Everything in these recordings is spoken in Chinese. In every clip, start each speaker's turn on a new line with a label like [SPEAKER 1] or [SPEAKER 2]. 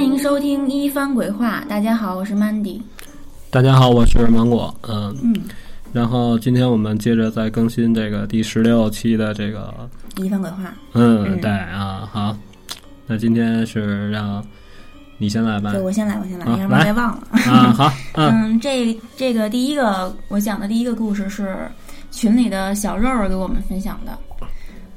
[SPEAKER 1] 迎收听《一番鬼话》，大家好，我是 Mandy。
[SPEAKER 2] 大家好，我是芒果，嗯，
[SPEAKER 1] 嗯，
[SPEAKER 2] 然后今天我们接着再更新这个第十六期的这个，
[SPEAKER 1] 《一番鬼话嗯
[SPEAKER 2] 嗯，对啊，好，那今天是让你先来》，吧
[SPEAKER 1] 对，，我先来，我先来，
[SPEAKER 2] 啊
[SPEAKER 1] 要不然
[SPEAKER 2] 来
[SPEAKER 1] 别忘了。
[SPEAKER 2] 啊，好，嗯，
[SPEAKER 1] 嗯，这这个第一个我讲的第一个故事是群里的小肉儿给我们分享的。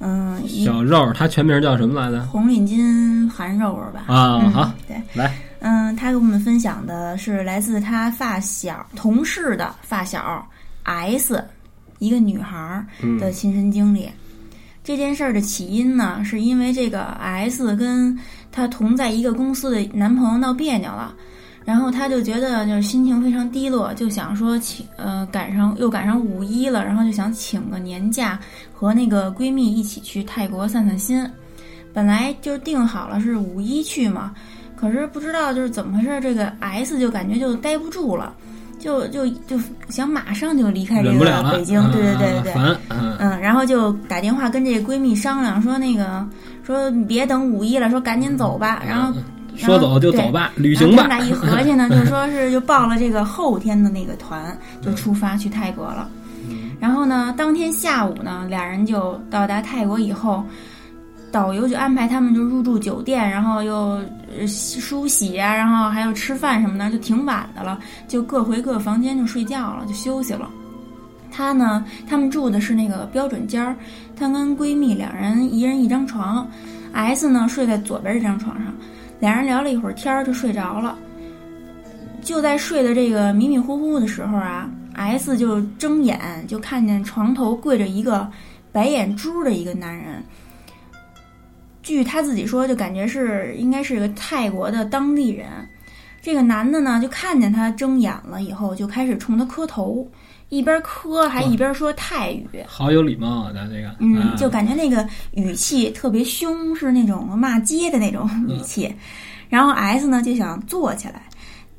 [SPEAKER 1] 嗯，一
[SPEAKER 2] 小肉儿，他全名叫什么来着？
[SPEAKER 1] 红领巾含肉儿吧。
[SPEAKER 2] 啊，
[SPEAKER 1] 嗯
[SPEAKER 2] 好，，
[SPEAKER 1] 对，
[SPEAKER 2] 来，
[SPEAKER 1] 嗯，他给我们分享的是来自他发小同事的发小 S，一个女孩儿
[SPEAKER 2] 嗯
[SPEAKER 1] 的亲身经历。这件事儿的起因呢，是因为这个 S 跟她同在一个公司的男朋友闹别扭了，然后她就觉得就是心情非常低落，就想说请呃赶上又赶上五一了，然后就想请个年假和那个闺蜜一起去泰国散散心。本来就定好了是五一去嘛，可是不知道就是怎么回事，这个 S 就感觉就待不住了，就就就想马上就离开这
[SPEAKER 2] 忍不了
[SPEAKER 1] 个
[SPEAKER 2] 了，
[SPEAKER 1] 北京，对对对对对
[SPEAKER 2] 啊。烦，嗯，
[SPEAKER 1] 嗯，然后就打电话跟这闺蜜商量说那个说你别等五一了，说赶紧走吧。然后
[SPEAKER 2] 说走就走吧，旅行
[SPEAKER 1] 嗯然后他
[SPEAKER 2] 吧，
[SPEAKER 1] 们俩一合 计呢，就说是就报了这个后天的那个团，就出发去泰国了。
[SPEAKER 2] 嗯
[SPEAKER 1] 然后呢，当天下午呢，俩人就到达泰国以后，导游就安排他们就入住酒店，然后又呃梳洗啊，然后还有吃饭什么的，就挺晚的了，就各回各房间就睡觉了，就休息了。她呢，他们住的是那个标准间儿，她跟闺蜜两人一人一张床，S 呢睡在左边这张床上。俩人聊了一会儿天儿，就睡着了。就在睡的这个迷迷糊糊的时候啊，S 就睁眼就看见床头跪着一个白眼珠的一个男人。据他自己说，就感觉是应该是个泰国的当地人。这个男的呢，就看见他睁眼了以后，就开始冲他磕头，一边磕还一边说泰语。
[SPEAKER 2] 好有礼貌啊，咱这个，
[SPEAKER 1] 嗯，就
[SPEAKER 2] 啊
[SPEAKER 1] 感觉那个语气特别凶，是那种骂街的那种语气。然后 S 呢就想坐起来，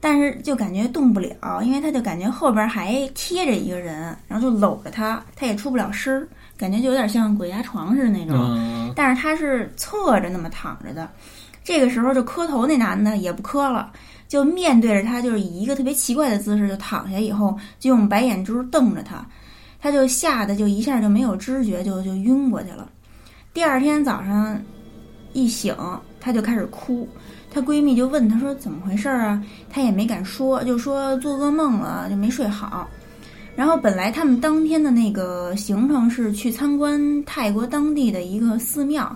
[SPEAKER 1] 但是就感觉动不了，因为他就感觉后边还贴着一个人，然后就搂着他，他也出不了声儿，感觉就有点像鬼压床似的那种。
[SPEAKER 2] 嗯，
[SPEAKER 1] 但是他是侧着那么躺着的。这个时候就磕头那男的也不磕了，就面对着他，就是以一个特别奇怪的姿势就躺下，以后就用白眼珠瞪着他，他就吓得就一下就没有知觉，就就晕过去了。第二天早上一醒，她就开始哭。她闺蜜就问她说：“怎么回事儿啊？”她也没敢说，就说做噩梦了，就没睡好。然后本来他们当天的那个行程是去参观泰国当地的一个寺庙，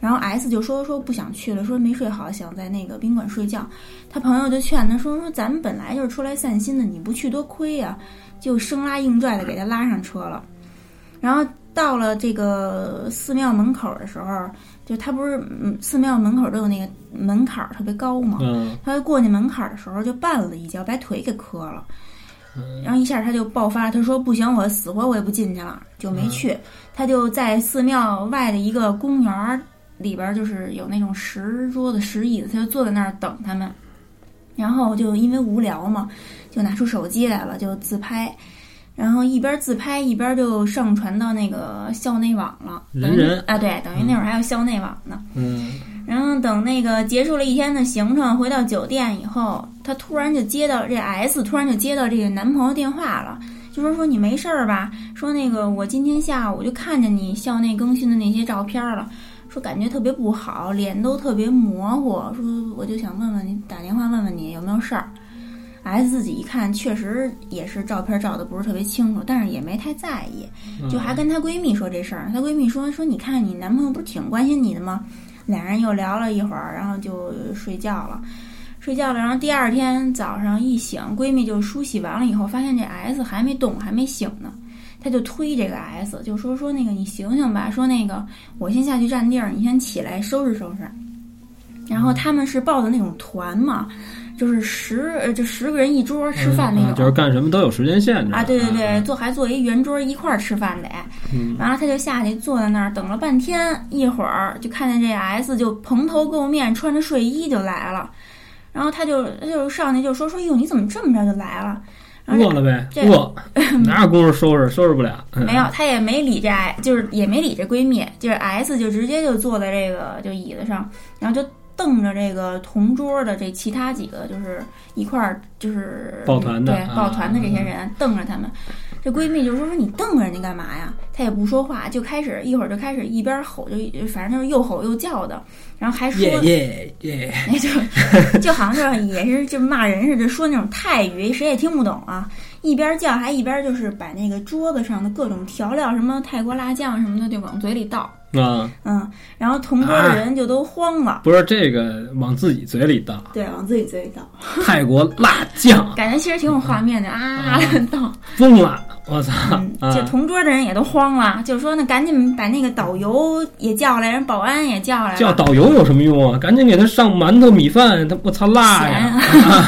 [SPEAKER 1] 然后 S 就说说不想去了，说没睡好，想在那个宾馆睡觉。他朋友就劝他说说咱们本来就是出来散心的，你不去多亏呀、就生拉硬拽的给他拉上车了。然后到了这个寺庙门口的时候，就他不是嗯寺庙门口都有那个门槛儿特别高嘛，
[SPEAKER 2] 嗯，
[SPEAKER 1] 他过那门槛儿的时候就绊了一跤，把腿给磕了，然后一下他就爆发，他说不行，我死活我也不进去了，就没
[SPEAKER 2] 嗯
[SPEAKER 1] 去。他就在寺庙外的一个公园儿里边，就是有那种石桌子、石椅子，他就坐在那儿等他们。然后就因为无聊嘛，就拿出手机来了，就自拍，然后一边自拍一边就上传到那个校内网了。等于
[SPEAKER 2] 人人
[SPEAKER 1] 啊，对，等于那会儿还有校内网呢。
[SPEAKER 2] 嗯，
[SPEAKER 1] 然后等那个结束了一天的行程，回到酒店以后，她突然就接到这 S 突然就接到这个男朋友电话了，就说说你没事儿吧？说那个我今天下午就看见你校内更新的那些照片了，说感觉特别不好，脸都特别模糊，说我就想问问你，打电话问问你有没有事儿。S 自己一看，确实也是照片照的不是特别清楚，但是也没太在意，
[SPEAKER 2] 嗯
[SPEAKER 1] 就还跟她闺蜜说这事儿。她闺蜜说说你看你男朋友不是挺关心你的吗？俩人又聊了一会儿，然后就睡觉了。睡觉了，然后第二天早上一醒，闺蜜就梳洗完了以后，发现这 S 还没动，还没醒呢。她就推这个 S，就说说那个你醒醒吧，说那个我先下去占地儿，你先起来收拾收拾。然后他们是报的那种团嘛，就是十呃就十个人一桌吃饭那种，
[SPEAKER 2] 啊就是干什么都有时间限制
[SPEAKER 1] 啊，对对对，
[SPEAKER 2] 嗯
[SPEAKER 1] 坐还坐一圆桌一块儿吃饭得，
[SPEAKER 2] 嗯
[SPEAKER 1] 然后他就下去坐在那儿等了半天，一会儿就看见这 S 就蓬头垢面，穿着睡衣就来了，然后他就他就上去就说说哟你怎么这么着就来了，然后
[SPEAKER 2] 饿了呗，
[SPEAKER 1] 这
[SPEAKER 2] 饿，哪有功夫收拾，收拾不了，
[SPEAKER 1] 这
[SPEAKER 2] 嗯
[SPEAKER 1] 没有他也没理这 I 就是也没理这闺蜜，就是 S 就直接就坐在这个就椅子上，然后就瞪着这个同桌的这其他几个，就是一块儿就是
[SPEAKER 2] 抱团的
[SPEAKER 1] 对
[SPEAKER 2] 啊
[SPEAKER 1] 抱团的这些人、瞪着他们。这闺蜜就说说你瞪着人家干嘛呀？她也不说话，就开始一会儿就开始一边吼就反正就是又吼又叫的，然后还说
[SPEAKER 2] 耶耶耶！
[SPEAKER 1] 那 就就好像就是也是就骂人似的，说那种泰语，谁也听不懂啊。一边叫还一边就是把那个桌子上的各种调料，什么泰国辣酱什么的，就往嘴里倒。
[SPEAKER 2] 啊，
[SPEAKER 1] 嗯，然后同桌的人就都慌了，
[SPEAKER 2] 不是这个往自己嘴里倒，
[SPEAKER 1] 对，往自己嘴里倒，
[SPEAKER 2] 泰国辣酱
[SPEAKER 1] 感觉其实挺有画面的啊，倒。
[SPEAKER 2] 疯了，我操！
[SPEAKER 1] 嗯，
[SPEAKER 2] 啊
[SPEAKER 1] 就同桌的人也都慌了，就说那赶紧把那个导游也叫来，人保安也叫来
[SPEAKER 2] 叫
[SPEAKER 1] 了。
[SPEAKER 2] 导游有什么用啊？赶紧给他上馒头米饭，他我操辣呀！
[SPEAKER 1] 啊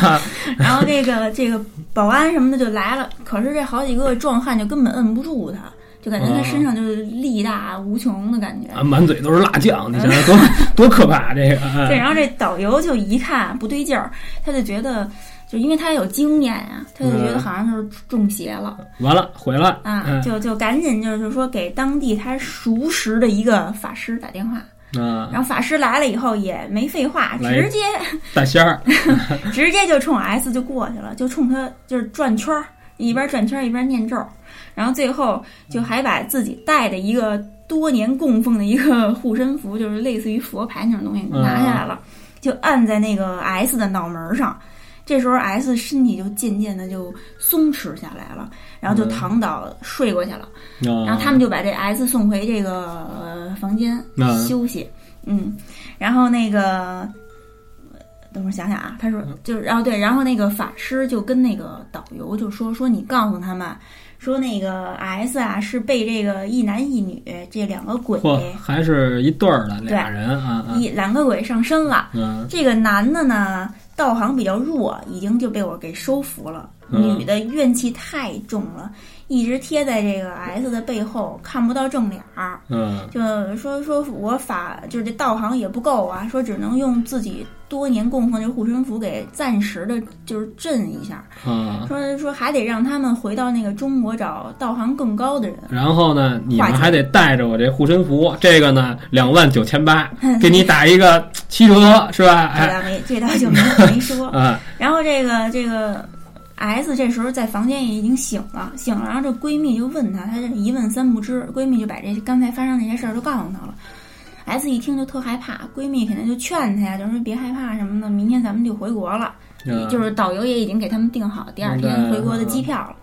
[SPEAKER 1] 然后这个这个保安什么的就来了，可是这好几个壮汉就根本摁不住他，就感觉他身上就是力大无穷的感觉。
[SPEAKER 2] 啊，满嘴都是辣酱，你想想多 多可怕这个！啊
[SPEAKER 1] 对，然后这导游就一看不对劲儿，他就觉得，就因为他有经验啊，他就觉得
[SPEAKER 2] 嗯
[SPEAKER 1] 好像就是中邪了。
[SPEAKER 2] 完了，哎毁了
[SPEAKER 1] 啊，就就赶紧就是说给当地他熟识的一个法师打电话，
[SPEAKER 2] 啊！
[SPEAKER 1] 然后法师来了以后也没废话，
[SPEAKER 2] 来
[SPEAKER 1] 直接
[SPEAKER 2] 大仙儿
[SPEAKER 1] 直接就冲 S 就过去了，就冲他就是转圈儿，一边转圈儿一边念咒，然后最后就还把自己带的一个多年供奉的一个护身符，就是类似于佛牌那种东西
[SPEAKER 2] 嗯
[SPEAKER 1] 拿下来了，就按在那个 S 的脑门儿上。这时候 S 身体就渐渐的就松弛下来了，然后就
[SPEAKER 2] 嗯
[SPEAKER 1] 躺倒睡过去了。 然
[SPEAKER 2] 啊
[SPEAKER 1] 后他们就把这 S 送回这个呃房间
[SPEAKER 2] 嗯
[SPEAKER 1] 休息，嗯，然后那个，呃等会儿想想啊，他说
[SPEAKER 2] 嗯
[SPEAKER 1] 就是，然后对，然后那个法师就跟那个导游就说说你告诉他们，说那个 S 啊是被这个一男一女这两个鬼
[SPEAKER 2] 嚯，还是一对儿的
[SPEAKER 1] 对
[SPEAKER 2] 俩人啊啊
[SPEAKER 1] 一两个鬼上身了，
[SPEAKER 2] 嗯
[SPEAKER 1] 这个男的呢道行比较弱，已经就被我给收服了。
[SPEAKER 2] 嗯
[SPEAKER 1] 女的怨气太重了，一直贴在这个 S 的背后，看不到正脸儿。
[SPEAKER 2] 嗯
[SPEAKER 1] 就说说我法就是这道行也不够啊，说只能用自己多年供奉这护身符给暂时的，就是镇一下。
[SPEAKER 2] 啊！
[SPEAKER 1] 说说还得让他们回到那个中国找道行更高的人。
[SPEAKER 2] 然后呢，你
[SPEAKER 1] 化
[SPEAKER 2] 们
[SPEAKER 1] 解
[SPEAKER 2] 还得带着我这护身符，这个呢两万九 千八，给你打一个七折是吧？
[SPEAKER 1] 这
[SPEAKER 2] 哎
[SPEAKER 1] 倒没，这倒就没没说。
[SPEAKER 2] 啊
[SPEAKER 1] 然后这个这个 S 这时候在房间也已经醒了，醒了，然后这闺蜜就问她，她这一问三不知，闺蜜就把这刚才发生那些事儿都告诉她了。S 一听就特害怕，闺蜜肯定就劝她呀，就说别害怕什么的，明天咱们就回国了，
[SPEAKER 2] 嗯
[SPEAKER 1] 就是导游也已经给他们订好第二天回国的机票了。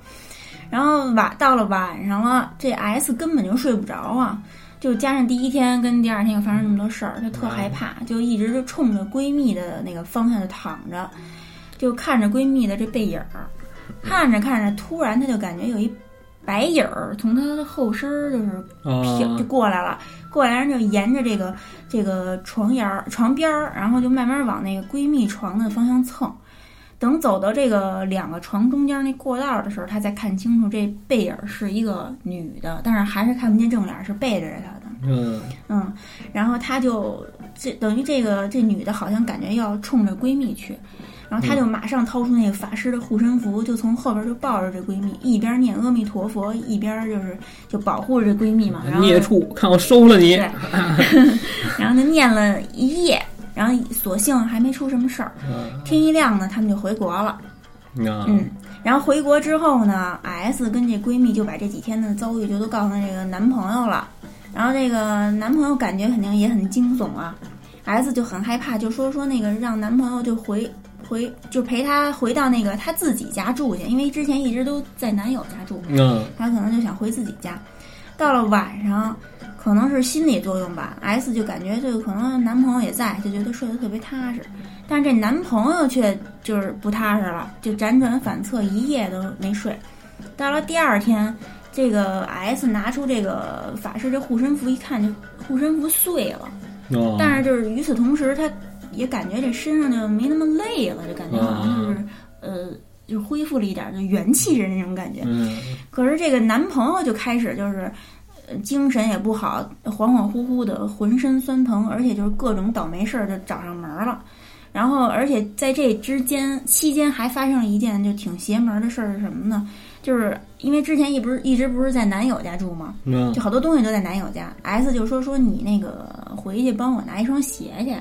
[SPEAKER 1] 然后晚到了晚上了，这 S 根本就睡不着啊，就加上第一天跟第二天又发生那么多事儿，她特害怕，就一直就冲着闺蜜的那个方向就躺着，就看着闺蜜的这背影儿，看着看着，突然她就感觉有一白影儿从她的后身儿就是飘就
[SPEAKER 2] 啊
[SPEAKER 1] 过来了，过来人就沿着这个这个床沿儿、床边儿，然后就慢慢往那个闺蜜床的方向蹭。等走到这个两个床中间那过道的时候，她才看清楚这背影儿是一个女的，但是还是看不见正脸，是背对着她的。
[SPEAKER 2] 嗯
[SPEAKER 1] 嗯，然后她就这等于这个这女的好像感觉要冲着闺蜜去，然后她就马上掏出那个法师的护身符，就从后边就抱着这闺蜜，一边念阿弥陀佛，一边就是就保护着这闺蜜嘛。然后
[SPEAKER 2] 孽畜，看我收了你
[SPEAKER 1] 对！然后就念了一夜，然后所幸还没出什么事儿。
[SPEAKER 2] 啊
[SPEAKER 1] 天一亮呢，他们就回国了。
[SPEAKER 2] 啊
[SPEAKER 1] 嗯，然后回国之后呢，S 跟这闺蜜就把这几天的遭遇就都告诉这个男朋友了。然后这个男朋友感觉肯定也很惊悚啊，S 就很害怕，就说说那个让男朋友就回回就陪她回到那个她自己家住去，因为之前一直都在男友家住。
[SPEAKER 2] 嗯
[SPEAKER 1] 她可能就想回自己家。到了晚上，可能是心理作用吧，S 就感觉这个可能男朋友也在，就觉得睡得特别踏实。但是这男朋友却就是不踏实了，就辗转反侧，一夜都没睡。到了第二天，这个 S 拿出这个法师这护身符一看，就护身符碎了。
[SPEAKER 2] 哦，
[SPEAKER 1] 但是就是与此同时，他也感觉这身上就没那么累了，就感觉好像就是呃，就恢复了一点儿就元气人那种感觉。
[SPEAKER 2] 嗯
[SPEAKER 1] 可是这个男朋友就开始就是，呃精神也不好，恍恍惚惚的，浑身酸疼，而且就是各种倒霉事儿就找上门儿了。然后，而且在这之间期间还发生了一件就挺邪门儿的事儿是什么呢？就是因为之前一不是一直不是在男友家住吗？
[SPEAKER 2] 嗯
[SPEAKER 1] 就好多东西都在男友家。S 就说说你那个回去帮我拿一双鞋去。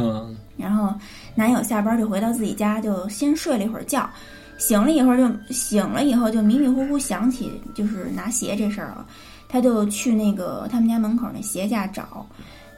[SPEAKER 2] 嗯
[SPEAKER 1] 然后男友下班就回到自己家，就先睡了一会儿觉，醒了一会儿就醒了以后就迷迷糊糊想起就是拿鞋这事儿了，他就去那个他们家门口那鞋架找，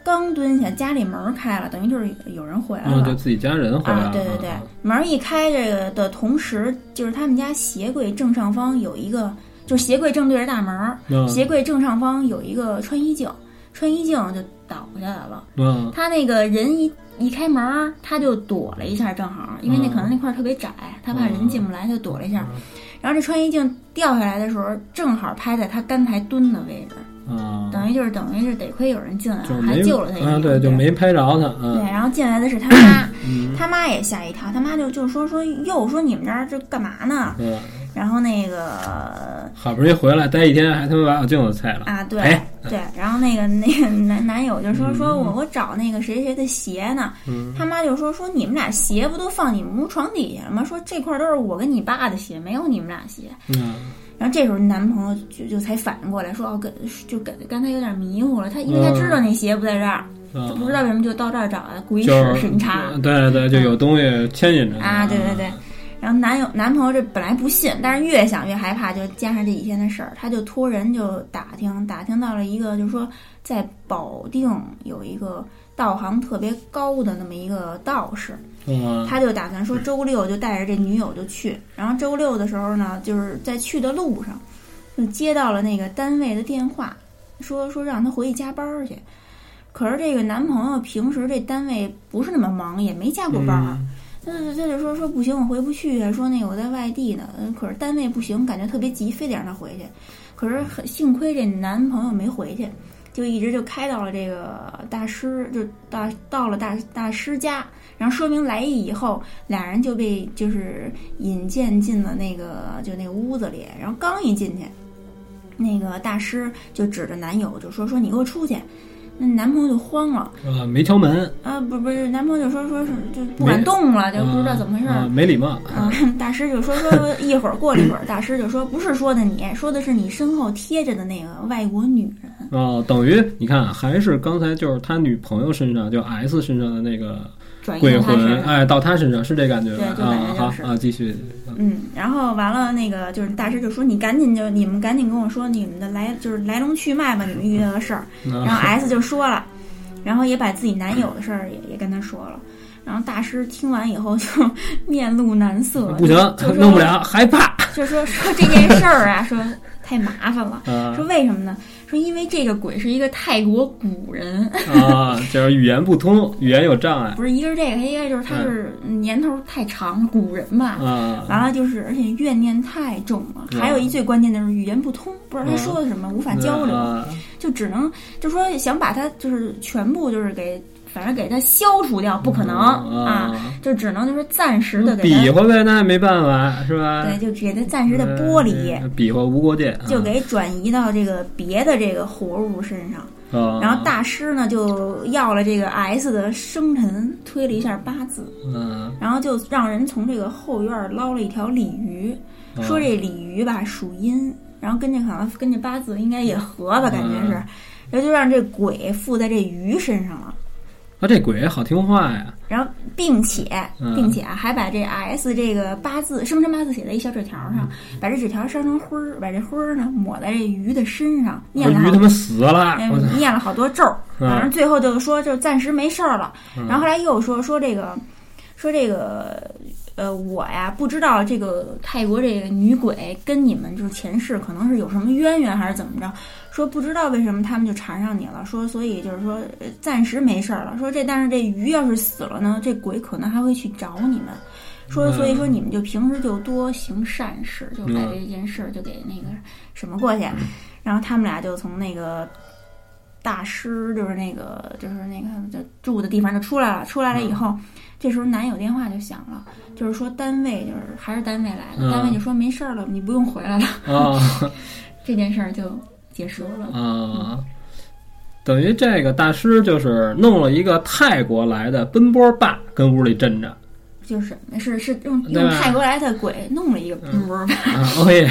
[SPEAKER 1] 刚蹲下家里门儿开了，等于就是有人回来
[SPEAKER 2] 嗯，
[SPEAKER 1] 了。
[SPEAKER 2] 就自己家人回来了。
[SPEAKER 1] 啊，对对
[SPEAKER 2] 嗯
[SPEAKER 1] 对，门儿一开这个的同时，就是他们家鞋柜正上方有一个，就是鞋柜正对着大门儿，
[SPEAKER 2] 嗯
[SPEAKER 1] 鞋柜正上方有一个穿衣镜，穿衣镜就倒下来了。
[SPEAKER 2] 嗯
[SPEAKER 1] 他那个人一一开门儿，他就躲了一下，正好，因为那
[SPEAKER 2] 嗯
[SPEAKER 1] 可能那块儿特别窄，他怕人进不来，他就躲了一下。嗯然后这穿衣镜掉下来的时候，正好拍在他刚才蹲的位置，
[SPEAKER 2] 嗯，
[SPEAKER 1] 等于就是等于是得亏有人进来
[SPEAKER 2] 就是
[SPEAKER 1] 还
[SPEAKER 2] 没
[SPEAKER 1] 救了他一
[SPEAKER 2] 啊，
[SPEAKER 1] 命。
[SPEAKER 2] 对，就没拍着他。
[SPEAKER 1] 对，
[SPEAKER 2] 嗯
[SPEAKER 1] 然后进来的是他妈。
[SPEAKER 2] 嗯
[SPEAKER 1] 他妈也吓一跳，他妈就就说说哟，说你们这儿这干嘛呢？
[SPEAKER 2] 嗯，
[SPEAKER 1] 然后那个
[SPEAKER 2] 好不容易回来待一天，还他妈把我镜子拆了。
[SPEAKER 1] 啊，对、
[SPEAKER 2] 哎
[SPEAKER 1] 对，然后那个那个男男友就说
[SPEAKER 2] 嗯
[SPEAKER 1] 说我我找那个谁谁的鞋呢，
[SPEAKER 2] 嗯
[SPEAKER 1] 他妈就说说你们俩鞋不都放你们屋床底下了吗？说这块儿都是我跟你爸的鞋，没有你们俩鞋。
[SPEAKER 2] 嗯
[SPEAKER 1] 然后这时候男朋友就就才反应过来，说哦，跟就跟刚才有点迷糊了，他因为他知道那鞋不在这儿，他
[SPEAKER 2] 嗯，
[SPEAKER 1] 不知道为什么就到这儿找的，鬼
[SPEAKER 2] 就
[SPEAKER 1] 使
[SPEAKER 2] 是
[SPEAKER 1] 神差。
[SPEAKER 2] 呃对对，就有东西牵引着
[SPEAKER 1] 嗯
[SPEAKER 2] 他
[SPEAKER 1] 啊，对对对。然后男友男朋友这本来不信，但是越想越害怕，就加上这几天的事儿，他就托人就打听，打听到了一个，就是说在保定有一个道行特别高的那么一个道士，
[SPEAKER 2] 嗯
[SPEAKER 1] 他就打算说周六就带着这女友就去。然后周六的时候呢，就是在去的路上，就接到了那个单位的电话，说说让他回去加班儿去。可是这个男朋友平时这单位不是那么忙，也没加
[SPEAKER 2] 嗯
[SPEAKER 1] 过班儿。他就他就说说不行，我回不去啊，说那个我在外地呢，嗯可是单位不行，感觉特别急，非得让他回去。可是很幸亏这男朋友没回去，就一直就开到了这个大师，就到到了大大师家，然后说明来意以后，俩人就被就是引荐进了那个就那个屋子里，然后刚一进去，那个大师就指着男友就说说你给我出去，那男朋友就慌了，
[SPEAKER 2] 啊，没敲门，
[SPEAKER 1] 啊不不是，男朋友就说说是就不
[SPEAKER 2] 没
[SPEAKER 1] 敢动了，就
[SPEAKER 2] 嗯
[SPEAKER 1] 不知道怎么回事儿。
[SPEAKER 2] 嗯没礼貌。
[SPEAKER 1] 啊， 大师就说说一会儿过了一会儿，大师就说不是说的你，说的是你身后贴着的那个外国女人。
[SPEAKER 2] 哦，等于你看，还是刚才就是他女朋友身上，就 S 身上的那个
[SPEAKER 1] 转移
[SPEAKER 2] 鬼
[SPEAKER 1] 到他身
[SPEAKER 2] 魂，
[SPEAKER 1] 上。
[SPEAKER 2] 哎，到他身上是这感觉吧
[SPEAKER 1] 对？就感觉
[SPEAKER 2] 啊，
[SPEAKER 1] 就是
[SPEAKER 2] 好啊，继续。
[SPEAKER 1] 嗯，然后完了，那个就是大师就说你赶紧就你们赶紧跟我说你们的来就是来龙去脉吧，你们遇到的事儿。
[SPEAKER 2] 嗯
[SPEAKER 1] 然后 S 就说了，然后也把自己男友的事儿也也跟他说了。然后大师听完以后就面露难色，
[SPEAKER 2] 不行
[SPEAKER 1] 就说，
[SPEAKER 2] 弄不，了，害怕。
[SPEAKER 1] 就说说这件事儿啊，说太麻烦了。
[SPEAKER 2] 啊
[SPEAKER 1] 说为什么呢？说因为这个鬼是一个泰国古人，
[SPEAKER 2] 啊，就是语言不通，语言有障碍
[SPEAKER 1] 不是一个是这个，还一个就是
[SPEAKER 2] 嗯
[SPEAKER 1] 他是年头太长，古人嘛。
[SPEAKER 2] 啊。
[SPEAKER 1] 完了就是，而且怨念太重了，
[SPEAKER 2] 嗯
[SPEAKER 1] 还有一最关键的是语言不通，不知道他
[SPEAKER 2] 嗯
[SPEAKER 1] 说的什么，无法交流，
[SPEAKER 2] 啊
[SPEAKER 1] 就只能就说想把他就是全部就是给，反正给他消除掉，不可能
[SPEAKER 2] 嗯
[SPEAKER 1] 啊，就只能就是暂时的给
[SPEAKER 2] 比
[SPEAKER 1] 他，
[SPEAKER 2] 划呗，那也没办法，是吧？
[SPEAKER 1] 对，就给他暂时的剥离，
[SPEAKER 2] 嗯，比划无国界，
[SPEAKER 1] 就给转移到这个别的这个活物身上。
[SPEAKER 2] 啊。
[SPEAKER 1] 然后大师呢就要了这个 S 的生辰，推了一下八字，
[SPEAKER 2] 嗯，
[SPEAKER 1] 然后就让人从这个后院儿捞了一条鲤鱼，
[SPEAKER 2] 嗯
[SPEAKER 1] 说这鲤鱼吧属阴，然后跟这好像跟这八字应该也合吧，感觉是，
[SPEAKER 2] 嗯
[SPEAKER 1] 然后就让这鬼附在这鱼身上了，
[SPEAKER 2] 啊，这鬼好听话呀，
[SPEAKER 1] 然后并且
[SPEAKER 2] 嗯
[SPEAKER 1] 并且啊还把这 S 这个八字生辰八字写在一小纸条上，
[SPEAKER 2] 嗯
[SPEAKER 1] 把这纸条烧成灰儿，把这灰儿呢抹在这鱼的身上，
[SPEAKER 2] 我
[SPEAKER 1] 念了好
[SPEAKER 2] 哦鱼他妈死了，啊我操
[SPEAKER 1] 嗯，念了好多咒儿，
[SPEAKER 2] 嗯
[SPEAKER 1] 反正最后就说就暂时没事儿了。
[SPEAKER 2] 嗯
[SPEAKER 1] 然后后来又说说这个，说这个，呃，我呀不知道这个泰国这个女鬼跟你们就是前世可能是有什么渊源还是怎么着，说不知道为什么他们就缠上你了，说所以就是说呃暂时没事儿了，说这但是这鱼要是死了呢，这鬼可能还会去找你们。说，
[SPEAKER 2] 嗯
[SPEAKER 1] 所以说你们就平时就多行善事，就把这件事儿就给那个什么过去。然后他们俩就从那个大师，就是那个就是那个就住的地方就出来了。出来了以
[SPEAKER 2] 嗯
[SPEAKER 1] 后，这时候男友电话就响了，就是说单位就是还是单位来的，
[SPEAKER 2] 嗯
[SPEAKER 1] 单位就说没事儿了，你不用回来了，
[SPEAKER 2] 啊
[SPEAKER 1] 这件事儿就解决了。
[SPEAKER 2] 啊！等于这个大师就是弄了一个泰国来的奔波霸跟屋里镇着，
[SPEAKER 1] 就是是是用
[SPEAKER 2] 对
[SPEAKER 1] 用
[SPEAKER 2] 吧
[SPEAKER 1] 泰国来的鬼弄了一个波儿吧，
[SPEAKER 2] 啊，哦耶！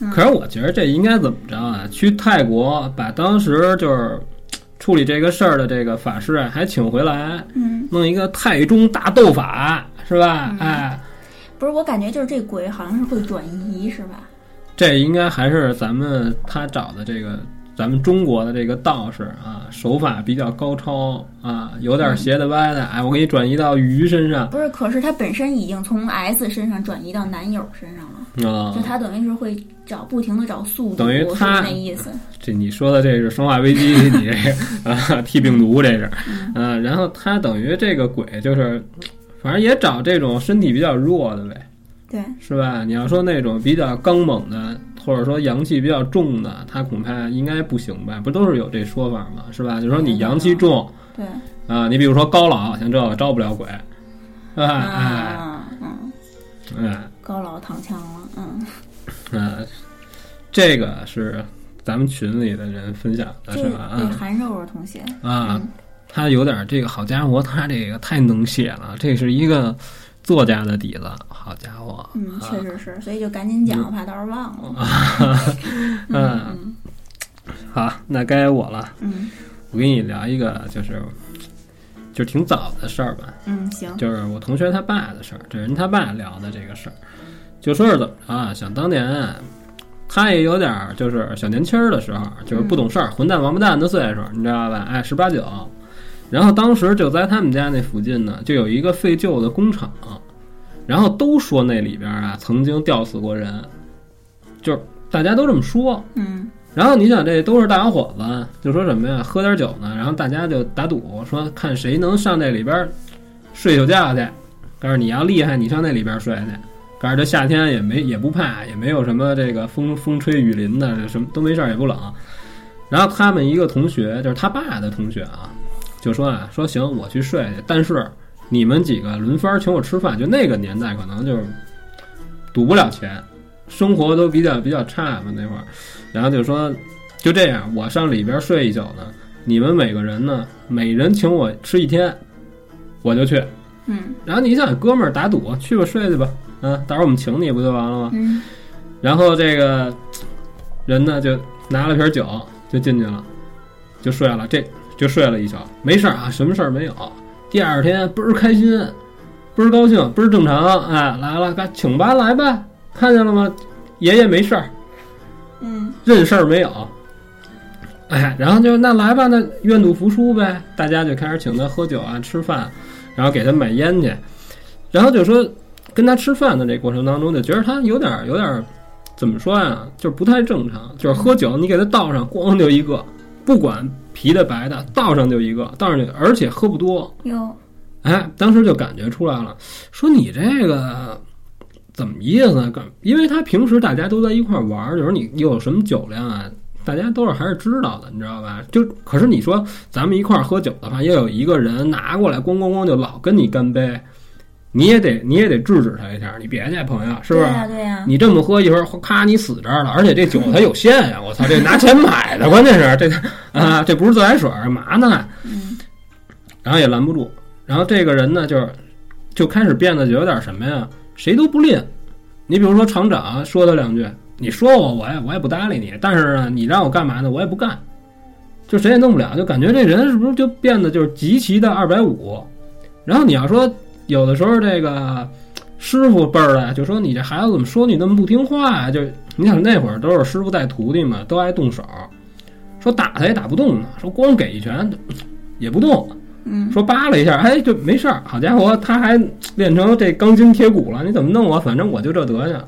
[SPEAKER 1] 嗯
[SPEAKER 2] 可是我觉得这应该怎么着啊？去泰国把当时就是。处理这个事儿的这个法师啊，还请回来
[SPEAKER 1] 嗯，
[SPEAKER 2] 弄一个太中大斗法，是吧？
[SPEAKER 1] 嗯
[SPEAKER 2] 哎，
[SPEAKER 1] 不是，我感觉就是这鬼好像是会转移，是吧？
[SPEAKER 2] 这应该还是咱们他找的这个咱们中国的这个道士啊，手法比较高超啊，有点斜的歪的，哎，我给你转移到鱼身上啊
[SPEAKER 1] 不是，可是他本身已经从 S 身上转移到男友身上了，
[SPEAKER 2] 啊
[SPEAKER 1] 就。他等于是会找不停的找宿主，
[SPEAKER 2] 等于
[SPEAKER 1] 是
[SPEAKER 2] 他
[SPEAKER 1] 那意思。
[SPEAKER 2] 这你说的这是《生化危机》， 你这个啊 T 病毒这是，啊，然后他等于这个鬼就是，反正也找这种身体比较弱的呗。
[SPEAKER 1] 对，
[SPEAKER 2] 是吧？你要说那种比较刚猛的，或者说阳气比较重的，他恐怕应该不行吧？不都是有这说法吗？是吧？就说你阳气重
[SPEAKER 1] 对，
[SPEAKER 2] 啊，你比如说高老，像这个招不了鬼，是吧？哎，
[SPEAKER 1] 啊，嗯，
[SPEAKER 2] 嗯
[SPEAKER 1] 高老躺枪了，嗯，
[SPEAKER 2] 嗯，这个是咱们群里的人分享的，
[SPEAKER 1] 这
[SPEAKER 2] 是吧？
[SPEAKER 1] 对嗯
[SPEAKER 2] 啊
[SPEAKER 1] 韩肉肉同学，
[SPEAKER 2] 啊，他有点这个，好家伙，他这个太能写了，这是一个作家的底子，好家伙，
[SPEAKER 1] 嗯，
[SPEAKER 2] 啊
[SPEAKER 1] 确实是，所以就赶紧讲，怕到时候忘了。
[SPEAKER 2] 嗯，
[SPEAKER 1] 嗯
[SPEAKER 2] 好，那该我了。
[SPEAKER 1] 嗯
[SPEAKER 2] 我跟你聊一个，就是就是挺早的事儿吧，
[SPEAKER 1] 嗯，行，
[SPEAKER 2] 就是我同学他爸的事儿，这人他爸聊的这个事儿，就说是怎么着啊？想当年啊，他也有点儿就是小年轻儿的时候，就是不懂事儿、混蛋、王八蛋的岁数，你知道吧？哎，十八九。然后当时就在他们家那附近呢，就有一个废旧的工厂，然后都说那里边儿啊曾经吊死过人，就是大家都这么说。
[SPEAKER 1] 嗯
[SPEAKER 2] 然后你想，这都是大小伙子，就说什么呀？喝点酒呢，然后大家就打赌，说看谁能上那里边儿睡宿觉去。告诉你要厉害，你上那里边儿睡去。告诉这夏天也没也不怕，也没有什么这个风风吹雨淋的，什么都没事儿，也不冷。然后他们一个同学，就是他爸的同学啊，就说啊，说行，我去睡去，但是你们几个轮番儿请我吃饭。就那个年代，可能就是赌不了钱，生活都比较比较差嘛那会儿。然后就说就这样，我上里边睡一宿呢，你们每个人呢，每人请我吃一天，我就去。
[SPEAKER 1] 嗯
[SPEAKER 2] 然后你想，哥们儿打赌，去吧，睡去吧，嗯、到时候我们请你不就完了吗？
[SPEAKER 1] 嗯
[SPEAKER 2] 然后这个人呢就拿了瓶酒就进去了，就睡了，这就睡了一宿，没事儿啊，什么事儿没有。第二天倍儿开心，倍儿高兴，倍儿正常，哎，来了，该请吧，来吧，看见了吗？爷爷没事儿，
[SPEAKER 1] 嗯
[SPEAKER 2] 认事儿没有。哎，然后就那来吧，那愿赌服输呗。大家就开始请他喝酒啊、吃饭，然后给他买烟去。然后就说跟他吃饭的这过程当中，就觉得他有点儿有点儿怎么说呀，就是不太正常。就是喝酒你给他倒上，咣就一个，不管啤的白的，倒上就一个，倒上就，而且喝不多。
[SPEAKER 1] 哟，
[SPEAKER 2] 哎，当时就感觉出来了，说你这个怎么意思呢？感因为他平时大家都在一块儿玩儿，就是你你有什么酒量啊，大家都是还是知道的，你知道吧？就可是你说咱们一块儿喝酒的话，要有一个人拿过来咣咣咣就老跟你干杯，你也得你也得制止他一下，你别去，朋友，是不
[SPEAKER 1] 对啊
[SPEAKER 2] 是？
[SPEAKER 1] 呀对呀，
[SPEAKER 2] 你这么喝一会儿，咔，你死这儿了。而且这酒它有限呀、我操，这拿钱买的，关键是这啊，这不是自来水儿，干嘛呢？
[SPEAKER 1] 嗯
[SPEAKER 2] 然后也拦不住。然后这个人呢，就是就开始变得有点什么呀，谁都不吝。你比如说厂长说他两句，你说我，我也我也不搭理你。但是呢，你让我干嘛呢，我也不干，就谁也弄不了，就感觉这人是不是就变得就是极其的二百五。然后你要说有的时候这个师傅辈儿的就说你这孩子怎么说你那么不听话呀、就你想那会儿都是师傅带徒弟嘛，都爱动手，说打他也打不动呢，说光给一拳也不动。
[SPEAKER 1] 嗯
[SPEAKER 2] 说扒拉一下，哎，就没事儿。好家伙，他还练成这钢筋铁骨了，你怎么弄我？反正我就这德行。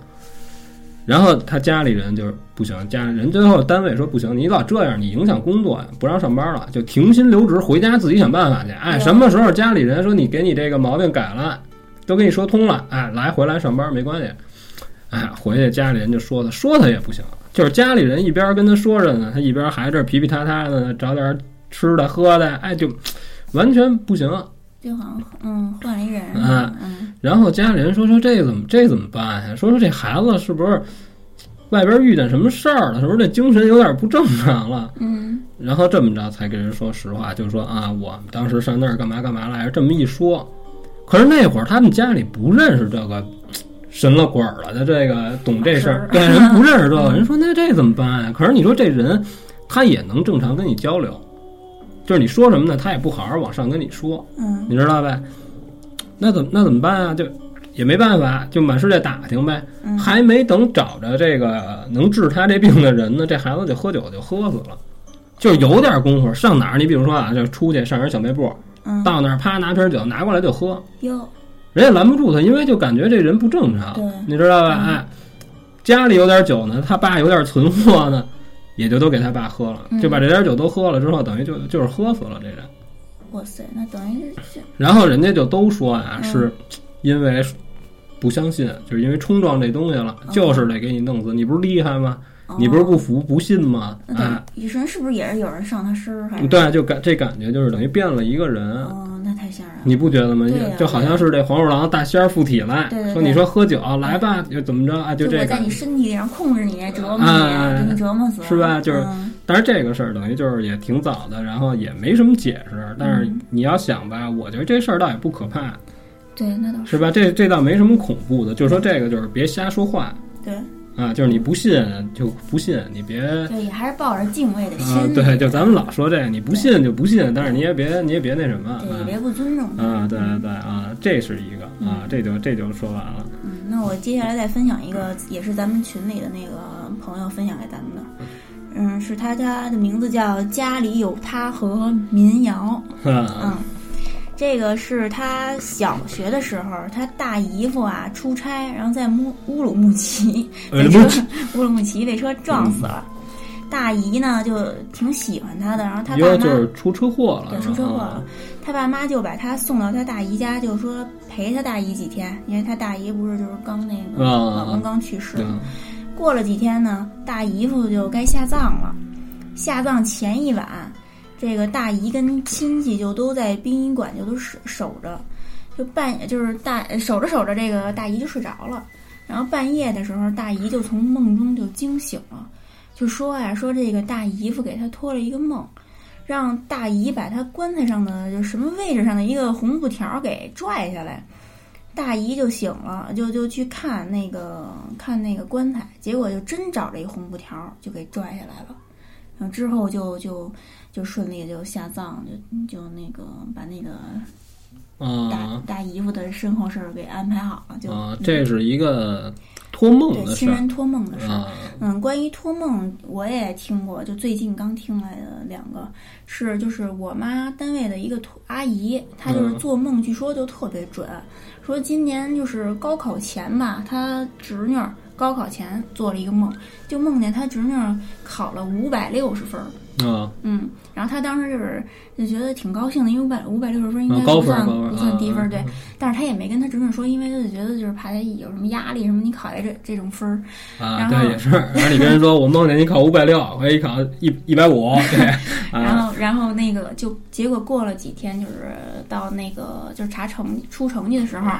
[SPEAKER 2] 然后他家里人就是不行，家里人最后单位说不行，你老这样，你影响工作呀，不让上班了，就停薪留职，回家自己想办法去。哎，
[SPEAKER 1] 对
[SPEAKER 2] 什么时候家里人说你给你这个毛病改了，都跟你说通了，哎，来回来上班没关系。哎，回去家里人就说他，说他也不行，就是家里人一边跟他说着呢，他一边还这皮皮塌塌的找点吃的喝的，哎，就完全不行。
[SPEAKER 1] 就好像嗯换了一人，
[SPEAKER 2] 嗯
[SPEAKER 1] 嗯
[SPEAKER 2] 然后家里人说说这怎么这怎么办呀？说说这孩子是不是外边遇见什么事儿了？是不是这精神有点不正常了？
[SPEAKER 1] 嗯
[SPEAKER 2] 然后这么着才跟人说实话，就说啊，我们当时上那儿干嘛干嘛来着？这么一说，可是那会儿他们家里不认识这个神了鬼儿了的这个懂这事儿，
[SPEAKER 1] 是
[SPEAKER 2] 对人不认识这个，人说那这怎么办呀？可是你说这人他也能正常跟你交流，就是你说什么呢，他也不好好往上跟你说，
[SPEAKER 1] 嗯
[SPEAKER 2] 你知道呗？那怎么那怎么办啊？就也没办法，就满世界打听呗。
[SPEAKER 1] 嗯
[SPEAKER 2] 还没等找着这个能治他这病的人呢，这孩子就喝酒就喝死了。就是有点功夫，上哪儿？你比如说啊，就出去上人小卖部，
[SPEAKER 1] 嗯，
[SPEAKER 2] 到那儿啪拿瓶酒拿过来就喝，
[SPEAKER 1] 哟，
[SPEAKER 2] 人也拦不住他，因为就感觉这人不正常
[SPEAKER 1] 对，
[SPEAKER 2] 你知道吧？
[SPEAKER 1] 嗯
[SPEAKER 2] 哎，家里有点酒呢，他爸有点存货呢，也就都给他爸喝了，
[SPEAKER 1] 嗯
[SPEAKER 2] 就把这点酒都喝了之后，等于就就是喝死了这人。
[SPEAKER 1] 哇塞，那等于是
[SPEAKER 2] 然后人家就都说啊，
[SPEAKER 1] 嗯
[SPEAKER 2] 是因为不相信，就是因为冲撞这东西了，
[SPEAKER 1] 哦
[SPEAKER 2] 就是得给你弄死。你不是厉害吗？你不是不服不信吗？
[SPEAKER 1] 那
[SPEAKER 2] 哎，
[SPEAKER 1] 等于医生是不是也是有人上他身儿还是？
[SPEAKER 2] 对，就感这感觉就是等于变了一个人。
[SPEAKER 1] 哦，那太吓人了。
[SPEAKER 2] 你不觉得吗
[SPEAKER 1] 对呀？
[SPEAKER 2] 就好像是这黄鼠狼大仙儿附体来
[SPEAKER 1] 对对，对
[SPEAKER 2] 说你说喝酒来吧，就怎么着啊？就
[SPEAKER 1] 我
[SPEAKER 2] 这个
[SPEAKER 1] 在你身体上控制你，折磨你，
[SPEAKER 2] 哎
[SPEAKER 1] 给你折磨死，
[SPEAKER 2] 是吧就是
[SPEAKER 1] 嗯
[SPEAKER 2] 但是这个事儿等于就是也挺早的，然后也没什么解释。但
[SPEAKER 1] 嗯
[SPEAKER 2] 是你要想吧，我觉得这事儿倒也不可怕，
[SPEAKER 1] 对，那倒是
[SPEAKER 2] 是吧？这这倒没什么恐怖的，就是说这个就是别瞎说话
[SPEAKER 1] 对，
[SPEAKER 2] 啊，就是你不信就不信，你别啊、
[SPEAKER 1] 对，也还是抱着敬畏的心，
[SPEAKER 2] 嗯对，就咱们老说这个，你不信就不信，但是你也别你也别那什么
[SPEAKER 1] 对，也别不尊重
[SPEAKER 2] 啊
[SPEAKER 1] 他。
[SPEAKER 2] 啊，对对对啊，这是一个啊，这就这就说完了。
[SPEAKER 1] 嗯，那我接下来再分享一个，也是咱们群里的那个朋友分享给咱们的。嗯，是他家的名字叫“家里有他和民谣”。
[SPEAKER 2] 啊
[SPEAKER 1] 嗯，这个是他小学的时候，他大姨夫啊出差，然后在乌乌鲁木齐
[SPEAKER 2] 呃
[SPEAKER 1] 被车
[SPEAKER 2] 不是
[SPEAKER 1] 乌鲁木齐被车撞死了。大姨呢就挺喜欢他的，然后他
[SPEAKER 2] 嗯一
[SPEAKER 1] 爸
[SPEAKER 2] 个
[SPEAKER 1] 妈
[SPEAKER 2] 就是出车祸了，
[SPEAKER 1] 对，出车祸
[SPEAKER 2] 啊
[SPEAKER 1] 了。他爸妈就把他送到他大姨家，就说陪他大姨几天，因为他大姨不是就是刚那个
[SPEAKER 2] 啊
[SPEAKER 1] 老公刚去世。
[SPEAKER 2] 对，
[SPEAKER 1] 过了几天呢，大姨夫就该下葬了。下葬前一晚，这个大姨跟亲戚就都在殡仪馆就都守守着，就半就是大守着守着，这个大姨就睡着了。然后半夜的时候，大姨就从梦中就惊醒了，就说呀、说这个大姨夫给她托了一个梦，让大姨把她棺材上的就什么位置上的一个红布条给拽下来。大姨就醒了，就就去看那个看那个棺材，结果就真找着一红布条，就给拽下来了。然后之后就就就顺利就下葬，就就那个把那个大、
[SPEAKER 2] 啊
[SPEAKER 1] 大姨夫的身后事儿给安排好了，就、嗯
[SPEAKER 2] 啊，这是一个托梦
[SPEAKER 1] 对
[SPEAKER 2] 的
[SPEAKER 1] 亲
[SPEAKER 2] 事儿
[SPEAKER 1] 人托梦的事儿。
[SPEAKER 2] 啊。
[SPEAKER 1] 嗯，关于托梦，我也听过，就最近刚听来的两个是，就是我妈单位的一个托阿姨，她就是
[SPEAKER 2] 嗯
[SPEAKER 1] 做梦，据说就特别准，说今年就是高考前吧，她侄女儿高考前做了一个梦，就梦见她侄女儿考了五百六十分儿，
[SPEAKER 2] 啊，
[SPEAKER 1] 嗯，然后她当时就是就觉得挺高兴的，因为五百五百六十分应
[SPEAKER 2] 嗯
[SPEAKER 1] 该
[SPEAKER 2] 高
[SPEAKER 1] 不
[SPEAKER 2] 分儿
[SPEAKER 1] 算、
[SPEAKER 2] 高分儿
[SPEAKER 1] 不算低分儿，
[SPEAKER 2] 嗯
[SPEAKER 1] 对
[SPEAKER 2] 嗯。
[SPEAKER 1] 但是她也没跟她侄女儿说，因为她就觉得就是怕她有什么压力什么，你考下这这种分儿，
[SPEAKER 2] 啊，
[SPEAKER 1] 然
[SPEAKER 2] 对，
[SPEAKER 1] 后
[SPEAKER 2] 也是。然后你跟人说，我梦见你考五百六，我一考一一百五，对，
[SPEAKER 1] 然
[SPEAKER 2] 啊，
[SPEAKER 1] 后，然后那个就结果过了几天，就是到那个就是查成绩出成绩的时候，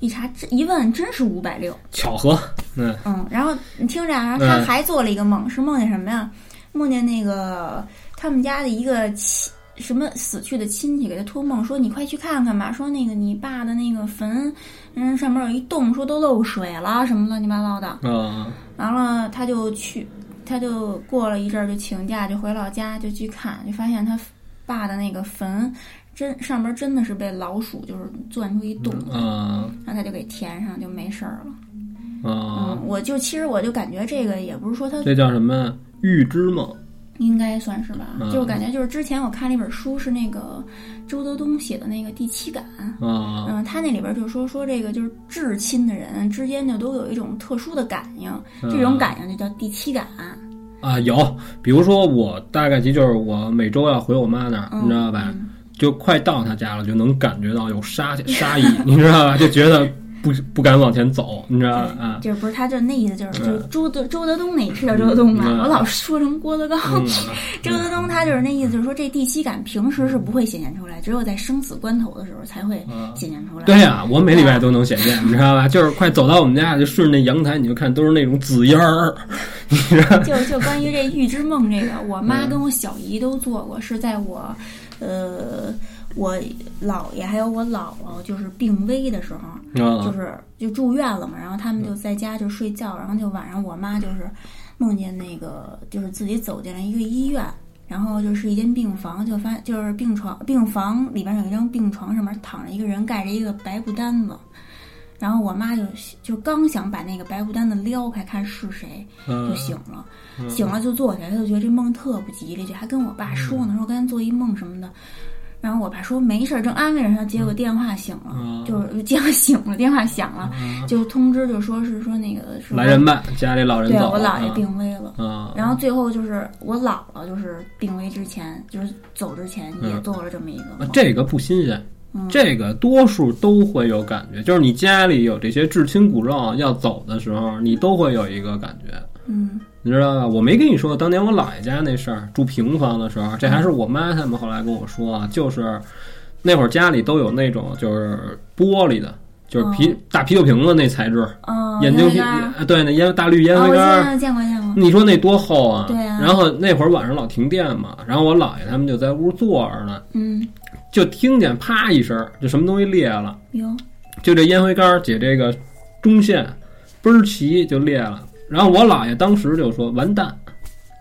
[SPEAKER 1] 一查这一问真是五百六，
[SPEAKER 2] 巧合，嗯，
[SPEAKER 1] 嗯。然后你听着啊，他
[SPEAKER 2] 嗯
[SPEAKER 1] 还做了一个梦，是梦见什么呀？梦见那个他们家的一个亲什么死去的亲戚给他托梦说你快去看看吧，说那个你爸的那个坟，嗯，上面有一洞，说都漏水了什么乱七八糟的。
[SPEAKER 2] 啊，
[SPEAKER 1] 完了，他就去，他就过了一阵儿就请假，就回老家就去看，就发现他爸的那个坟真上面真的是被老鼠就是钻出一洞，
[SPEAKER 2] 啊，
[SPEAKER 1] 然后他就给填上，就没事儿了。
[SPEAKER 2] 啊，
[SPEAKER 1] 嗯，我就其实我就感觉这个也不是说他
[SPEAKER 2] 这叫什么呀？预知梦
[SPEAKER 1] 应该算是吧，
[SPEAKER 2] 嗯
[SPEAKER 1] 就感觉就是之前我看了一本书是那个周德东写的那个《第七感》。
[SPEAKER 2] 啊，
[SPEAKER 1] 嗯，他那里边就说说这个就是至亲的人之间就都有一种特殊的感应，嗯这种感应就叫第七感。
[SPEAKER 2] 呃啊有，比如说我大概其就是我每周要回我妈那儿，
[SPEAKER 1] 嗯
[SPEAKER 2] 你知道吧？就快到她家了，就能感觉到有 杀气杀意，你知道吧？就觉得不不敢往前走，你知道 吧？啊，
[SPEAKER 1] 就是不是他这那意思就是
[SPEAKER 2] 嗯
[SPEAKER 1] 就是周德周德东那是叫周德东吧？
[SPEAKER 2] 嗯
[SPEAKER 1] 我老说成郭德纲。
[SPEAKER 2] 嗯
[SPEAKER 1] 周德东他就是那意思，就是说这第七感平时是不会显现出来，只有在生死关头的时候才会
[SPEAKER 2] 嗯
[SPEAKER 1] 显现出来。
[SPEAKER 2] 对呀、我每礼拜都能显现，你知道吧？就是快走到我们家，就顺着那阳台，你就看都是那种紫烟儿，你知道吧？
[SPEAKER 1] 就就关于这预知梦这 个，我妈跟我小姨都做过，是在我，呃，我姥爷还有我姥姥就是病危的时候，就
[SPEAKER 2] 啊
[SPEAKER 1] 是就住院了嘛，然后他们就在家就睡觉，然后就晚上我妈就是梦见那个就是自己走进了一个医院，然后就是一间病房，就发就是病床，病房里边有一张病床，上面躺着一个人，盖着一个白布单子。然后我妈就就刚想把那个白布单子撩开看是谁，
[SPEAKER 2] 嗯
[SPEAKER 1] 就醒了，
[SPEAKER 2] 嗯
[SPEAKER 1] 醒了就坐起来，她就觉得这梦特不吉利，就还跟我爸说呢，说刚才做一梦什么的。然后我爸说没事儿，正安慰着她，结果电话醒了，
[SPEAKER 2] 嗯
[SPEAKER 1] 就是结果醒了，电话响了，就通知就说是说那个是
[SPEAKER 2] 来人吧，家里老人
[SPEAKER 1] 对
[SPEAKER 2] 走了，嗯
[SPEAKER 1] 我姥爷病危了。
[SPEAKER 2] 啊，
[SPEAKER 1] 然后最后就是我姥姥，就是病危之前，就是走之前也
[SPEAKER 2] 嗯
[SPEAKER 1] 做了这么一个
[SPEAKER 2] 啊
[SPEAKER 1] 梦。
[SPEAKER 2] 这个不新鲜
[SPEAKER 1] 嗯。
[SPEAKER 2] 这个多数都会有感觉，就是你家里有这些至亲骨肉要走的时候，你都会有一个感觉，
[SPEAKER 1] 嗯
[SPEAKER 2] 你知道吧？我没跟你说，当年我姥爷家那事儿，住平房的时候，这还是我
[SPEAKER 1] 嗯
[SPEAKER 2] 妈他们后来跟我说啊，就是那会儿家里都有那种就是玻璃的，就是啤、大啤酒瓶子那材质，
[SPEAKER 1] 嗯哦，
[SPEAKER 2] 眼睛
[SPEAKER 1] 原
[SPEAKER 2] 皮，
[SPEAKER 1] 来啊
[SPEAKER 2] 啊对，那烟大绿烟
[SPEAKER 1] 哦
[SPEAKER 2] 灰
[SPEAKER 1] 我
[SPEAKER 2] 缸儿
[SPEAKER 1] 见，过见过见过。
[SPEAKER 2] 你说那多厚啊？
[SPEAKER 1] 对啊
[SPEAKER 2] 然后那会儿晚上老停电嘛，然后我姥爷他们就在屋坐着呢，
[SPEAKER 1] 嗯，
[SPEAKER 2] 就听见啪一声，就什么东西裂了，
[SPEAKER 1] 有
[SPEAKER 2] 就这烟灰缸儿解这个中线，嘣儿齐就裂了。然后我姥爷当时就说：“完蛋，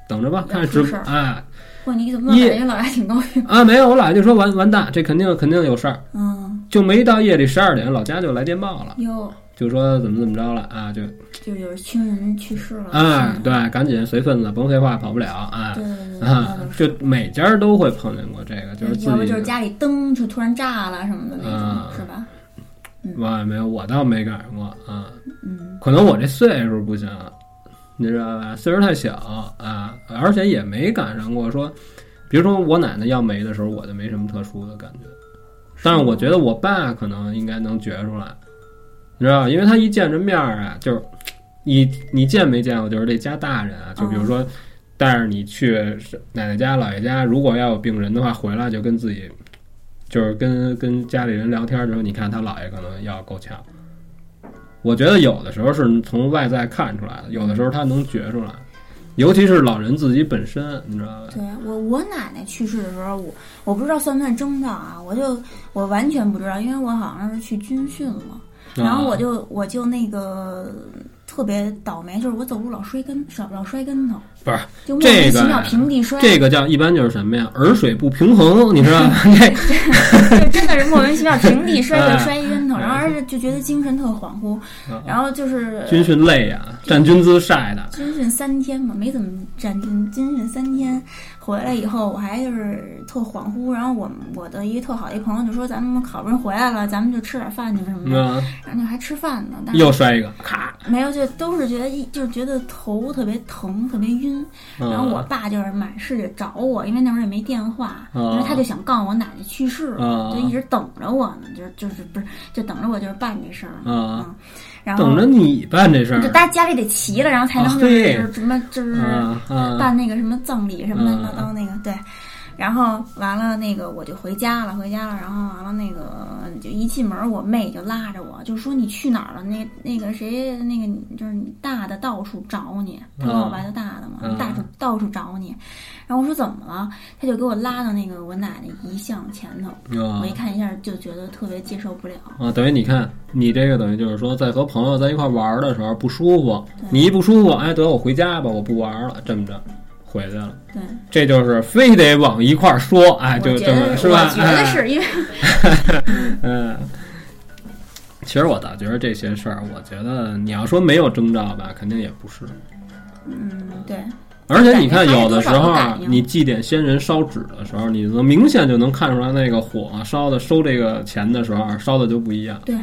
[SPEAKER 2] 等着吧，
[SPEAKER 1] 要
[SPEAKER 2] 看
[SPEAKER 1] 出
[SPEAKER 2] 直
[SPEAKER 1] 事儿
[SPEAKER 2] 哎
[SPEAKER 1] 嚯，你怎么老
[SPEAKER 2] 一
[SPEAKER 1] 感觉老爷挺高兴？
[SPEAKER 2] 啊没有。”我姥爷就说：“完 完蛋，这肯定肯定有事儿。
[SPEAKER 1] 嗯，”
[SPEAKER 2] 就没到夜里十二点，老家就来电报了，
[SPEAKER 1] 有
[SPEAKER 2] 就说怎么怎么着了啊，就
[SPEAKER 1] 就有亲人去世了。
[SPEAKER 2] 啊
[SPEAKER 1] 嗯
[SPEAKER 2] 对，赶紧随份子，甭废话，跑不了 啊。
[SPEAKER 1] 对对对对，
[SPEAKER 2] 啊
[SPEAKER 1] 那，
[SPEAKER 2] 就每家儿都会碰见过这个，就是自
[SPEAKER 1] 要不
[SPEAKER 2] 己
[SPEAKER 1] 就是家里灯就突然炸了什么的那
[SPEAKER 2] 啊
[SPEAKER 1] 种，是吧？
[SPEAKER 2] 哇，没有，我倒没赶上过啊。
[SPEAKER 1] 嗯
[SPEAKER 2] 可能我这岁数不行，你知道吧？岁数太小啊，而且也没赶上过说，比如说我奶奶要没的时候，我就没什么特殊的感觉。但是我觉得我爸可能应该能觉出来，你知道吧？因为他一见着面儿啊，就是你你见没见过？就是这家大人啊，就比如说带着你去奶奶家、姥爷家，如果要有病人的话，回来就跟自己。就是跟跟家里人聊天的时候，你看他姥爷可能要够呛。我觉得有的时候是从外在看出来的，有的时候他能觉出来，尤其是老人自己本身，你知道吧？
[SPEAKER 1] 对我我奶奶去世的时候，我我不知道算不算征兆啊，我就我完全不知道，因为我好像是去军训了，然后我
[SPEAKER 2] 啊
[SPEAKER 1] 就我就那个特别倒霉，就是我走路老摔跟老老摔跟头，
[SPEAKER 2] 不是
[SPEAKER 1] 就莫名其
[SPEAKER 2] 这个
[SPEAKER 1] 妙
[SPEAKER 2] 呀
[SPEAKER 1] 平地摔，
[SPEAKER 2] 这个叫一般就是什么呀？耳水不平衡，你知道吧？
[SPEAKER 1] 就真的是莫名其妙平地 摔就
[SPEAKER 2] 哎
[SPEAKER 1] 摔一跟头，然后而且就觉得精神特恍惚，
[SPEAKER 2] 啊
[SPEAKER 1] 然后就是
[SPEAKER 2] 军训累呀，站军姿晒的，
[SPEAKER 1] 军训三天嘛，没怎么站军。军训三天回来以后，我还就是特恍惚。然后我我的一个特好的一朋友就说：“咱们好不容易回来了，咱们就吃点饭去吧什么的。
[SPEAKER 2] 啊，”
[SPEAKER 1] 然后就还吃饭呢，但是
[SPEAKER 2] 又摔一个，咔，
[SPEAKER 1] 没有，就都是觉得一就是觉得头特别疼，特别晕。
[SPEAKER 2] 嗯
[SPEAKER 1] 然后我爸就是满世界找我，因为那会儿也没电话，
[SPEAKER 2] 嗯
[SPEAKER 1] 因为他就想告诉我奶奶去世了，
[SPEAKER 2] 嗯
[SPEAKER 1] 就一直等着我呢，就是就是不是就等着我就是办这事儿。
[SPEAKER 2] 啊，
[SPEAKER 1] 然后
[SPEAKER 2] 等着你办这事
[SPEAKER 1] 就
[SPEAKER 2] 儿
[SPEAKER 1] 大家家里得齐了，然后才能
[SPEAKER 2] 啊
[SPEAKER 1] 就是
[SPEAKER 2] 嘿
[SPEAKER 1] 就是什么就是。
[SPEAKER 2] 啊啊
[SPEAKER 1] 办那个什么葬礼什么乱
[SPEAKER 2] 嗯
[SPEAKER 1] 七八糟那个，对。然后完了，那个我就回家了，回家了。然后完了，那个就一进门，我妹就拉着我，就说你去哪儿了？那那个谁，那个你就是你大的到处找你，他管我爸叫大的嘛，
[SPEAKER 2] 嗯
[SPEAKER 1] 大处到处找你。然后我说怎么了？他就给我拉到那个我奶奶遗像前头，我一
[SPEAKER 2] 啊
[SPEAKER 1] 看一下就觉得特别接受不了。
[SPEAKER 2] 啊！等于你看，你这个等于就是说，在和朋友在一块儿玩儿的时候不舒服
[SPEAKER 1] 对，
[SPEAKER 2] 你一不舒服，哎，得我回家吧，我不玩儿了，这么着回去了。
[SPEAKER 1] 对，
[SPEAKER 2] 这就是非得往一块儿说，哎，
[SPEAKER 1] 我
[SPEAKER 2] 就
[SPEAKER 1] 觉
[SPEAKER 2] 这
[SPEAKER 1] 得
[SPEAKER 2] 么是吧
[SPEAKER 1] 我？觉得
[SPEAKER 2] 哎
[SPEAKER 1] 是因为
[SPEAKER 2] 嗯，其实我倒觉得这些事儿，我觉得你要说没有征兆吧，肯定也不是。
[SPEAKER 1] 嗯，对，
[SPEAKER 2] 而且你看，有的时候
[SPEAKER 1] 还是多少有
[SPEAKER 2] 啊
[SPEAKER 1] 感应
[SPEAKER 2] 你祭奠先人烧纸的时候，你能明显就能看出来那个火烧的收这个钱的时候啊烧的就不一样，
[SPEAKER 1] 对，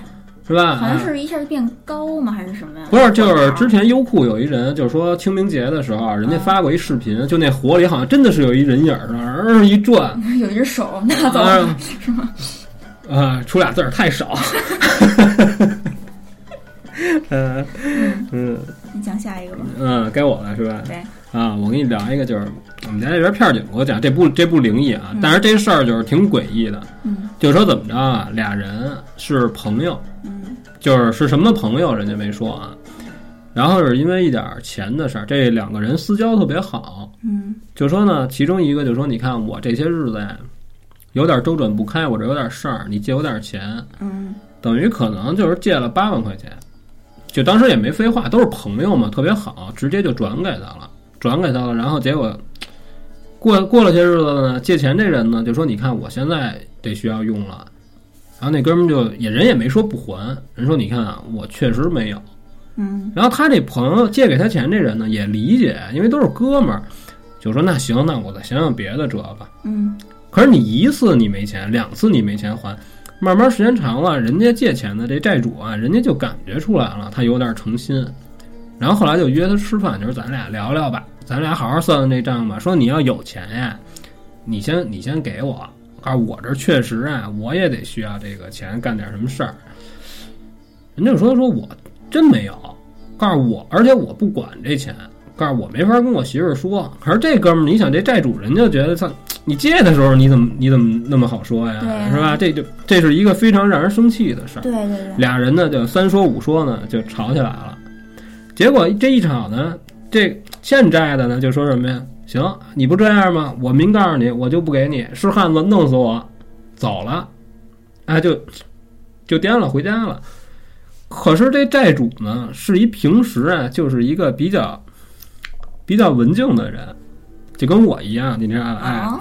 [SPEAKER 2] 是吧？
[SPEAKER 1] 好像
[SPEAKER 2] 啊
[SPEAKER 1] 是一下就变高吗？还是什么呀？
[SPEAKER 2] 不是，就是
[SPEAKER 1] 之。
[SPEAKER 2] 之前优酷有一人，就是说清明节的时候，啊
[SPEAKER 1] 嗯
[SPEAKER 2] 人家发过一视频，就那火里好像真的是有一人影儿，儿一转，
[SPEAKER 1] 有一只手拿走，
[SPEAKER 2] 啊，啊，出俩字儿太少。嗯嗯
[SPEAKER 1] 你讲下一个吧。
[SPEAKER 2] 嗯，该我了是吧？
[SPEAKER 1] 对，
[SPEAKER 2] 啊，我跟你聊一个，就是我们家这边片儿警给我讲，这不这不灵异啊
[SPEAKER 1] 嗯，
[SPEAKER 2] 但是这事儿就是挺诡异的。
[SPEAKER 1] 嗯
[SPEAKER 2] 就是说怎么着啊，俩人是朋友，
[SPEAKER 1] 嗯
[SPEAKER 2] 就是是什么朋友，人家没说啊。然后是因为一点儿钱的事儿，这两个人私交特别好，
[SPEAKER 1] 嗯
[SPEAKER 2] 就说呢，其中一个就说：“你看我这些日子呀，有点周转不开，我这有点事儿，你借我点钱。”
[SPEAKER 1] 嗯
[SPEAKER 2] 等于可能就是借了八万块钱，就当时也没废话，都是朋友嘛，特别好，直接就转给他了，转给他了。然后结果过过了些日子呢，借钱这人呢就说：“你看我现在得需要用了。”然后那哥们儿就也人也没说不还，人说：“你看啊，我确实没有。”
[SPEAKER 1] 嗯
[SPEAKER 2] 然后他这朋友借给他钱这人呢也理解，因为都是哥们儿，就说：“那行，那我再想想别的辙吧。”
[SPEAKER 1] 嗯
[SPEAKER 2] 可是你一次你没钱，两次你没钱还，慢慢时间长了，人家借钱的这债主啊，人家就感觉出来了，他有点诚心。然后后来就约他吃饭，就是咱俩聊聊吧，咱俩好好算算这账吧。说你要有钱呀，你先你先给我，告诉我这确实啊，我也得需要这个钱干点什么事儿。人家就说说我真没有，告诉我，而且我不管这钱，告诉我没法跟我媳妇儿说。可是这哥们儿，你想这债主人家觉得他你借的时候你怎么你怎么那么好说呀，
[SPEAKER 1] 对啊
[SPEAKER 2] 是吧？这就这是一个非常让人生气的事儿。
[SPEAKER 1] 对对对，
[SPEAKER 2] 俩人呢就三说五说呢就吵起来了。结果这一吵呢，这欠债的呢就说什么呀？行，你不这样吗？我明告诉你，我就不给你，是汉子弄死我，走了，哎，就就颠了，回家了。可是这债主呢，是一平时啊，就是一个比较比较文静的人，就跟我一样，你知道吧？哎，
[SPEAKER 1] 啊，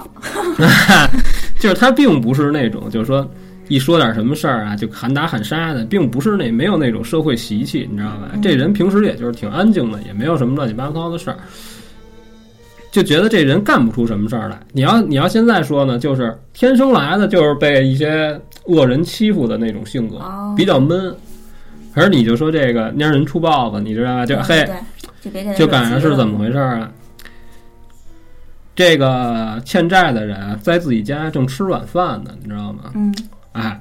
[SPEAKER 2] 就是他并不是那种，就是说一说点什么事儿啊，就喊打喊杀的，并不是那没有那种社会习气，你知道吧？
[SPEAKER 1] 嗯
[SPEAKER 2] 这人平时也就是挺安静的，也没有什么乱七八糟的事儿，就觉得这人干不出什么事儿来。你要你要现在说呢，就是天生来的就是被一些恶人欺负的那种性格，
[SPEAKER 1] 哦
[SPEAKER 2] 比较闷。可是你就说这个蔫儿人出豹子，你知道吧？就
[SPEAKER 1] 对
[SPEAKER 2] 嘿，
[SPEAKER 1] 对，就别给他
[SPEAKER 2] 就赶上
[SPEAKER 1] 惹急
[SPEAKER 2] 是
[SPEAKER 1] 了
[SPEAKER 2] 怎么回事儿啊？这个欠债的人啊在自己家正吃晚饭呢，你知道吗？
[SPEAKER 1] 嗯
[SPEAKER 2] 哎，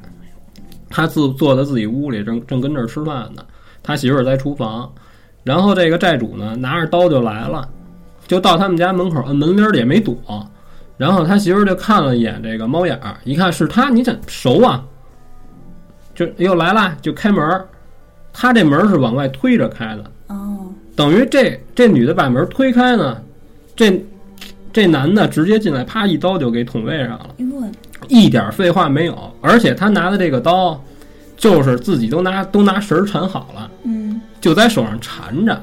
[SPEAKER 2] 他自坐在自己屋里正正跟这儿吃饭呢，他媳妇儿在厨房，然后这个债主呢拿着刀就来了，就到他们家门口摁门铃儿也没躲，然后他媳妇儿就看了一眼这个猫眼儿，一看是他，你怎熟啊？就又来了，就开门儿，他这门儿是往外推着开的，
[SPEAKER 1] 哦
[SPEAKER 2] 等于这这女的把门推开呢，这这男的直接进来，啪一刀就给捅胃上了，
[SPEAKER 1] 哟
[SPEAKER 2] 一点废话没有。而且他拿的这个刀，就是自己都拿都拿绳儿缠好了，
[SPEAKER 1] 嗯
[SPEAKER 2] 就在手上缠着，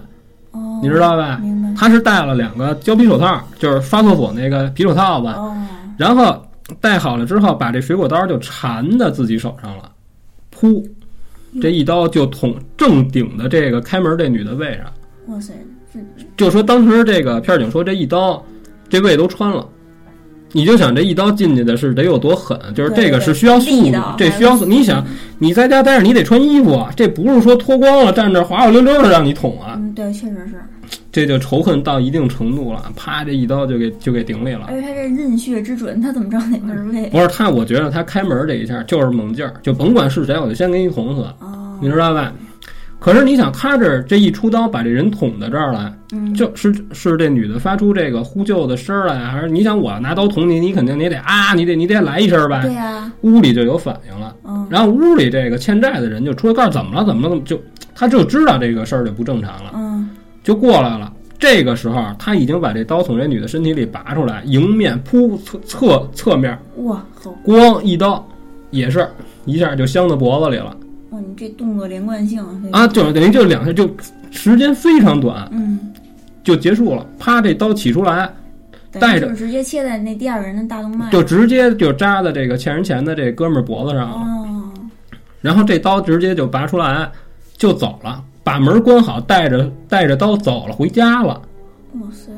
[SPEAKER 1] 哦，
[SPEAKER 2] 你知道吧？
[SPEAKER 1] 明白
[SPEAKER 2] 他是戴了两个胶皮手套，就是刷厕所那个皮手套吧，
[SPEAKER 1] 哦
[SPEAKER 2] 然后戴好了之后，把这水果刀就缠在自己手上了，噗，这一刀就捅正顶的这个开门这女的胃上。
[SPEAKER 1] 哇塞这
[SPEAKER 2] 就说当时这个片儿警说这一刀，这胃都穿了，你就想这一刀进去的是得有多狠，就是这个是需要速
[SPEAKER 1] 力
[SPEAKER 2] 度
[SPEAKER 1] 道，
[SPEAKER 2] 这
[SPEAKER 1] 还
[SPEAKER 2] 需要
[SPEAKER 1] 有
[SPEAKER 2] 速。你想你在家待着，你得穿衣服啊，这不是说脱光了站这儿滑滑溜溜的让你捅啊，
[SPEAKER 1] 嗯对确实是，
[SPEAKER 2] 这就仇恨到一定程度了，啪这一刀就给就给顶里了。
[SPEAKER 1] 而且他这任血之准，他怎么知道哪个是胃？
[SPEAKER 2] 不是他，我觉得他开门这一下就是猛劲儿，就甭管是谁，我就先给你捅死，
[SPEAKER 1] 哦
[SPEAKER 2] 嗯你知道吧？可是你想，他这儿这一出刀把这人捅到这儿来，
[SPEAKER 1] 嗯
[SPEAKER 2] 就是是这女的发出这个呼救的声儿来啊，还是你想我拿刀捅你，你肯定你得啊，你得你得来一声吧
[SPEAKER 1] 对？呀
[SPEAKER 2] 屋里就有反应了，
[SPEAKER 1] 嗯
[SPEAKER 2] 然后屋里这个欠债的人就出来告诉怎么了怎么了，就他就知道这个事儿就不正常了，
[SPEAKER 1] 嗯
[SPEAKER 2] 就过来了。这个时候他已经把这刀从这女的身体里拔出来，迎面扑侧侧侧面
[SPEAKER 1] 哇好
[SPEAKER 2] 咣一刀，也是一下就镶到脖子里了
[SPEAKER 1] 哇你这动作连贯性这个
[SPEAKER 2] 啊，就等于就两下就时间非常短
[SPEAKER 1] 嗯
[SPEAKER 2] 就结束了，啪这刀起出来。
[SPEAKER 1] 等于
[SPEAKER 2] 带着
[SPEAKER 1] 就是直接切在那第二个人的大动脉
[SPEAKER 2] 就直接就扎在这个欠人钱的这哥们儿脖子上了，
[SPEAKER 1] 哦
[SPEAKER 2] 然后这刀直接就拔出来，就走了，把门关好，带着带着刀走了，回家了。
[SPEAKER 1] 哇塞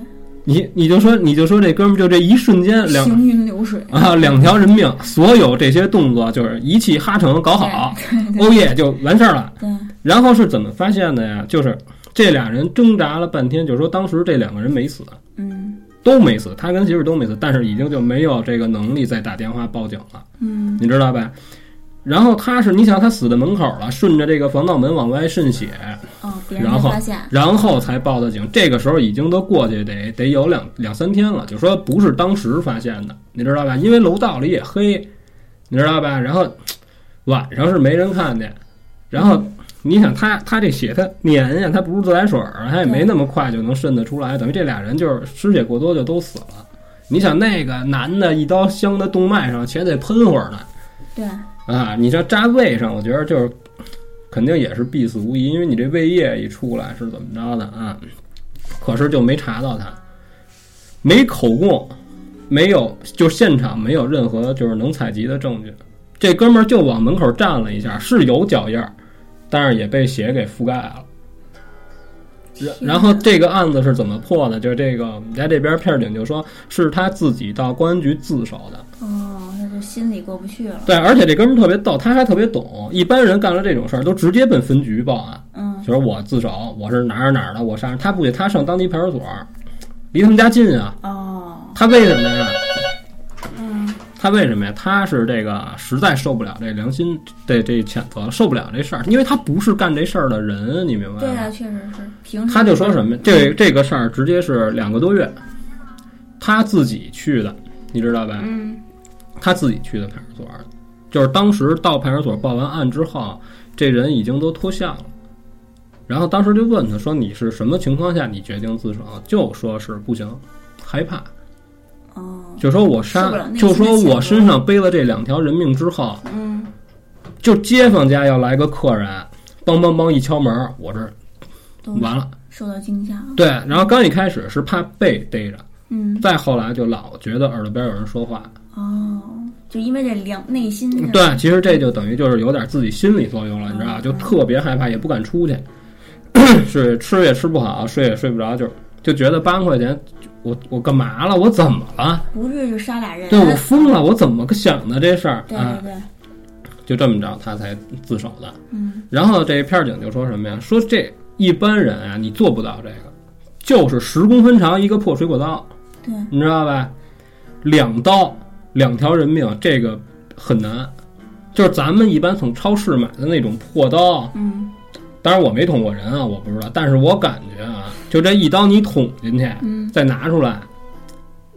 [SPEAKER 2] 你你就说你就说这哥们儿就这一瞬间两
[SPEAKER 1] 行云流水
[SPEAKER 2] 啊两条人命，所有这些动作就是一气哈成搞好，
[SPEAKER 1] 对对
[SPEAKER 2] 欧耶就完事儿了。
[SPEAKER 1] 对
[SPEAKER 2] 然后是怎么发现的呀？就是这俩人挣扎了半天，就说当时这两个人没死，
[SPEAKER 1] 嗯
[SPEAKER 2] 都没死，他跟媳妇儿都没死，但是已经就没有这个能力再打电话报警了。
[SPEAKER 1] 嗯
[SPEAKER 2] 你知道吧？然后他是，你想他死在门口了，顺着这个防盗门往外渗血，
[SPEAKER 1] 哦别人
[SPEAKER 2] 然
[SPEAKER 1] 没
[SPEAKER 2] 后
[SPEAKER 1] 发现
[SPEAKER 2] 然后才报的警。这个时候已经都过去得得有两两三天了，就说不是当时发现的，你知道吧？因为楼道里也黑，你知道吧？然后嘖晚上是没人看见，然后你想他他这血他粘呀，他不是自来水儿，他也没
[SPEAKER 1] 对
[SPEAKER 2] 那么快就能渗得出来，等于这俩人就是失血过多就都死了。你想那个男的一刀镶在动脉上，且得喷会儿呢。
[SPEAKER 1] 对
[SPEAKER 2] 啊，你这扎胃上，我觉得就是肯定也是必死无疑，因为你这胃液一出来是怎么着的啊？可是就没查到他，没口供，没有，就现场没有任何就是能采集的证据。这哥们儿就往门口站了一下，是有脚印儿，但是也被血给覆盖了。然然后这个案子是怎么破的？就是这个我们家这边片警就说是他自己到公安局自首的。
[SPEAKER 1] 哦，他就心里过不去了。
[SPEAKER 2] 对，而且这哥们儿特别逗，他还特别懂。一般人干了这种事儿都直接奔分局报案，
[SPEAKER 1] 嗯，
[SPEAKER 2] 就是我自首，我是哪儿哪儿的，我杀人。他不给他上当地派出所，离他们家近啊。
[SPEAKER 1] 哦，
[SPEAKER 2] 他为什么呀？
[SPEAKER 1] 嗯，
[SPEAKER 2] 他为什么呀？他是这个实在受不了这良心这这谴责，受不了这事儿，因为他不是干这事儿的人，你明白吗？
[SPEAKER 1] 对啊，确实是。平时
[SPEAKER 2] 嗯他就说什么，这这个事儿直接是两个多月，他自己去的，你知道吧？
[SPEAKER 1] 嗯，
[SPEAKER 2] 他自己去的派出所，就是当时到派出所报完案之后，啊这人已经都脱相了。然后当时就问他说：“你是什么情况下你决定自首？”就说是不行，害怕，
[SPEAKER 1] 哦，
[SPEAKER 2] 就说我杀
[SPEAKER 1] 受不了，内心
[SPEAKER 2] 就
[SPEAKER 1] 的
[SPEAKER 2] 说
[SPEAKER 1] 谴责
[SPEAKER 2] 我身上背了这两条人命之后，
[SPEAKER 1] 嗯，
[SPEAKER 2] 就街坊家要来个客人，梆梆梆一敲门，我这
[SPEAKER 1] 都
[SPEAKER 2] 完了。
[SPEAKER 1] 受到惊吓了。
[SPEAKER 2] 对，然后刚一开始是怕被逮着，
[SPEAKER 1] 嗯，
[SPEAKER 2] 再后来就老觉得耳朵边有人说话。
[SPEAKER 1] 哦，就因为这良内心的
[SPEAKER 2] 对，其实这就等于就是有点自己心理作用了，你知道吧？
[SPEAKER 1] 嗯
[SPEAKER 2] 就特别害怕，也不敢出去，是吃也吃不好，睡也睡不着，就就觉得八万块钱，我我干嘛了？我怎么了？
[SPEAKER 1] 不是就杀俩人。
[SPEAKER 2] 对我疯了，我怎么个想的这事儿
[SPEAKER 1] 对
[SPEAKER 2] 啊
[SPEAKER 1] 对？对，
[SPEAKER 2] 就这么着，他才自首的。
[SPEAKER 1] 嗯
[SPEAKER 2] 然后这片儿警就说什么呀？说这一般人啊，你做不到这个，就是十公分长一个破水果刀，
[SPEAKER 1] 对，
[SPEAKER 2] 你知道吧？两刀两条人命，这个很难。就是咱们一般从超市买的那种破刀，
[SPEAKER 1] 嗯
[SPEAKER 2] 当然我没捅过人啊，我不知道，但是我感觉啊，就这一刀你捅进去，
[SPEAKER 1] 嗯。
[SPEAKER 2] 再拿出来，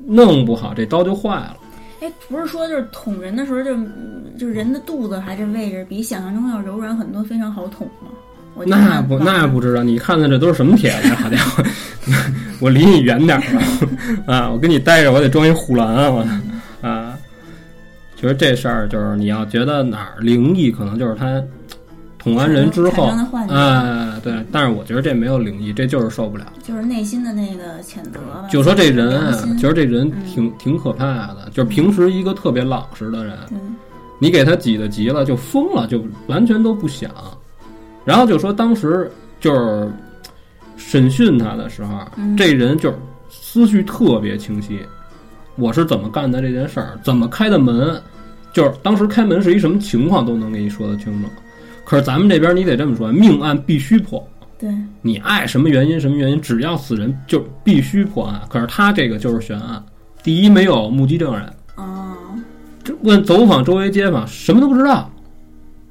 [SPEAKER 2] 弄不好这刀就坏了。
[SPEAKER 1] 哎，不是说就是捅人的时候就，嗯就人的肚子还是位置比想象中要柔软很多，非常好捅吗？我觉得
[SPEAKER 2] 那不那不知道，你看看这都是什么帖子呀？好家伙，我离你远点儿吧！啊，我跟你待着，我得装一护栏啊！我啊，其实这事儿就是你要觉得哪儿灵异，可能就是他捅完人之后
[SPEAKER 1] 产生的幻，觉
[SPEAKER 2] 哎，对。但是我觉得这没有灵异，这就是受不了。
[SPEAKER 1] 就是内心的那个谴责吧。
[SPEAKER 2] 就说这人
[SPEAKER 1] 嗯良
[SPEAKER 2] 啊
[SPEAKER 1] 心，嗯
[SPEAKER 2] 觉得这人挺挺可怕的，就是平时一个特别老实的人，
[SPEAKER 1] 嗯
[SPEAKER 2] 你给他挤得急了，就疯了，就完全都不想。然后就说当时就是审讯他的时候，啊
[SPEAKER 1] 嗯
[SPEAKER 2] 这人就是思绪特别清晰，我是怎么干的这件事儿，怎么开的门，就是当时开门是一什么情况都能给你说得清楚。可是咱们这边你得这么说，命案必须破，
[SPEAKER 1] 对，
[SPEAKER 2] 你爱什么原因什么原因，只要死人就必须破案。可是他这个就是悬案，第一没有目击证人，
[SPEAKER 1] 哦，
[SPEAKER 2] 这问走访周围街坊，什么都不知道，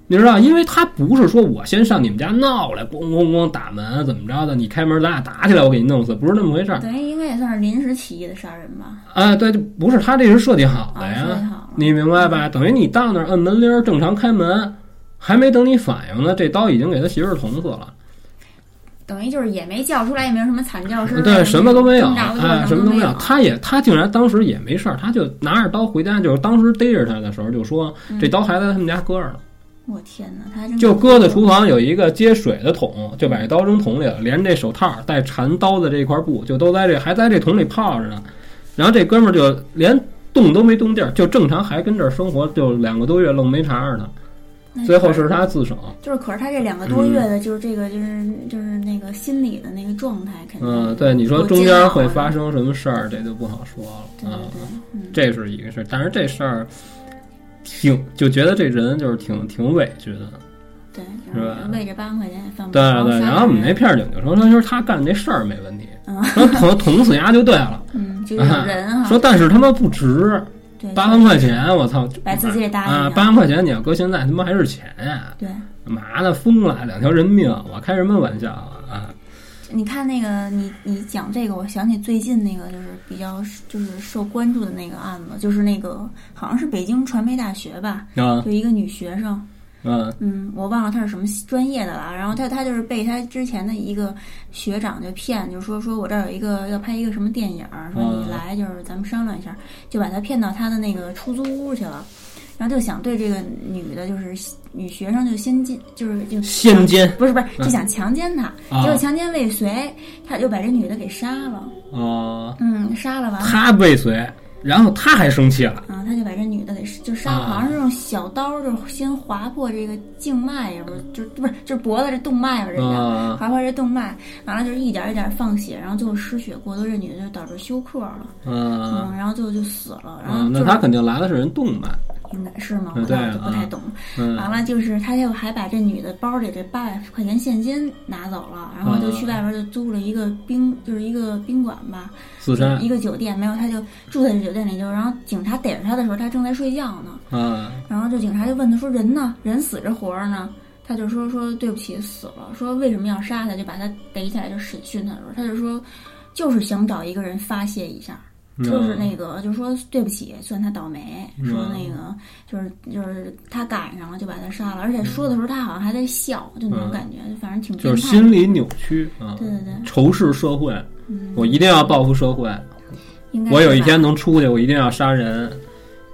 [SPEAKER 2] 你知道？因为他不是说我先上你们家闹来，咣咣咣打门啊怎么着的，你开门咱俩打起来，我给你弄死，不是那么回事儿。
[SPEAKER 1] 等于应该也算是临时起意的杀人吧？
[SPEAKER 2] 啊，对，就不是他这是设计好的
[SPEAKER 1] 啊，
[SPEAKER 2] 呀，
[SPEAKER 1] 说好了，
[SPEAKER 2] 你明白吧？等于你到那儿按门铃儿正常开门，还没等你反应呢，这刀已经给他媳妇儿捅死了。
[SPEAKER 1] 等于就是也没叫出来，也没有什么惨叫声，
[SPEAKER 2] 对，什么都没有，
[SPEAKER 1] 挣扎的过程
[SPEAKER 2] 哎，什么都
[SPEAKER 1] 没啊
[SPEAKER 2] 没有。他也他竟然当时也没事儿，他就拿着刀回家，就是当时逮着他的时候就说，这刀还在他们家搁着呢，
[SPEAKER 1] 嗯我天哪，他还真
[SPEAKER 2] 就搁在厨房有一个接水的桶，就把这刀扔桶里了，连这手套带缠刀的这块布就都在这还在这桶里泡着呢。然后这哥们儿就连动都没动地儿，就正常还跟这儿生活，就两个多月愣没查着他。
[SPEAKER 1] 那
[SPEAKER 2] 最后是他自首，
[SPEAKER 1] 就是，可是他这两
[SPEAKER 2] 嗯
[SPEAKER 1] 个多月的，就是这个，就是就是那个心理的那个状态，肯定
[SPEAKER 2] 嗯，对，你说中间会发生什么事儿，这就不好说
[SPEAKER 1] 对
[SPEAKER 2] 了啊
[SPEAKER 1] 对。对，嗯，
[SPEAKER 2] 这是一个事儿，但是这事儿挺就觉得这人就是挺挺委屈的，
[SPEAKER 1] 对，
[SPEAKER 2] 是吧
[SPEAKER 1] 为这八万块钱也犯不
[SPEAKER 2] 对
[SPEAKER 1] 着
[SPEAKER 2] 对。
[SPEAKER 1] 杀
[SPEAKER 2] 然后我们那
[SPEAKER 1] 人
[SPEAKER 2] 片儿警就说，他说他干这事儿没问题，
[SPEAKER 1] 嗯
[SPEAKER 2] 说捅捅死丫就对了，
[SPEAKER 1] 嗯，这种人哈，
[SPEAKER 2] 说但是他妈不值
[SPEAKER 1] 对
[SPEAKER 2] 八万块钱，我操，就
[SPEAKER 1] 把自己也搭进去
[SPEAKER 2] 啊
[SPEAKER 1] 了
[SPEAKER 2] 八万块钱你要搁现在他妈还是钱呀、
[SPEAKER 1] 对，
[SPEAKER 2] 妈的疯了，两条人命，我开什么玩笑啊？啊
[SPEAKER 1] 你看那个，你你讲这个，我想起最近那个就是比较就是受关注的那个案子，就是那个好像是北京传媒大学吧，
[SPEAKER 2] 啊
[SPEAKER 1] 就一个女学生，
[SPEAKER 2] 嗯
[SPEAKER 1] 嗯，我忘了她是什么专业的了。然后她她就是被她之前的一个学长就骗，就说说我这儿有一个要拍一个什么电影儿，说你
[SPEAKER 2] 嗯
[SPEAKER 1] 来就是咱们商量一下，就把她骗到她的那个出租屋去了。然后就想对这个女的，就是女学生就先进，就是就
[SPEAKER 2] 现金
[SPEAKER 1] 不是不是，就想强奸她，
[SPEAKER 2] 啊
[SPEAKER 1] 结果强奸未遂，他就把这女的给杀了。
[SPEAKER 2] 啊，
[SPEAKER 1] 嗯，杀了完了，
[SPEAKER 2] 他未遂，然后他还生气了，
[SPEAKER 1] 啊，他就把这女的给就杀，
[SPEAKER 2] 啊
[SPEAKER 1] 好像是用小刀，就是先划破这个静脉呀，不是，就不是，就是脖子这动脉吧，人家
[SPEAKER 2] 啊
[SPEAKER 1] 划破这动脉，完了就是一点一点放血，然后最后失血过多，这女的就导致休克了，
[SPEAKER 2] 嗯
[SPEAKER 1] 嗯，然后最后就死了，然后
[SPEAKER 2] 嗯，
[SPEAKER 1] 就
[SPEAKER 2] 那
[SPEAKER 1] 是
[SPEAKER 2] 他肯定来的是人动脉，
[SPEAKER 1] 应该是吗？
[SPEAKER 2] 嗯
[SPEAKER 1] 我倒
[SPEAKER 2] 对
[SPEAKER 1] 是不太懂。
[SPEAKER 2] 嗯
[SPEAKER 1] 完了就是他就还把这女的包里这八百块钱现金拿走了，然后就
[SPEAKER 2] 啊
[SPEAKER 1] 去外边就租了一个宾，就是一个宾馆吧，
[SPEAKER 2] 自杀，
[SPEAKER 1] 一个酒店，没有他就住在这酒店里就，然后警察逮着他的时候，他正在睡觉呢，
[SPEAKER 2] 嗯
[SPEAKER 1] 然后这警察就问他说人呢？人死着活着呢？他就说说对不起死了，说为什么要杀他？就把他逮起来就审讯他的时候，他就说就是想找一个人发泄一下，就是那个，就说对不起，算他倒霉，
[SPEAKER 2] 嗯
[SPEAKER 1] 说那个就是就是他赶上了，就把他杀了，而且说的时候他好像还在笑，就那种感觉，就反正挺
[SPEAKER 2] 嗯就
[SPEAKER 1] 变
[SPEAKER 2] 是
[SPEAKER 1] 态的。
[SPEAKER 2] 心理扭曲啊，
[SPEAKER 1] 对对对
[SPEAKER 2] 仇视社会，
[SPEAKER 1] 嗯，
[SPEAKER 2] 我一定要报复社会，
[SPEAKER 1] 应该
[SPEAKER 2] 我有一
[SPEAKER 1] 是吧
[SPEAKER 2] 天能出去，我一定要杀人，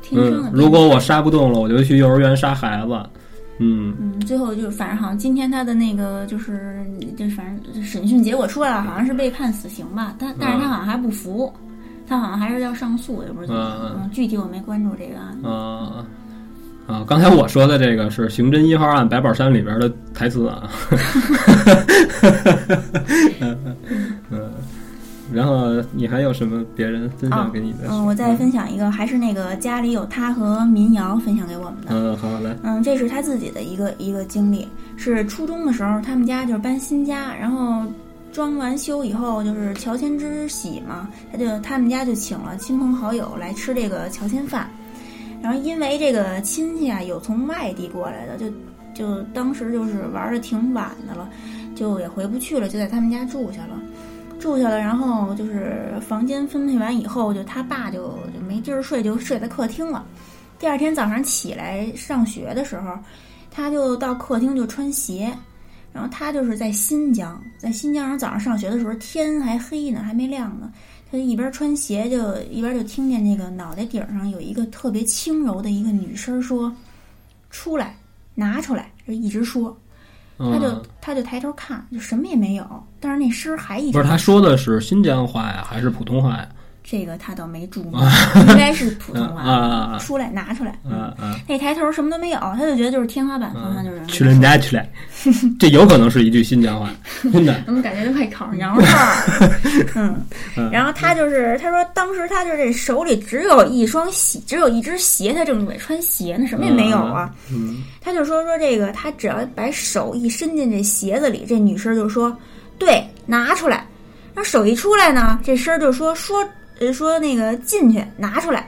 [SPEAKER 1] 天生
[SPEAKER 2] 嗯
[SPEAKER 1] 的，。
[SPEAKER 2] 如果我杀不动了，我就去幼儿园杀孩子，嗯，
[SPEAKER 1] 嗯，最后就是反正好像今天他的那个就是就反正审讯结果出来了，好像是被判死刑吧，但但是他好像还不服，他好像还是要上诉，也不是怎么
[SPEAKER 2] 嗯嗯
[SPEAKER 1] 样。嗯，具体我没关注这个案子。
[SPEAKER 2] 啊啊！刚才我说的这个是《刑侦一号案》白宝山里边的台词啊。 嗯，然后你还有什么别人分享给你的？
[SPEAKER 1] 嗯，我再分享一个，还是那个家里有他和民谣分享给我们的。
[SPEAKER 2] 嗯，好，来，
[SPEAKER 1] 嗯，这是他自己的一个一个经历，是初中的时候，他们家就是搬新家，然后装完修以后就是乔迁之喜嘛，他就他们家就请了亲朋好友来吃这个乔迁饭，然后因为这个亲戚啊有从外地过来的，就就当时就是玩的挺晚的了，就也回不去了，就在他们家住下了。住下了，然后就是房间分配完以后，就他爸就就没地儿睡，就睡在客厅了。第二天早上起来上学的时候，他就到客厅就穿鞋，然后他就是在新疆，在新疆，然后早上上学的时候天还黑呢，还没亮呢，他就一边穿鞋就一边就听见那个脑袋顶上有一个特别轻柔的一个女声说：“出来，拿出来。”就一直说，他就、
[SPEAKER 2] 嗯，
[SPEAKER 1] 他就抬头看，就什么也没有，但是那声儿还一直
[SPEAKER 2] 不是他说的是新疆话呀，还是普通话呀？
[SPEAKER 1] 这个他倒没注意，应该是普
[SPEAKER 2] 嗯
[SPEAKER 1] 通
[SPEAKER 2] 啊
[SPEAKER 1] 话。
[SPEAKER 2] 啊
[SPEAKER 1] 出来拿出来，
[SPEAKER 2] 啊啊！
[SPEAKER 1] 那抬头什么都没有，他就觉得就是天花板方向就是人
[SPEAKER 2] 去人家去嘞，这有可能是一句新疆话，真的。
[SPEAKER 1] 怎么感觉就快烤上羊肉串儿了？ 嗯， 然后他就是他说，当时他就是这手里只有一双鞋，只有一只鞋，他正准备穿鞋呢，什么也没有啊。
[SPEAKER 2] 嗯
[SPEAKER 1] 他就说说这个，他只要把手一伸进这鞋子里，这女生就说：“对，拿出来。”然后手一出来呢，这声儿就说说呃说那个进去拿出来，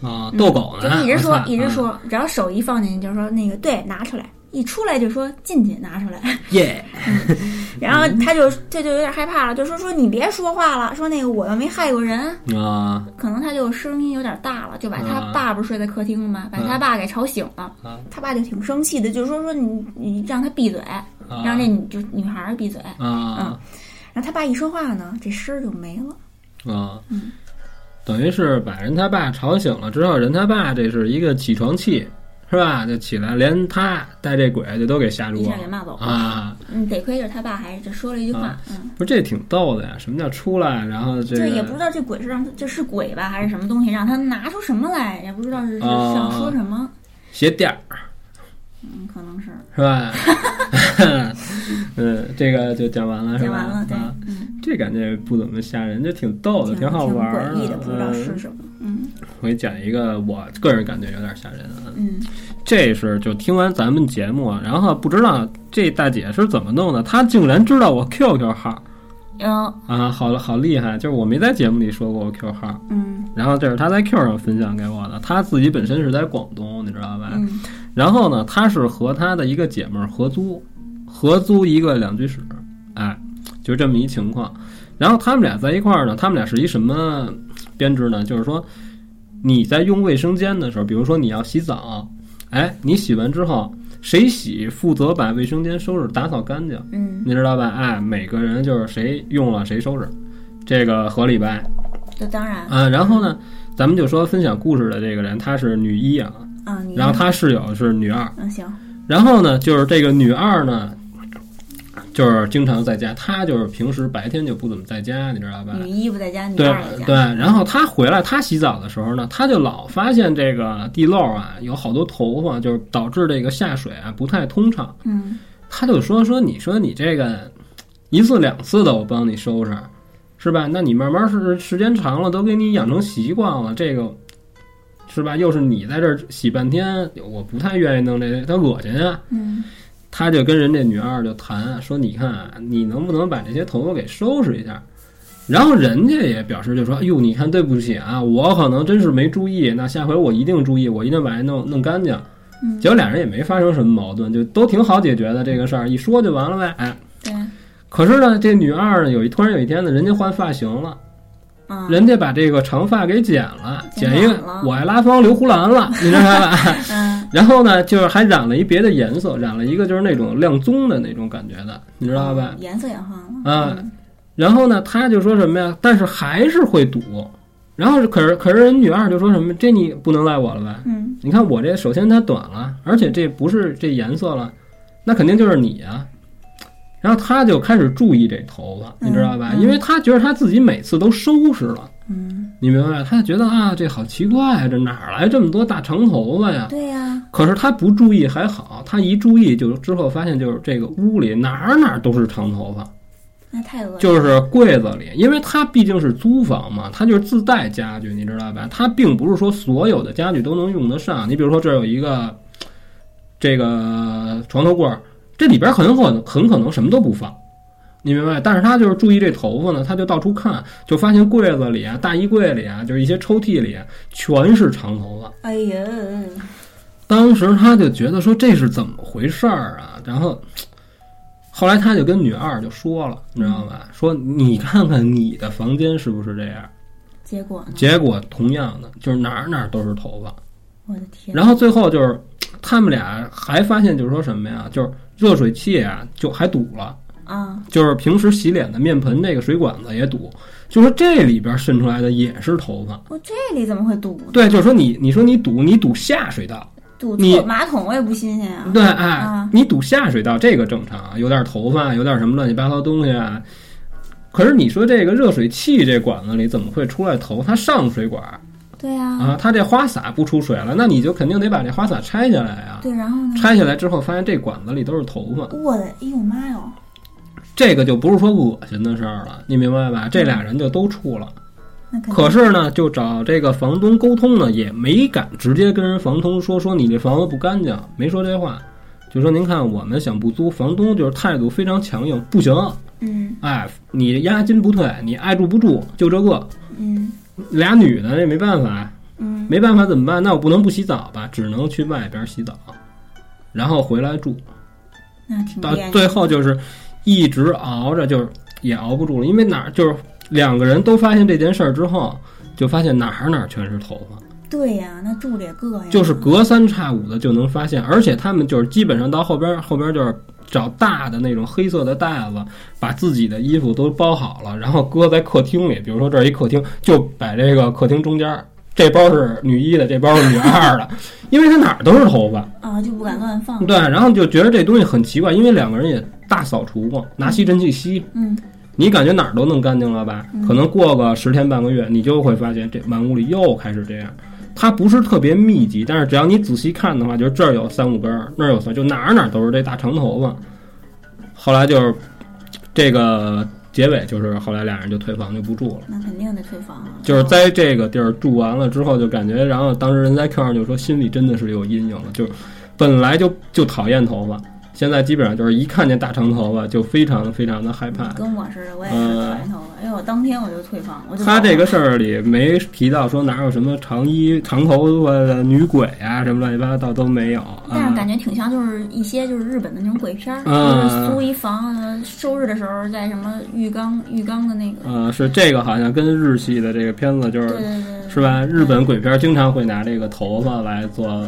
[SPEAKER 2] 啊，逗狗
[SPEAKER 1] 嗯就
[SPEAKER 2] 呢，
[SPEAKER 1] 一直
[SPEAKER 2] 我
[SPEAKER 1] 说
[SPEAKER 2] 操嗯
[SPEAKER 1] 一直，说，只要手一放进去就说那个对拿出来，一出来就说进去拿出来。
[SPEAKER 2] 嗯耶，嗯
[SPEAKER 1] 然后他就他就有点害怕了，就说说你别说话了，说那个我又没害过人，
[SPEAKER 2] 啊
[SPEAKER 1] 可能他就声音有点大了，就把他
[SPEAKER 2] 嗯
[SPEAKER 1] 爸不是睡在客厅了吗？把他爸给吵醒了
[SPEAKER 2] 嗯，
[SPEAKER 1] 他爸就挺生气的，就说说你你让他闭嘴，
[SPEAKER 2] 啊
[SPEAKER 1] 让那女就女孩儿闭嘴。
[SPEAKER 2] 啊
[SPEAKER 1] 然后他爸一说话呢，这声儿就没了。
[SPEAKER 2] 啊，
[SPEAKER 1] 嗯
[SPEAKER 2] 等于是把人他爸吵醒了之后，人他爸这是一个起床气，是吧？就起来，连他带这鬼就都给吓住
[SPEAKER 1] 一
[SPEAKER 2] 了
[SPEAKER 1] 下给骂走了
[SPEAKER 2] 啊！
[SPEAKER 1] 嗯，得亏就是他爸还是就说了一句话
[SPEAKER 2] 啊，
[SPEAKER 1] 嗯，
[SPEAKER 2] 不是这挺逗的呀？什么叫出来？然后这
[SPEAKER 1] 就
[SPEAKER 2] 个
[SPEAKER 1] 也不知道这鬼是让他这是鬼吧还是什么东西，让他拿出什么来，也不知道是是
[SPEAKER 2] 啊
[SPEAKER 1] 想说什么，
[SPEAKER 2] 鞋垫儿
[SPEAKER 1] 嗯，可能是
[SPEAKER 2] 是吧？ 嗯，这个就讲完了，是
[SPEAKER 1] 讲
[SPEAKER 2] 吧？
[SPEAKER 1] 完了，对
[SPEAKER 2] 啊，
[SPEAKER 1] 嗯，
[SPEAKER 2] 这感觉不怎么吓人，就挺逗的，
[SPEAKER 1] 挺
[SPEAKER 2] 好玩
[SPEAKER 1] 挺诡
[SPEAKER 2] 儿
[SPEAKER 1] 异的，不知道是
[SPEAKER 2] 嗯
[SPEAKER 1] 什么，嗯
[SPEAKER 2] 我给你讲一个，我个人感觉有点吓人啊。
[SPEAKER 1] 嗯。
[SPEAKER 2] 这是就听完咱们节目，啊，然后不知道这大姐是怎么弄的，她竟然知道我 QQ 号
[SPEAKER 1] 嗯
[SPEAKER 2] 啊，好了，好厉害！就是我没在节目里说过我 QQ 号，
[SPEAKER 1] 嗯
[SPEAKER 2] 然后这是她在 Q 上分享给我的，她自己本身是在广东，你知道吧？
[SPEAKER 1] 嗯
[SPEAKER 2] 然后呢，她是和她的一个姐们儿合租，合租一个两居室，哎，就这么一情况。然后他们俩在一块儿呢，他们俩是一什么编制呢？就是说，你在用卫生间的时候，比如说你要洗澡，哎，你洗完之后，谁洗负责把卫生间收拾打扫干净，
[SPEAKER 1] 嗯，
[SPEAKER 2] 你知道吧？哎，每个人就是谁用了谁收拾，这个合理吧？
[SPEAKER 1] 这当然
[SPEAKER 2] 啊，然后呢，咱们就说分享故事的这个人，她是女一啊，
[SPEAKER 1] 啊，你
[SPEAKER 2] 然后她室友是女二。
[SPEAKER 1] 嗯行，
[SPEAKER 2] 然后呢，就是这个女二呢，就是经常在家，他就是平时白天就不怎么在家，你知道吧？
[SPEAKER 1] 女一不在家，嗯女
[SPEAKER 2] 对
[SPEAKER 1] 二在
[SPEAKER 2] 对，
[SPEAKER 1] 家，
[SPEAKER 2] 然后他回来，他洗澡的时候呢，他就老发现这个地漏啊，有好多头发，就是导致这个下水啊不太通畅。
[SPEAKER 1] 嗯，
[SPEAKER 2] 他就说说，你说你这个一次两次的，我帮你收拾，是吧？那你慢慢是时间长了，都给你养成习惯了，这个是吧？又是你在这儿洗半天，我不太愿意弄这，他恶心啊。
[SPEAKER 1] 嗯，
[SPEAKER 2] 他就跟人这女二就谈说，你看啊，你能不能把这些头发给收拾一下？然后人家也表示就说，哟，你看对不起啊，我可能真是没注意，那下回我一定注意，我一定把它弄弄干净。
[SPEAKER 1] 嗯
[SPEAKER 2] 结果俩人也没发生什么矛盾，就都挺好解决的这个事儿，一说就完了呗。哎，
[SPEAKER 1] 对，
[SPEAKER 2] 可是呢，这女二呢，有一突然有一天呢，人家换发型了，
[SPEAKER 1] 啊，
[SPEAKER 2] 人家把这个长发给剪了，
[SPEAKER 1] 剪
[SPEAKER 2] 剪一个
[SPEAKER 1] 短了
[SPEAKER 2] 我爱拉芳刘胡兰了，你知道吧？
[SPEAKER 1] 嗯，
[SPEAKER 2] 然后呢，就是还染了一别的颜色，染了一个就是那种亮棕的那种感觉的，你知道吧？
[SPEAKER 1] 颜色也换了，
[SPEAKER 2] 啊，然后呢，他就说什么呀？但是还是会堵。然后可是可是人女二就说什么？这你不能赖我了吧？
[SPEAKER 1] 嗯，
[SPEAKER 2] 你看我这首先它短了，而且这不是这颜色了，那肯定就是你啊。然后他就开始注意这头发，
[SPEAKER 1] 嗯
[SPEAKER 2] 你知道吧？
[SPEAKER 1] 嗯
[SPEAKER 2] 因为他觉得他自己每次都收拾了，
[SPEAKER 1] 嗯，
[SPEAKER 2] 你明白吧？他就觉得啊，这好奇怪啊，这哪儿来这么多大长头发呀？
[SPEAKER 1] 对呀，
[SPEAKER 2] 可是他不注意还好，他一注意就之后发现就是这个屋里哪儿哪儿都是长头发，
[SPEAKER 1] 那太恶心，
[SPEAKER 2] 就是柜子里，因为他毕竟是租房嘛，他就是自带家具，你知道吧？他并不是说所有的家具都能用得上。你比如说这儿有一个这个床头柜儿，这里边很可能很可能什么都不放。你明白？但是他就是注意这头发呢，他就到处看，就发现柜子里啊、大衣柜里啊，就是一些抽屉里啊，全是长头发。
[SPEAKER 1] 哎呀，
[SPEAKER 2] 当时他就觉得说这是怎么回事儿啊？然后后来他就跟女二就说了，你知道吧？说你看看你的房间是不是这样？
[SPEAKER 1] 结果呢？
[SPEAKER 2] 结果同样的，就是哪儿哪儿都是头发。
[SPEAKER 1] 我的天，
[SPEAKER 2] 然后最后就是他们俩还发现就是说什么呀？就是热水器啊，就还堵了。
[SPEAKER 1] 啊，
[SPEAKER 2] 就是平时洗脸的面盆这个水管子也堵，就说这里边渗出来的也是头发。
[SPEAKER 1] 我这里怎么会堵？
[SPEAKER 2] 对，就是说你你说你堵你堵下水道，
[SPEAKER 1] 堵
[SPEAKER 2] 你
[SPEAKER 1] 错马桶我也不新鲜啊，
[SPEAKER 2] 对，哎
[SPEAKER 1] 啊，
[SPEAKER 2] 你堵下水道这个正常啊，有点头发，有点什么乱七八糟东西啊。可是你说这个热水器这管子里怎么会出来头？它上水管
[SPEAKER 1] 对呀，
[SPEAKER 2] 啊，它这花洒不出水了，那你就肯定得把这花洒拆下来啊。
[SPEAKER 1] 对，然后呢？
[SPEAKER 2] 拆下来之后，发现这管子里都是头发，
[SPEAKER 1] 我的，哎呦妈哟，
[SPEAKER 2] 这个就不是说恶心的事儿了，你明白吧？这俩人就都处了。
[SPEAKER 1] 那肯定
[SPEAKER 2] 可是呢，就找这个房东沟通呢，也没敢直接跟人房东说说你这房子不干净，没说这话，就说您看我们想不租，房东就是态度非常强硬，不行，
[SPEAKER 1] 嗯
[SPEAKER 2] 哎，你押金不退，你爱住不住，就这个。
[SPEAKER 1] 嗯
[SPEAKER 2] 俩女的也没办法，
[SPEAKER 1] 嗯，
[SPEAKER 2] 没办法怎么办？那我不能不洗澡吧，只能去外边洗澡，然后回来住。
[SPEAKER 1] 那挺
[SPEAKER 2] 到
[SPEAKER 1] 别扭。
[SPEAKER 2] 最后就是一直熬着，就是也熬不住了，因为哪儿就是两个人都发现这件事儿之后，就发现哪儿哪儿全是头发。
[SPEAKER 1] 对呀，那住着也膈应。
[SPEAKER 2] 就是隔三差五的就能发现，而且他们就是基本上到后边儿后边儿就是找大的那种黑色的袋子，把自己的衣服都包好了，然后搁在客厅里。比如说这儿一客厅，就摆这个客厅中间儿，这包是女一的，这包是女二的，因为他哪儿都是头发，
[SPEAKER 1] 啊，就不敢乱放。
[SPEAKER 2] 对，啊然后就觉得这东西很奇怪，因为两个人也大扫除过，拿吸尘器吸，
[SPEAKER 1] 嗯，
[SPEAKER 2] 你感觉哪儿都弄干净了吧？可能过个十天半个月，你就会发现这满屋里又开始这样。它不是特别密集，但是只要你仔细看的话，就是这儿有三五根儿，那儿有三，就哪儿哪儿都是这大长头发。后来就是这个结尾，就是后来俩人就退房就不住了。
[SPEAKER 1] 那肯定得退房啊了。
[SPEAKER 2] 就是在这个地儿住完了之后，就感觉，然后当时人在 Q 上就说，心里真的是有阴影了，就是本来就就讨厌头发，现在基本上就是一看见大长头发就非常非常的害怕。
[SPEAKER 1] 跟我似的，我也是
[SPEAKER 2] 嗯
[SPEAKER 1] 讨厌头发。哎呦，当天我就退房，我就
[SPEAKER 2] 他
[SPEAKER 1] 走
[SPEAKER 2] 这
[SPEAKER 1] 了
[SPEAKER 2] 个事儿里没提到说哪有什么长衣长头发的女鬼啊，什么乱七八糟都没有
[SPEAKER 1] 但是感
[SPEAKER 2] 啊。
[SPEAKER 1] 觉挺像，就是一些就是日本的那种鬼片儿，就
[SPEAKER 2] 嗯
[SPEAKER 1] 是租一房呃收拾的时候，在什么浴缸浴缸的那个，
[SPEAKER 2] 呃，是这个好像跟日系的这个片子就是
[SPEAKER 1] 对对对对，
[SPEAKER 2] 嗯是吧？日本鬼片经常会拿这个头发来做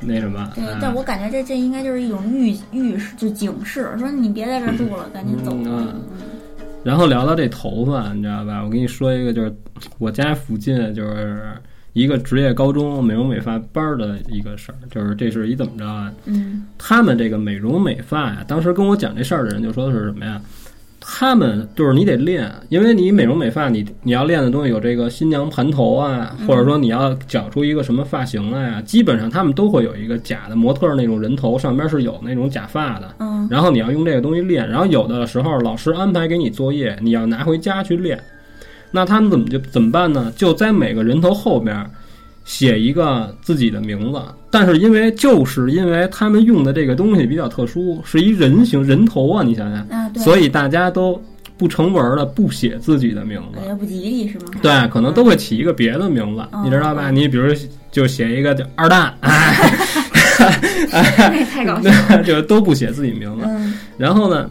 [SPEAKER 2] 那什么。
[SPEAKER 1] 对
[SPEAKER 2] 啊，
[SPEAKER 1] 但我感觉这这应该就是一种预预示，就警示，说你别在这儿住了，赶紧走。
[SPEAKER 2] 嗯然后聊到这头发，你知道吧？我跟你说一个，就是我家附近就是一个职业高中美容美发班儿的一个事儿，就是这是一怎么着啊？
[SPEAKER 1] 嗯
[SPEAKER 2] 他们这个美容美发呀、当时跟我讲这事儿的人就说的是什么呀？他们就是你得练，因为你美容美发你，你要练的东西有这个新娘盘头啊，或者说你要绞出一个什么发型来啊，基本上他们都会有一个假的模特儿那种人头，上边是有那种假发的，
[SPEAKER 1] 嗯
[SPEAKER 2] 然后你要用这个东西练，然后有的时候老师安排给你作业，你要拿回家去练。那他们怎么就怎么办呢？就在每个人头后边儿写一个自己的名字，但是因为就是因为他们用的这个东西比较特殊，是一人形人头啊，你想想，
[SPEAKER 1] 啊对，
[SPEAKER 2] 所以大家都不成文的不写自己的名字
[SPEAKER 1] 感。觉哎不吉利是吗？
[SPEAKER 2] 对，可能都会起一个别的名字，
[SPEAKER 1] 嗯
[SPEAKER 2] 你知道吧？你比如就写一个叫二蛋，
[SPEAKER 1] 太太搞笑了。
[SPEAKER 2] 就都不写自己名字。
[SPEAKER 1] 嗯
[SPEAKER 2] 然后呢，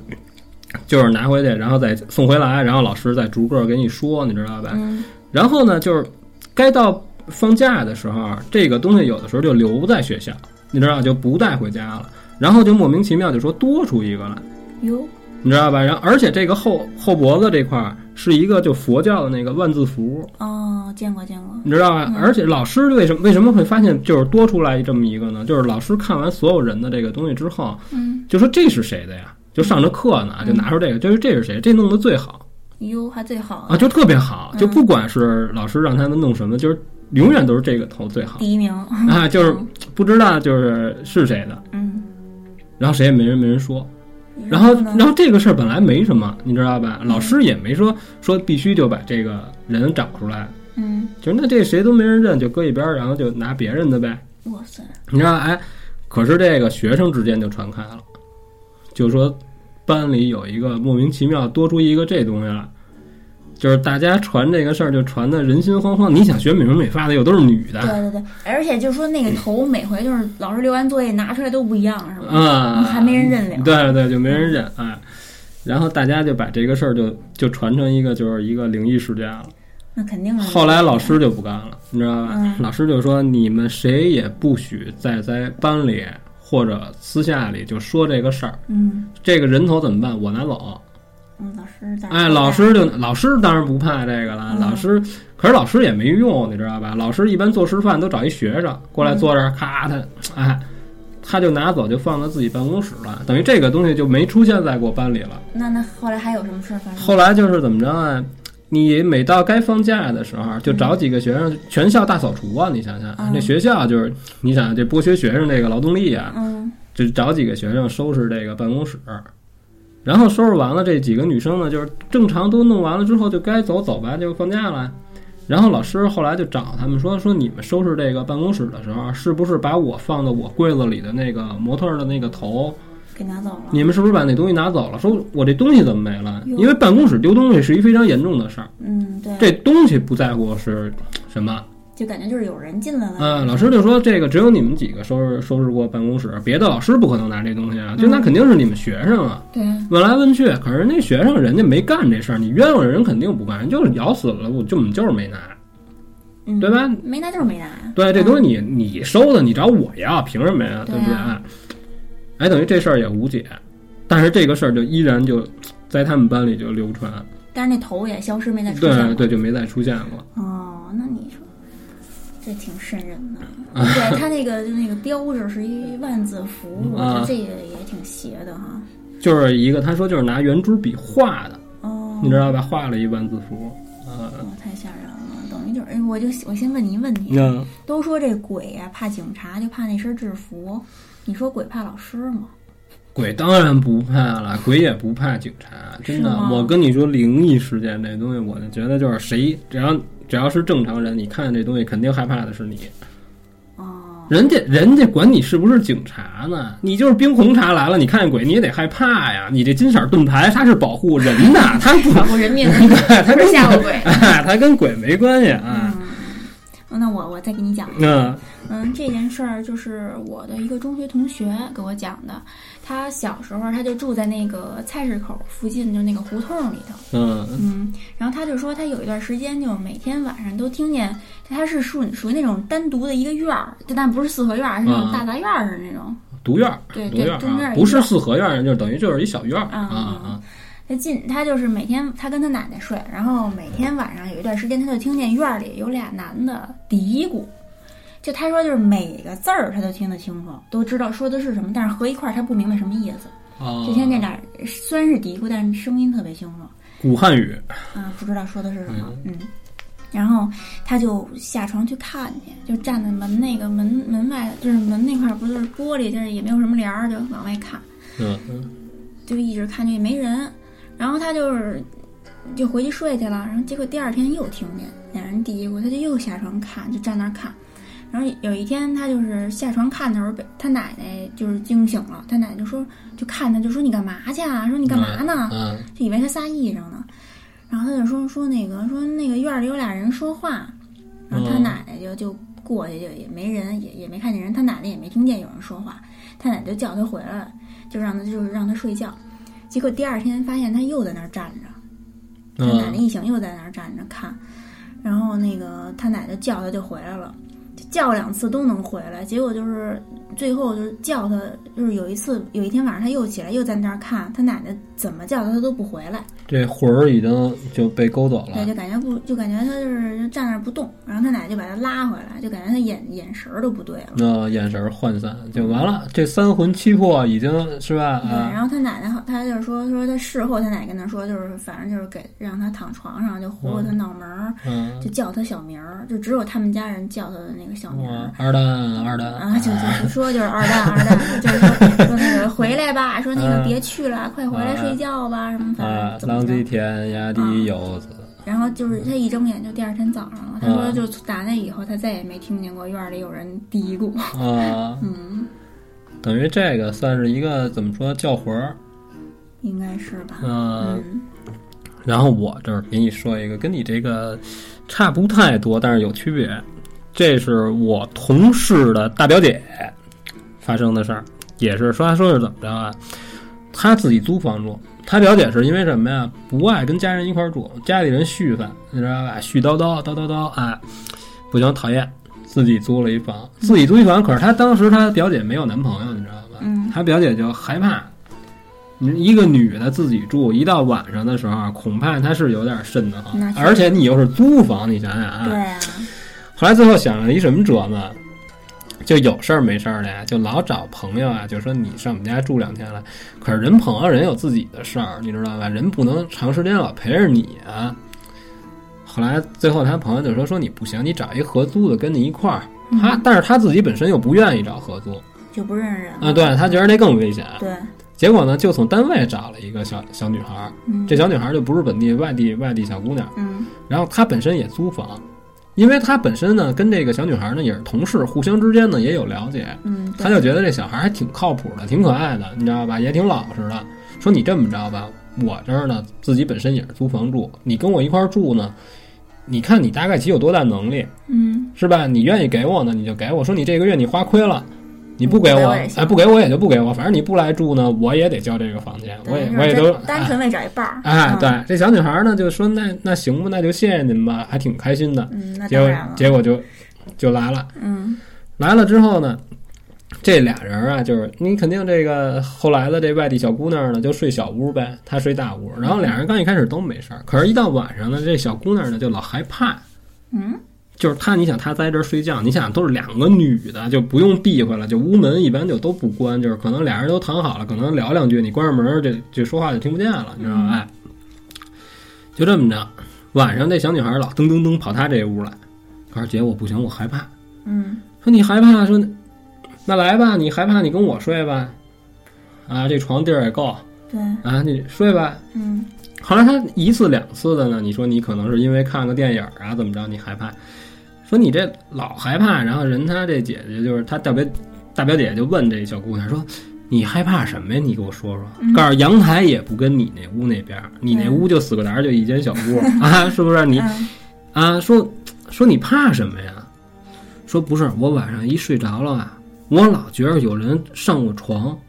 [SPEAKER 2] 就是拿回去，然后再送回来，然后老师再逐个给你说，你知道吧？
[SPEAKER 1] 嗯
[SPEAKER 2] 然后呢，就是该到放假的时候，啊这个东西有的时候就留在学校，你知道，就不带回家了。然后就莫名其妙就说多出一个来，
[SPEAKER 1] 哟
[SPEAKER 2] 你知道吧？然后而且这个后后脖子这块儿是一个就佛教的那个万字符，
[SPEAKER 1] 哦，见过见过。
[SPEAKER 2] 你知道吧
[SPEAKER 1] 嗯？
[SPEAKER 2] 而且老师为什么为什么会发现就是多出来这么一个呢？就是老师看完所有人的这个东西之后，
[SPEAKER 1] 嗯
[SPEAKER 2] 就说这是谁的呀？就上着课呢，就拿出这个，就是这是谁？这弄得最好
[SPEAKER 1] 哟，还最好
[SPEAKER 2] 啊，就特别好，
[SPEAKER 1] 嗯
[SPEAKER 2] 就不管是老师让他们弄什么，就是永远都是这个头最好
[SPEAKER 1] 第一名。
[SPEAKER 2] 啊，就是不知道就是是谁的，
[SPEAKER 1] 嗯，
[SPEAKER 2] 然后谁也没人没人说，然后
[SPEAKER 1] 呢
[SPEAKER 2] 然？后这个事儿本来没什么，你知道吧？老师也没说说必须就把这个人找出来，
[SPEAKER 1] 嗯，
[SPEAKER 2] 就那这谁都没人认，就搁一边儿，然后就拿别人的呗，
[SPEAKER 1] 哇塞，
[SPEAKER 2] 你知道哎，可是这个学生之间就传开了，就说班里有一个莫名其妙多出一个这东西来，就是大家传这个事儿就传的人心惶惶。你想学美容美发的又都是女的
[SPEAKER 1] 对，对对，而且就说那个头每回就是老师留完作业拿出来都不一样，是吧？嗯
[SPEAKER 2] 啊，
[SPEAKER 1] 还没人认领。
[SPEAKER 2] 对对，就没人认哎。然后大家就把这个事儿就就传成一个就是一个灵异事件了。
[SPEAKER 1] 那肯定是。
[SPEAKER 2] 后来老师就不干了，你知道吧？
[SPEAKER 1] 嗯
[SPEAKER 2] 老师就说你们谁也不许再在班里或者私下里就说这个事儿。
[SPEAKER 1] 嗯
[SPEAKER 2] 这个人头怎么办？我拿走。
[SPEAKER 1] 嗯，老师在。
[SPEAKER 2] 哎，老。师就老师当然不怕这个了，
[SPEAKER 1] 嗯
[SPEAKER 2] 老师可是老师也没用，你知道吧？老师一般做示范都找一学生过来坐这儿，咔他，哎，他就拿走就放到自己办公室了，等于这个东西就没出现在过班里了。
[SPEAKER 1] 那那后来还有什么事儿发生？
[SPEAKER 2] 后来就是怎么着啊？你每到该放假的时候，就找几个学生，全校大扫除啊！你想想，
[SPEAKER 1] 嗯
[SPEAKER 2] 那学校就是你想这剥削学生这个劳动力啊，
[SPEAKER 1] 嗯
[SPEAKER 2] 就找几个学生收拾这个办公室，然后收拾完了，这几个女生呢，就是正常都弄完了之后，就该走走吧，就放假了。然后老师后来就找他们说说你们收拾这个办公室的时候，啊是不是把我放到我柜子里的那个模特儿的那个头，
[SPEAKER 1] 给拿走了。
[SPEAKER 2] 你们是不是把那东西拿走了？说我这东西怎么没了？
[SPEAKER 1] 哟
[SPEAKER 2] 因为办公室丢东西是一非常严重的事儿，
[SPEAKER 1] 嗯，对，
[SPEAKER 2] 这东西不在乎是什么，
[SPEAKER 1] 就感觉就是有人进来了。
[SPEAKER 2] 嗯，老师就说这个只有你们几个收拾收拾过办公室，别的老师不可能拿这东西啊，就那肯定是你们学生啊。
[SPEAKER 1] 对，
[SPEAKER 2] 问来问去，可是那学生人家没干这事儿，你冤枉人肯定不干，人就是咬死了，我就我们就是没拿，
[SPEAKER 1] 嗯，
[SPEAKER 2] 对吧？
[SPEAKER 1] 没拿就是没拿嗯呀。
[SPEAKER 2] 对，这东西你你收的，你找我要，凭什么呀？
[SPEAKER 1] 对
[SPEAKER 2] 对
[SPEAKER 1] 啊
[SPEAKER 2] 不对？哎，等于这事儿也无解，但是这个事儿就依然就在他们班里就流传，
[SPEAKER 1] 但是那头也消失，没再出现
[SPEAKER 2] 对
[SPEAKER 1] 过。
[SPEAKER 2] 对，就没再出现过。
[SPEAKER 1] 哦，那你说这挺瘆人的。对他那个就那个标志是一万字符，我觉得
[SPEAKER 2] 啊
[SPEAKER 1] 这个也挺邪的哈。
[SPEAKER 2] 就是一个，他说就是拿圆珠笔画的，
[SPEAKER 1] 哦，
[SPEAKER 2] 你知道吧？画了一万字符，呃，
[SPEAKER 1] 哦太吓人了，等于就是，哎我就我先问你一问题，
[SPEAKER 2] 那
[SPEAKER 1] 都说这鬼呀、怕警察，就怕那身制服，你说鬼怕老师吗？
[SPEAKER 2] 鬼当然不怕了，鬼也不怕警察，真
[SPEAKER 1] 是
[SPEAKER 2] 的
[SPEAKER 1] 吗。
[SPEAKER 2] 我跟你说，灵异事件这东西，我就觉得就是谁只要只要是正常人，你看这东西肯定害怕的是你。
[SPEAKER 1] 哦，
[SPEAKER 2] 人家人家管你是不是警察呢？你就是冰红茶来了，你看见鬼你也得害怕呀。你这金色盾牌它是保护人的，它 不，
[SPEAKER 1] 保护人命，
[SPEAKER 2] 它
[SPEAKER 1] 不是
[SPEAKER 2] 跟
[SPEAKER 1] 吓唬鬼。
[SPEAKER 2] 哎它跟鬼没关系啊。
[SPEAKER 1] 嗯，那我我再给你讲一个。
[SPEAKER 2] 嗯
[SPEAKER 1] 嗯，这件事儿就是我的一个中学同学给我讲的。他小时候他就住在那个菜市口附近，就那个胡同里头。
[SPEAKER 2] 嗯
[SPEAKER 1] 嗯，然后他就说他有一段时间就每天晚上都听见，他是属于属于那种单独的一个院儿，但但不是四合院儿，是那种
[SPEAKER 2] 嗯
[SPEAKER 1] 大杂院儿似的那种。
[SPEAKER 2] 毒院儿，
[SPEAKER 1] 对
[SPEAKER 2] 毒
[SPEAKER 1] 对
[SPEAKER 2] 院儿
[SPEAKER 1] 中院
[SPEAKER 2] 啊
[SPEAKER 1] 儿，
[SPEAKER 2] 不是四合院儿，就等于就是一小院儿
[SPEAKER 1] 啊
[SPEAKER 2] 啊啊。
[SPEAKER 1] 他进他就是每天他跟他奶奶睡，然后每天晚上有一段时间，他就听见院里有俩男的嘀咕，就他说就是每个字儿他都听得清楚，都知道说的是什么，但是合一块儿他不明白什么意思。
[SPEAKER 2] 啊，
[SPEAKER 1] 就听那俩虽然是嘀咕，但是声音特别清楚。
[SPEAKER 2] 古汉语，
[SPEAKER 1] 啊，不知道说的是什么，嗯。然后他就下床去看去，就站在门那个门门外，就是门那块儿不就是玻璃，就是也没有什么帘儿，就往外看，
[SPEAKER 2] 嗯嗯
[SPEAKER 1] 就一直看就也没人。然后他就是就回去睡去了。然后结果第二天又听见俩人嘀咕，他就又下床看，就站那儿看。然后有一天他就是下床看的时候，被他奶奶就是惊醒了，他奶奶就说就看他就说你干嘛去啊？说你干嘛呢？
[SPEAKER 2] 嗯，
[SPEAKER 1] 就以为他仨癔症呢。然后他就说说那个说那个院儿里有俩人说话，然后他
[SPEAKER 2] 嗯
[SPEAKER 1] 奶奶就就过去就也没人，也也没看见人，他奶奶也没听见有人说话，他奶奶就叫他回来，就让他就是让他睡觉。结果第二天发现他又在那儿站着，他奶奶
[SPEAKER 2] 嗯
[SPEAKER 1] 一醒又在那儿站着看，然后那个他奶奶叫他就回来了，就叫两次都能回来，结果就是最后就是叫他，就是有一次有一天晚上他又起来又在那儿看，他奶奶怎么叫他他都不回来，
[SPEAKER 2] 这魂儿已经就被勾走
[SPEAKER 1] 对，
[SPEAKER 2] 了，
[SPEAKER 1] 就感觉不就感觉他就是就站那儿不动，然后他奶奶就把他拉回来，就感觉他眼眼神儿都不对了。
[SPEAKER 2] 那眼神儿涣散就完了，这三魂七魄已经是吧
[SPEAKER 1] 对，
[SPEAKER 2] 啊，
[SPEAKER 1] 然后他奶奶好，他就是说说他事后他奶奶跟他说，就是反正就是给让他躺床上，就呼噜他脑门儿，
[SPEAKER 2] 嗯
[SPEAKER 1] 就叫他小名儿，就只有他们家人叫他的那个小名儿
[SPEAKER 2] 哇。二蛋二蛋
[SPEAKER 1] 啊，就就是说就是二蛋二蛋，就是说说那个回来吧，说那个别去了，快回来睡觉吧，什么反
[SPEAKER 2] 啊
[SPEAKER 1] 正，怎么
[SPEAKER 2] 狼藉
[SPEAKER 1] 着。啊
[SPEAKER 2] 天涯的游子，
[SPEAKER 1] 然后就是他一睁眼就第二天早上了，他说
[SPEAKER 2] 啊
[SPEAKER 1] 就打那以后他再也没听见过院里有人嘀咕。
[SPEAKER 2] 啊，
[SPEAKER 1] 嗯，
[SPEAKER 2] 等于这个算是一个怎么说叫魂儿，
[SPEAKER 1] 应该是吧。
[SPEAKER 2] 嗯，
[SPEAKER 1] 嗯，
[SPEAKER 2] 然后我这儿给你说一个跟你这个差不太多，但是有区别，这是我同事的大表姐发生的事儿，也是说她说是怎么着啊，她自己租房住。她表姐是因为什么呀？不爱跟家人一块儿住，家里人絮烦，你知道吧？絮叨叨叨叨叨，哎，不行，讨厌，自己租了一房，自己租一房。可是她当时她表姐没有男朋友，你知道吧？
[SPEAKER 1] 嗯
[SPEAKER 2] 她表姐就害怕，你一个女的自己住，一到晚上的时候，啊恐怕她是有点瘆得慌
[SPEAKER 1] 那。确实
[SPEAKER 2] 而且你又是租房，你想想啊，
[SPEAKER 1] 对啊，
[SPEAKER 2] 后来最后想了一什么辙呢？就有事儿没事儿的呀，就老找朋友啊，就说你上我们家住两天来。可是人朋友人有自己的事儿，你知道吧？人不能长时间老陪着你啊。后来最后他朋友就说说你不行，你找一合租的跟你一块儿。
[SPEAKER 1] 嗯
[SPEAKER 2] 他但是他自己本身又不愿意找合租
[SPEAKER 1] 就不认识人了。
[SPEAKER 2] 啊，对他觉得那更危险。
[SPEAKER 1] 对，
[SPEAKER 2] 结果呢，就从单位找了一个小小女孩儿，
[SPEAKER 1] 嗯，
[SPEAKER 2] 这小女孩儿就不是本地外地外地小姑娘。
[SPEAKER 1] 嗯
[SPEAKER 2] 然后她本身也租房，因为她本身呢跟这个小女孩呢也是同事，互相之间呢也有了解，
[SPEAKER 1] 嗯，
[SPEAKER 2] 她
[SPEAKER 1] 对
[SPEAKER 2] 就觉得这小孩还挺靠谱的，挺可爱的，你知道吧？也挺老实的。说你这么着吧，我这儿呢自己本身也是租房住，你跟我一块儿住呢，你看你大概其有多大能力
[SPEAKER 1] 嗯
[SPEAKER 2] 是吧？你愿意给我呢你就给我，说你这个月你花亏了。你不给
[SPEAKER 1] 不给
[SPEAKER 2] 我
[SPEAKER 1] 我也，行
[SPEAKER 2] 哎，不给我也就不给我，反正你不来住呢，我也得交这个房钱，
[SPEAKER 1] 对
[SPEAKER 2] 我也
[SPEAKER 1] 就是
[SPEAKER 2] 我也
[SPEAKER 1] 这
[SPEAKER 2] 都
[SPEAKER 1] 单纯为找一伴儿。
[SPEAKER 2] 哎，
[SPEAKER 1] 嗯，
[SPEAKER 2] 对，这小女孩呢就说那那行吧，那就谢谢您吧，还挺开心的。
[SPEAKER 1] 嗯，那
[SPEAKER 2] 结
[SPEAKER 1] 当
[SPEAKER 2] 果
[SPEAKER 1] 然了。
[SPEAKER 2] 结果就就来了，
[SPEAKER 1] 嗯
[SPEAKER 2] 来了之后呢，这俩人啊，就是你肯定这个后来的这外地小姑娘呢就睡小屋呗，她睡大屋。然后俩人刚一开始都没事儿，可是一到晚上呢，这小姑娘呢就老害怕。
[SPEAKER 1] 嗯
[SPEAKER 2] 就是她，你想她在这儿睡觉，你想都是两个女的，就不用避讳了，就屋门一般就都不关，就是可能俩人都躺好了，可能聊两句，你关上门儿，这这说话就听不见了，你知道吧？哎，就这么着，晚上这小女孩老噔噔噔跑她这屋来，告诉姐我不行，我害怕。
[SPEAKER 1] 嗯
[SPEAKER 2] 说你害怕，说那来吧，你害怕你跟我睡吧，啊，这床地儿也够
[SPEAKER 1] 对
[SPEAKER 2] 啊，你睡吧。
[SPEAKER 1] 嗯
[SPEAKER 2] 后来他一次两次的呢，你说你可能是因为看个电影啊，怎么着你害怕，说你这老害怕，然后人他这姐姐就是他大表大表姐就问这小姑娘说。你害怕什么呀？你给我说说。告诉阳台也不跟你那屋那边儿，你那屋就死个胆儿，就一间小屋啊，是不是？你
[SPEAKER 1] 嗯
[SPEAKER 2] 啊，说说你怕什么呀？说不是，我晚上一睡着了啊，我老觉着有人上我床，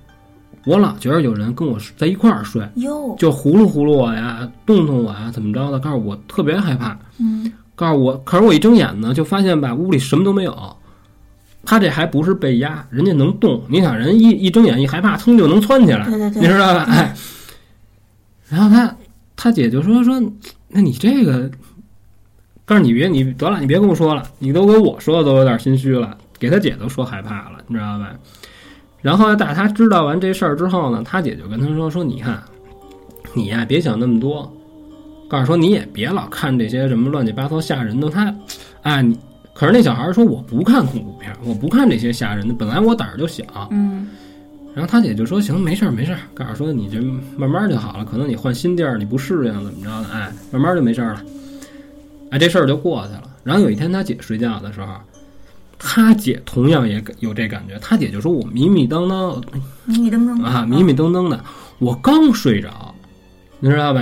[SPEAKER 2] 我老觉着有人跟我在一块儿睡，
[SPEAKER 1] 哟
[SPEAKER 2] 就呼噜呼噜我呀，动动我呀，啊怎么着的？告诉我特别害怕，
[SPEAKER 1] 嗯
[SPEAKER 2] 告诉我，可是我一睁眼呢，就发现吧，屋里什么都没有。他这还不是被压，人家能动。你想，人一一睁眼一害怕，噌就能窜起来，
[SPEAKER 1] 对对对
[SPEAKER 2] 你知道吧？哎，然后他他姐就说说，那你这个，告诉你别你得了，你别跟我说了，你都给我说的都有点心虚了，给他姐都说害怕了，你知道吧？然后呢，大他知道完这事儿之后呢，他姐就跟他说说，你看，你呀、别想那么多，告诉说你也别老看这些什么乱七八糟吓人的，他，哎你。可是那小孩儿说我不看恐怖片儿，我不看这些吓人的。本来我胆儿就小，
[SPEAKER 1] 嗯
[SPEAKER 2] 然后他姐就说：“行，没事儿，没事儿。”告诉说：“你这慢慢就好了，可能你换新地儿，你不适应怎么着的，哎，慢慢就没事儿了。”哎，这事儿就过去了。然后有一天，他姐睡觉的时候，他姐同样也有这感觉。他姐就说：“我迷迷瞪瞪
[SPEAKER 1] 迷迷瞪瞪的
[SPEAKER 2] 啊，迷迷瞪瞪的，我刚睡着，你知道吧？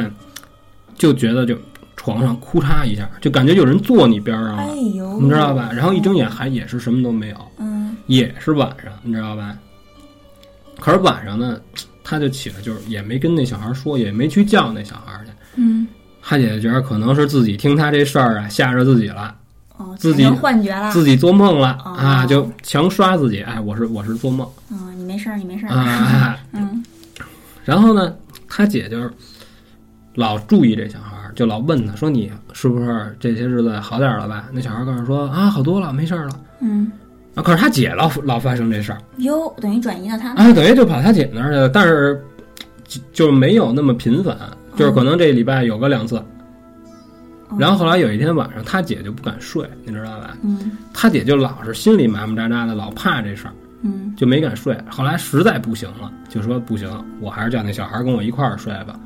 [SPEAKER 2] 就觉得就床上哭嚓一下，就感觉有人坐你边儿上
[SPEAKER 1] 哎
[SPEAKER 2] 了，
[SPEAKER 1] 呦，
[SPEAKER 2] 你知道吧？然后一睁眼还也是什么都没有。”
[SPEAKER 1] 嗯
[SPEAKER 2] 也是晚上，你知道吧？可是晚上呢，他就起来，就是也没跟那小孩说，也没去叫那小孩去。
[SPEAKER 1] 嗯
[SPEAKER 2] 他姐姐觉得可能是自己听他这事儿啊吓着自己了，
[SPEAKER 1] 哦，
[SPEAKER 2] 自己
[SPEAKER 1] 产生幻觉了，
[SPEAKER 2] 自己做梦了
[SPEAKER 1] 哦
[SPEAKER 2] 啊，就强刷自己，哎，我是我是做梦
[SPEAKER 1] 嗯，你没事儿，你没事儿，
[SPEAKER 2] 啊。
[SPEAKER 1] 嗯
[SPEAKER 2] 然后呢，他姐就是老注意这小孩儿，就老问他说：“你是不是这些日子好点儿了吧？”那小孩儿告诉说：“啊，好多了，没事儿了。
[SPEAKER 1] 嗯，”
[SPEAKER 2] 啊，可是他姐老老发生这事儿。
[SPEAKER 1] 哟，等于转移到他那儿，
[SPEAKER 2] 啊，等于就跑他姐那儿去了，但是就就是没有那么频繁，就是可能这礼拜有个两次。
[SPEAKER 1] 哦
[SPEAKER 2] 啊然后后来有一天晚上，他姐就不敢睡，你知道吧？
[SPEAKER 1] 嗯
[SPEAKER 2] 他姐就老是心里麻麻扎扎的，老怕这事儿，
[SPEAKER 1] 嗯
[SPEAKER 2] 就没敢睡。后来实在不行了，就说不行，我还是叫那小孩跟我一块儿睡吧。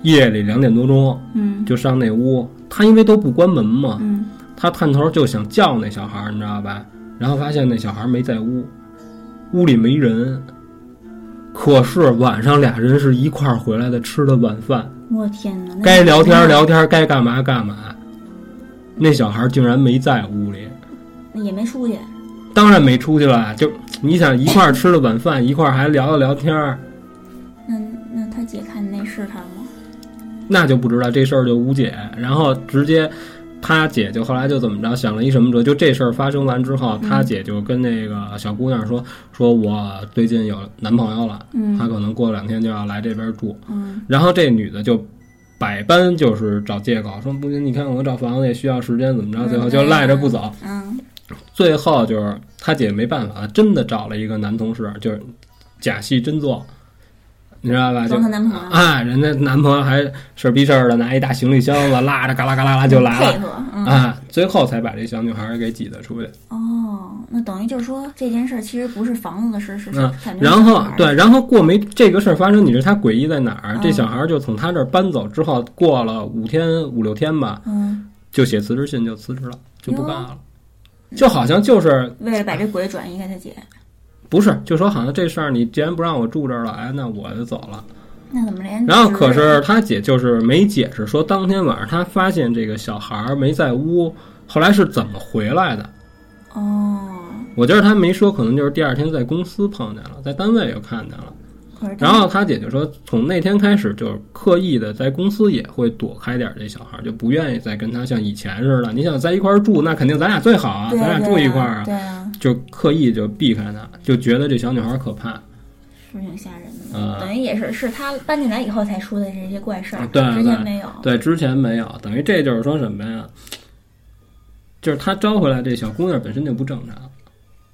[SPEAKER 2] 夜里两点多钟
[SPEAKER 1] 嗯
[SPEAKER 2] 就上那屋，他因为都不关门嘛，
[SPEAKER 1] 嗯，
[SPEAKER 2] 他探头就想叫那小孩儿，你知道吧？然后发现那小孩儿没在屋，屋里没人。可是晚上俩人是一块儿回来的，吃的晚饭，
[SPEAKER 1] 我天哪，那
[SPEAKER 2] 该聊天儿聊天儿，该干嘛干嘛。那小孩儿竟然没在屋里，
[SPEAKER 1] 也没出去，
[SPEAKER 2] 当然没出去了。就你想一块儿吃了晚饭，一块儿还聊了聊天儿，
[SPEAKER 1] 那那他姐看那是他吗？
[SPEAKER 2] 那就不知道这事儿就无解。然后直接他姐就后来就怎么着想了一什么辙，就这事儿发生完之后，
[SPEAKER 1] 嗯
[SPEAKER 2] 他姐就跟那个小姑娘说：“说我最近有男朋友了，
[SPEAKER 1] 嗯
[SPEAKER 2] 他可能过两天就要来这边住。
[SPEAKER 1] 嗯”
[SPEAKER 2] 然后这女的就。百般就是找借口，说不行，你看我找房子也需要时间，怎么着？
[SPEAKER 1] 嗯
[SPEAKER 2] 最后就赖着不走。
[SPEAKER 1] 嗯
[SPEAKER 2] 最后就是他姐没办法，真的找了一个男同事，就是假戏真做，你知道吧？就
[SPEAKER 1] 装她男朋友
[SPEAKER 2] 啊，人家男朋友还事儿逼事儿的，拿一大行李箱子拉着，嘎啦嘎啦啦就来
[SPEAKER 1] 配
[SPEAKER 2] 了。
[SPEAKER 1] 合，嗯
[SPEAKER 2] 啊，最后才把这小女孩儿给挤得出去。
[SPEAKER 1] 哦，那等于就是说这件事儿其实不是房子的事，是是
[SPEAKER 2] 嗯
[SPEAKER 1] 产生
[SPEAKER 2] 然后
[SPEAKER 1] 小孩儿，
[SPEAKER 2] 对，然后过没这个事儿发生，你知道他诡异在哪儿？
[SPEAKER 1] 嗯
[SPEAKER 2] 这小孩儿就从他这儿搬走之后，过了五天五六天吧，
[SPEAKER 1] 嗯，
[SPEAKER 2] 就写辞职信就辞职了，就不
[SPEAKER 1] 哟
[SPEAKER 2] 干了，就好像就是
[SPEAKER 1] 为了把这鬼转移给他姐，
[SPEAKER 2] 不是，就说好像这事儿你既然不让我住这儿了，哎，那我就走了。
[SPEAKER 1] 那怎么连
[SPEAKER 2] 然后嗯可
[SPEAKER 1] 侄儿
[SPEAKER 2] 是他姐就是没解释说当天晚上他发现这个小孩儿没在屋，后来是怎么回来的？
[SPEAKER 1] 哦，
[SPEAKER 2] 我觉得他没说，可能就是第二天在公司碰见了，在单位又看见了。
[SPEAKER 1] 可是他
[SPEAKER 2] 然后他姐就说，从那天开始就是刻意的在公司也会躲开点儿这小孩儿，就不愿意再跟他像以前似的。你想在一块儿住，那肯定咱俩最好啊，
[SPEAKER 1] 对
[SPEAKER 2] 咱
[SPEAKER 1] 啊
[SPEAKER 2] 俩
[SPEAKER 1] 对
[SPEAKER 2] 住一
[SPEAKER 1] 啊
[SPEAKER 2] 块儿啊，
[SPEAKER 1] 对啊，
[SPEAKER 2] 就刻意就避开他，就觉得这小女孩儿可怕。
[SPEAKER 1] 是挺吓人的。
[SPEAKER 2] 嗯
[SPEAKER 1] 等于也是，是他搬进来以后才出的这些怪事儿，
[SPEAKER 2] 啊对
[SPEAKER 1] 之前
[SPEAKER 2] 对
[SPEAKER 1] 没有。
[SPEAKER 2] 对，之前没有，等于这就是说什么呀？就是他招回来这小姑娘本身就不正常，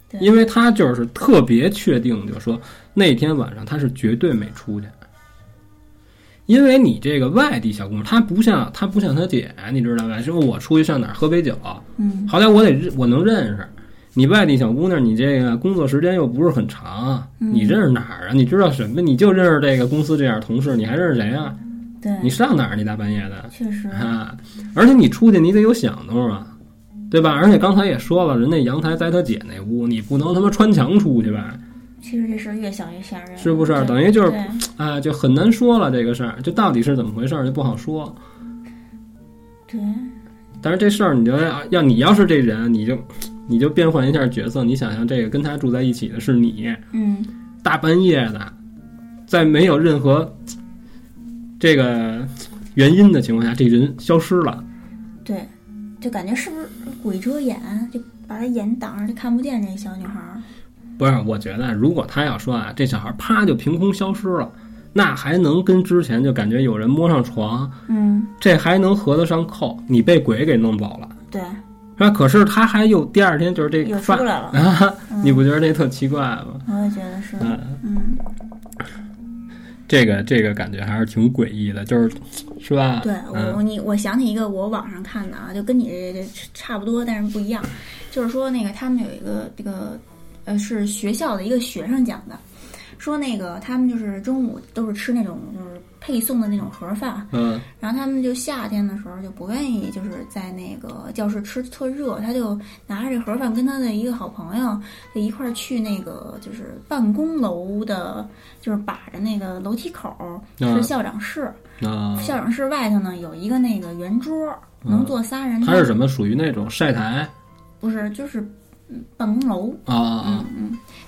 [SPEAKER 1] 对
[SPEAKER 2] 因为他就是特别确定，就说那天晚上他是绝对没出去，因为你这个外地小姑娘，她不像她不像她姐，你知道吧？说我出去上哪儿喝杯酒，
[SPEAKER 1] 嗯
[SPEAKER 2] 好歹我得认我能认识。你外地小姑娘，你这个工作时间又不是很长，
[SPEAKER 1] 嗯
[SPEAKER 2] 你认识哪儿啊？你知道什么？你就认识这个公司这样同事，你还认识谁啊？
[SPEAKER 1] 嗯对，
[SPEAKER 2] 你上哪儿？啊你大半夜的，
[SPEAKER 1] 确实，
[SPEAKER 2] 啊，而且你出去你得有响动啊，对吧？而且刚才也说了，人家阳台在他姐那屋，你不能他妈穿墙出去吧？其
[SPEAKER 1] 其实这事儿越想越吓人，
[SPEAKER 2] 是不是
[SPEAKER 1] 哎对
[SPEAKER 2] 等于就是
[SPEAKER 1] 对
[SPEAKER 2] 啊，就很难说了这个事儿，就到底是怎么回事儿就不好说。
[SPEAKER 1] 对，
[SPEAKER 2] 但是这事儿你就要要你要是这人，你就你就变换一下角色，你想想这个跟他住在一起的是你，
[SPEAKER 1] 嗯
[SPEAKER 2] 大半夜的，在没有任何这个原因的情况下，这人消失了。
[SPEAKER 1] 对，就感觉是不是鬼遮眼，就把他眼挡着，就看不见这小女孩儿。
[SPEAKER 2] 不是，我觉得如果他要说啊，这小孩啪就凭空消失了，那还能跟之前就感觉有人摸上床，
[SPEAKER 1] 嗯，
[SPEAKER 2] 这还能合得上扣，你被鬼给弄走了。
[SPEAKER 1] 对，
[SPEAKER 2] 那可是他还有第二天就是这
[SPEAKER 1] 又
[SPEAKER 2] 个
[SPEAKER 1] 出
[SPEAKER 2] 发
[SPEAKER 1] 来了，
[SPEAKER 2] 啊，
[SPEAKER 1] 嗯
[SPEAKER 2] 你不觉得这特奇怪吗？
[SPEAKER 1] 我也觉得是，
[SPEAKER 2] 嗯，
[SPEAKER 1] 嗯，
[SPEAKER 2] 这个这个感觉还是挺诡异的，就是是吧？
[SPEAKER 1] 对
[SPEAKER 2] 嗯
[SPEAKER 1] 我你我想起一个我网上看的啊，就跟你这这差不多，但是不一样，就是说那个他们有一个这个呃是学校的一个学生讲的，说那个他们就是中午都是吃那种就是配送的那种盒饭，啊
[SPEAKER 2] 嗯
[SPEAKER 1] 然后他们就夏天的时候就不愿意就是在那个教室吃特热，他就拿着这盒饭跟他的一个好朋友就一块儿去那个就是办公楼的，就是把着那个楼梯口儿是
[SPEAKER 2] 嗯
[SPEAKER 1] 校长室，
[SPEAKER 2] 啊，
[SPEAKER 1] 校长室外头呢有一个那个圆桌，
[SPEAKER 2] 嗯
[SPEAKER 1] 能坐仨人。
[SPEAKER 2] 它是什么？属于那种晒台
[SPEAKER 1] 不是就是嗯办公楼，嗯
[SPEAKER 2] 啊啊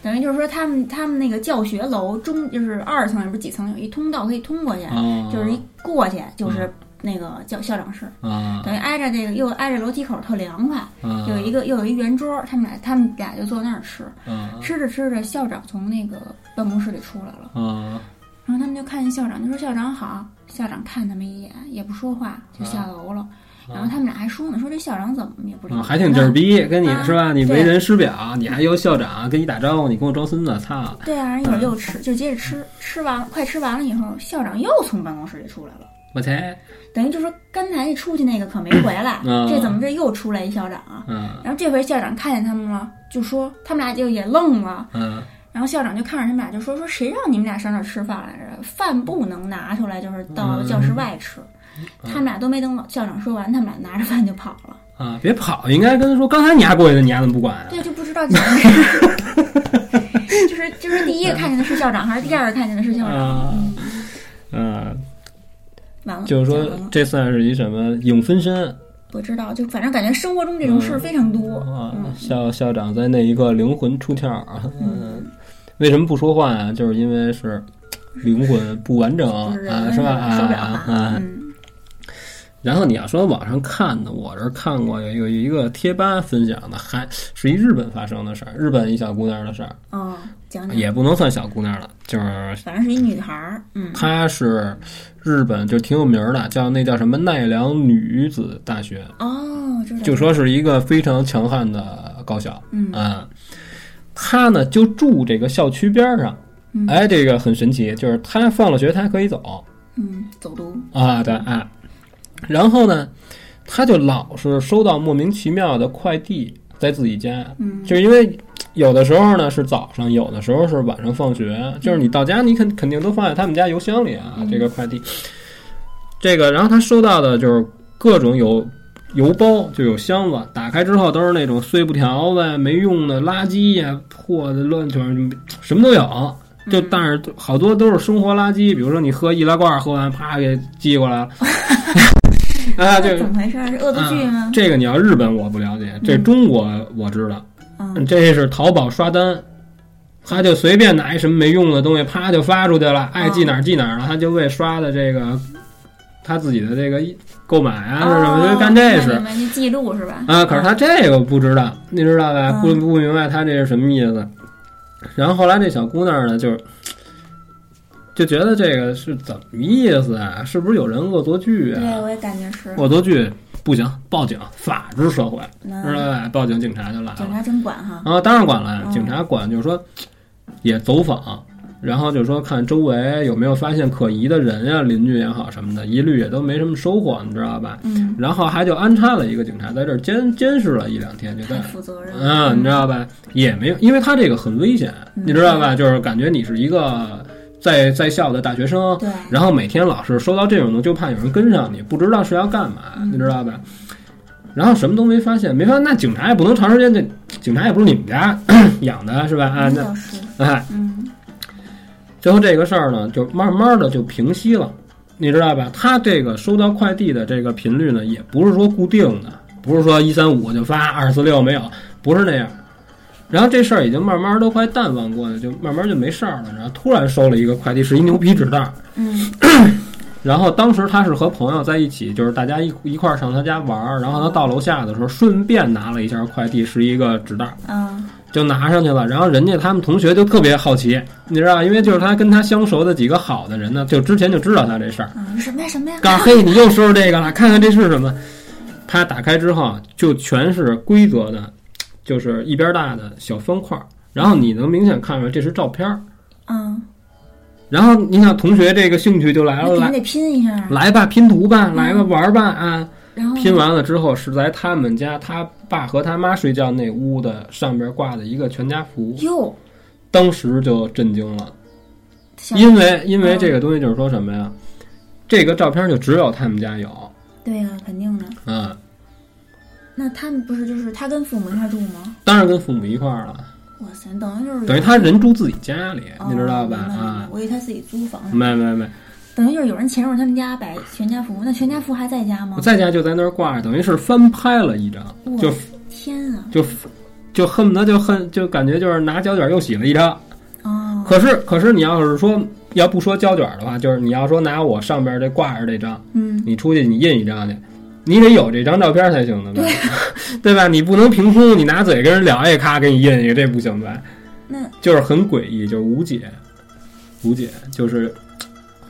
[SPEAKER 1] 等于就是说他们他们那个教学楼中就是二层也不是几层有一通道可以通过去，
[SPEAKER 2] 啊，
[SPEAKER 1] 嗯
[SPEAKER 2] 嗯
[SPEAKER 1] 就是一过去就是那个教校长室。
[SPEAKER 2] 啊
[SPEAKER 1] 等于挨着这个又挨着楼梯口，特凉快。
[SPEAKER 2] 啊
[SPEAKER 1] 有一个又有一圆桌，他们俩他们俩就坐那儿吃，
[SPEAKER 2] 啊
[SPEAKER 1] 吃着吃着，校长从那个办公室里出来了，
[SPEAKER 2] 啊
[SPEAKER 1] 然后他们就看见校长，就说校长好，校长看他们一眼也不说话，
[SPEAKER 2] 啊
[SPEAKER 1] 就下楼了。然后他们俩还说呢，说这校长怎么也不知道，
[SPEAKER 2] 啊，还挺劲儿逼，跟你
[SPEAKER 1] 啊
[SPEAKER 2] 是吧？你
[SPEAKER 1] 对
[SPEAKER 2] 为人师表，你还有校长跟你打招呼，你跟我装孙子，操！
[SPEAKER 1] 对啊，人一会儿又吃，就接着吃，吃完了快吃完了以后，校长又从办公室里出来了，
[SPEAKER 2] 我才
[SPEAKER 1] 等于就说刚才一出去那个可没回来，
[SPEAKER 2] 嗯
[SPEAKER 1] 这怎么这又出来一校长啊？
[SPEAKER 2] 嗯
[SPEAKER 1] 然后这回校长看见他们了，就说他们俩就也愣了，
[SPEAKER 2] 嗯
[SPEAKER 1] 然后校长就看着他们俩就说：“说谁让你们俩上这儿吃饭来着？饭不能拿出来，就是
[SPEAKER 2] 嗯
[SPEAKER 1] 到教室外吃。他们俩都没等老校长说完，他们俩拿着饭就跑了。
[SPEAKER 2] 啊，别跑，应该跟他说，刚才你还过去呢，你还怎么不管啊？
[SPEAKER 1] 对，就不知道怎么回 事就是就是第一个看见的是校长，还是第二个看见的是校长？
[SPEAKER 2] 啊
[SPEAKER 1] 嗯，
[SPEAKER 2] 嗯，
[SPEAKER 1] 完了，
[SPEAKER 2] 就是
[SPEAKER 1] 讲完
[SPEAKER 2] 说
[SPEAKER 1] 了
[SPEAKER 2] 这算是一什么影分身
[SPEAKER 1] 不知道，就反正感觉生活中这种事儿非常多。
[SPEAKER 2] 啊
[SPEAKER 1] 嗯？
[SPEAKER 2] 校校长在那一刻灵魂出窍啊，
[SPEAKER 1] 嗯，
[SPEAKER 2] 为什么不说话啊？就是因为是灵魂不完整
[SPEAKER 1] 就是
[SPEAKER 2] 啊，是吧？
[SPEAKER 1] 说不了
[SPEAKER 2] 啊
[SPEAKER 1] 话。
[SPEAKER 2] 啊！
[SPEAKER 1] 嗯
[SPEAKER 2] 然后你要说网上看的，我这儿看过有有一个贴吧分享的，还是一日本发生的事儿，日本一小姑娘的事儿，
[SPEAKER 1] 哦，讲讲，
[SPEAKER 2] 也不能算小姑娘了，就是
[SPEAKER 1] 反正是一女孩儿。嗯
[SPEAKER 2] 她是日本就挺有名儿的，叫那叫什么奈良女子大学，
[SPEAKER 1] 哦，知道。
[SPEAKER 2] 就说是一个非常强悍的高校。
[SPEAKER 1] 嗯
[SPEAKER 2] 嗯，他呢就住这个校区边儿上
[SPEAKER 1] 嗯。
[SPEAKER 2] 哎，这个很神奇，就是他放了学，他还可以走
[SPEAKER 1] 嗯，走读。
[SPEAKER 2] 啊，对啊。然后呢，他就老是收到莫名其妙的快递在自己家，
[SPEAKER 1] 嗯
[SPEAKER 2] 就是因为有的时候呢是早上，有的时候是晚上放学，就是你到家你肯肯定都放在他们家邮箱里啊，
[SPEAKER 1] 嗯
[SPEAKER 2] 这个快递。这个，然后他收到的就是各种有邮包，就有箱子，打开之后都是那种碎布条子、没用的垃圾呀、破的乱七八糟，什么都有。就
[SPEAKER 1] 嗯
[SPEAKER 2] 但是好多都是生活垃圾，比如说你喝易拉罐，喝完啪给寄过来 了，啊，
[SPEAKER 1] 这
[SPEAKER 2] 这
[SPEAKER 1] 怎么回事儿？是恶作剧吗？
[SPEAKER 2] 这个你要日本我不了解，这
[SPEAKER 1] 嗯
[SPEAKER 2] 中国我知道。
[SPEAKER 1] 嗯
[SPEAKER 2] 这是淘宝刷单，他就随便拿一什么没用的东西，啪就发出去了，
[SPEAKER 1] 哦
[SPEAKER 2] 爱寄哪儿寄哪儿了，他就为刷的这个他自己的这个购买啊，是什么就干这
[SPEAKER 1] 哦
[SPEAKER 2] 事
[SPEAKER 1] 明白明白记录是吧？
[SPEAKER 2] 啊。可是他这个不知道，你知道吧？
[SPEAKER 1] 嗯
[SPEAKER 2] 不不明白他这是什么意思。然后后来这小姑娘呢，就是就觉得这个是怎么意思啊？是不是有人恶作剧
[SPEAKER 1] 对，
[SPEAKER 2] 啊？
[SPEAKER 1] 我也感觉是。
[SPEAKER 2] 恶作剧不行，报警，法治社会，知
[SPEAKER 1] 嗯，
[SPEAKER 2] 道吧？报警，警察就来了。
[SPEAKER 1] 警察真管哈。
[SPEAKER 2] 啊，当然管了，
[SPEAKER 1] 嗯
[SPEAKER 2] 警察管就是说也走访，然后就是说看周围有没有发现可疑的人呀、邻居也好什么的，一律也都没什么收获，你知道吧？
[SPEAKER 1] 嗯，
[SPEAKER 2] 然后还就安插了一个警察在这儿监监视了一两天，就
[SPEAKER 1] 太
[SPEAKER 2] 在。
[SPEAKER 1] 负责任了。
[SPEAKER 2] 嗯嗯，你知道吧？也没有，因为他这个很危险，
[SPEAKER 1] 嗯
[SPEAKER 2] 你知道吧？就是感觉你是一个在在校的大学生，
[SPEAKER 1] 对，
[SPEAKER 2] 然后每天老是收到这种东西，就怕有人跟上你，不知道是要干嘛，
[SPEAKER 1] 嗯
[SPEAKER 2] 你知道吧？然后什么都没发现，没发现那警察也不能长时间，这警察也不是你们家 养的是吧？啊，
[SPEAKER 1] 那
[SPEAKER 2] 那
[SPEAKER 1] 倒是。
[SPEAKER 2] 哎，
[SPEAKER 1] 嗯
[SPEAKER 2] 最后这个事儿呢，就慢慢的就平息了，你知道吧？他这个收到快递的这个频率呢，也不是说固定的，不是说一三五就发，二四六没有，不是那样。然后这事儿已经慢慢都快淡忘过去，就慢慢就没事儿了。然后突然收了一个快递，是一牛皮纸袋儿，
[SPEAKER 1] 嗯
[SPEAKER 2] 然后当时他是和朋友在一起，就是大家一一块儿上他家玩儿，然后他到楼下的时候顺便拿了一下快递，是一个纸袋儿，
[SPEAKER 1] 嗯
[SPEAKER 2] 就拿上去了。然后人家他们同学就特别好奇，你知道吧，因为就是他跟他相熟的几个好的人呢，就之前就知道他这 事儿，
[SPEAKER 1] 嗯，什么呀什么呀？
[SPEAKER 2] 告诉嘿，你又收拾这个了，看看这是什么。他打开之后，啊就全是规格的，就是一边大的小方块儿，然后你能明显看出来这是照片儿。
[SPEAKER 1] 嗯，
[SPEAKER 2] 然后你想同学这个兴趣就来
[SPEAKER 1] 那
[SPEAKER 2] 了，
[SPEAKER 1] 肯定
[SPEAKER 2] 来
[SPEAKER 1] 得拼一下，
[SPEAKER 2] 来吧，拼图吧，来吧，玩儿吧啊！
[SPEAKER 1] 然后
[SPEAKER 2] 拼完了之后是在他们家他爸和他妈睡觉那屋的上边挂的一个全家福，
[SPEAKER 1] 哟，
[SPEAKER 2] 当时就震惊了，
[SPEAKER 1] 小
[SPEAKER 2] 因为因
[SPEAKER 1] 嗯
[SPEAKER 2] 为这个东西就是说什么呀，这个照片就只有他们家有，
[SPEAKER 1] 对呀、肯定的。
[SPEAKER 2] 嗯，
[SPEAKER 1] 那他们不是就是他跟父母一块住吗？
[SPEAKER 2] 当然跟父母一块儿了，
[SPEAKER 1] 哇塞，等于就是
[SPEAKER 2] 等于他人住自己家里，
[SPEAKER 1] 嗯哦
[SPEAKER 2] 你知道吧？
[SPEAKER 1] 明白嗯明白
[SPEAKER 2] 啊，
[SPEAKER 1] 我以为他自己租房呢，
[SPEAKER 2] 没没没，
[SPEAKER 1] 等于就是有人潜入他们家摆全家福，那全家福还在家吗
[SPEAKER 2] 我？在家就在那儿挂着，等于是翻拍了一张，
[SPEAKER 1] 哇
[SPEAKER 2] 就
[SPEAKER 1] 天啊！
[SPEAKER 2] 就就恨不得就恨就感觉就是拿胶卷又洗了一张。
[SPEAKER 1] 哦，
[SPEAKER 2] 可是可是你要是说要不说胶卷的话，就是你要说拿我上边这挂着这张，
[SPEAKER 1] 嗯，
[SPEAKER 2] 你出去你印一张去。你得有这张照片才行的吧，对吧？你不能凭空你拿嘴跟人聊一哎咔给你印一个，这不行吧？
[SPEAKER 1] 那
[SPEAKER 2] 就是很诡异，就是无解，无解，就是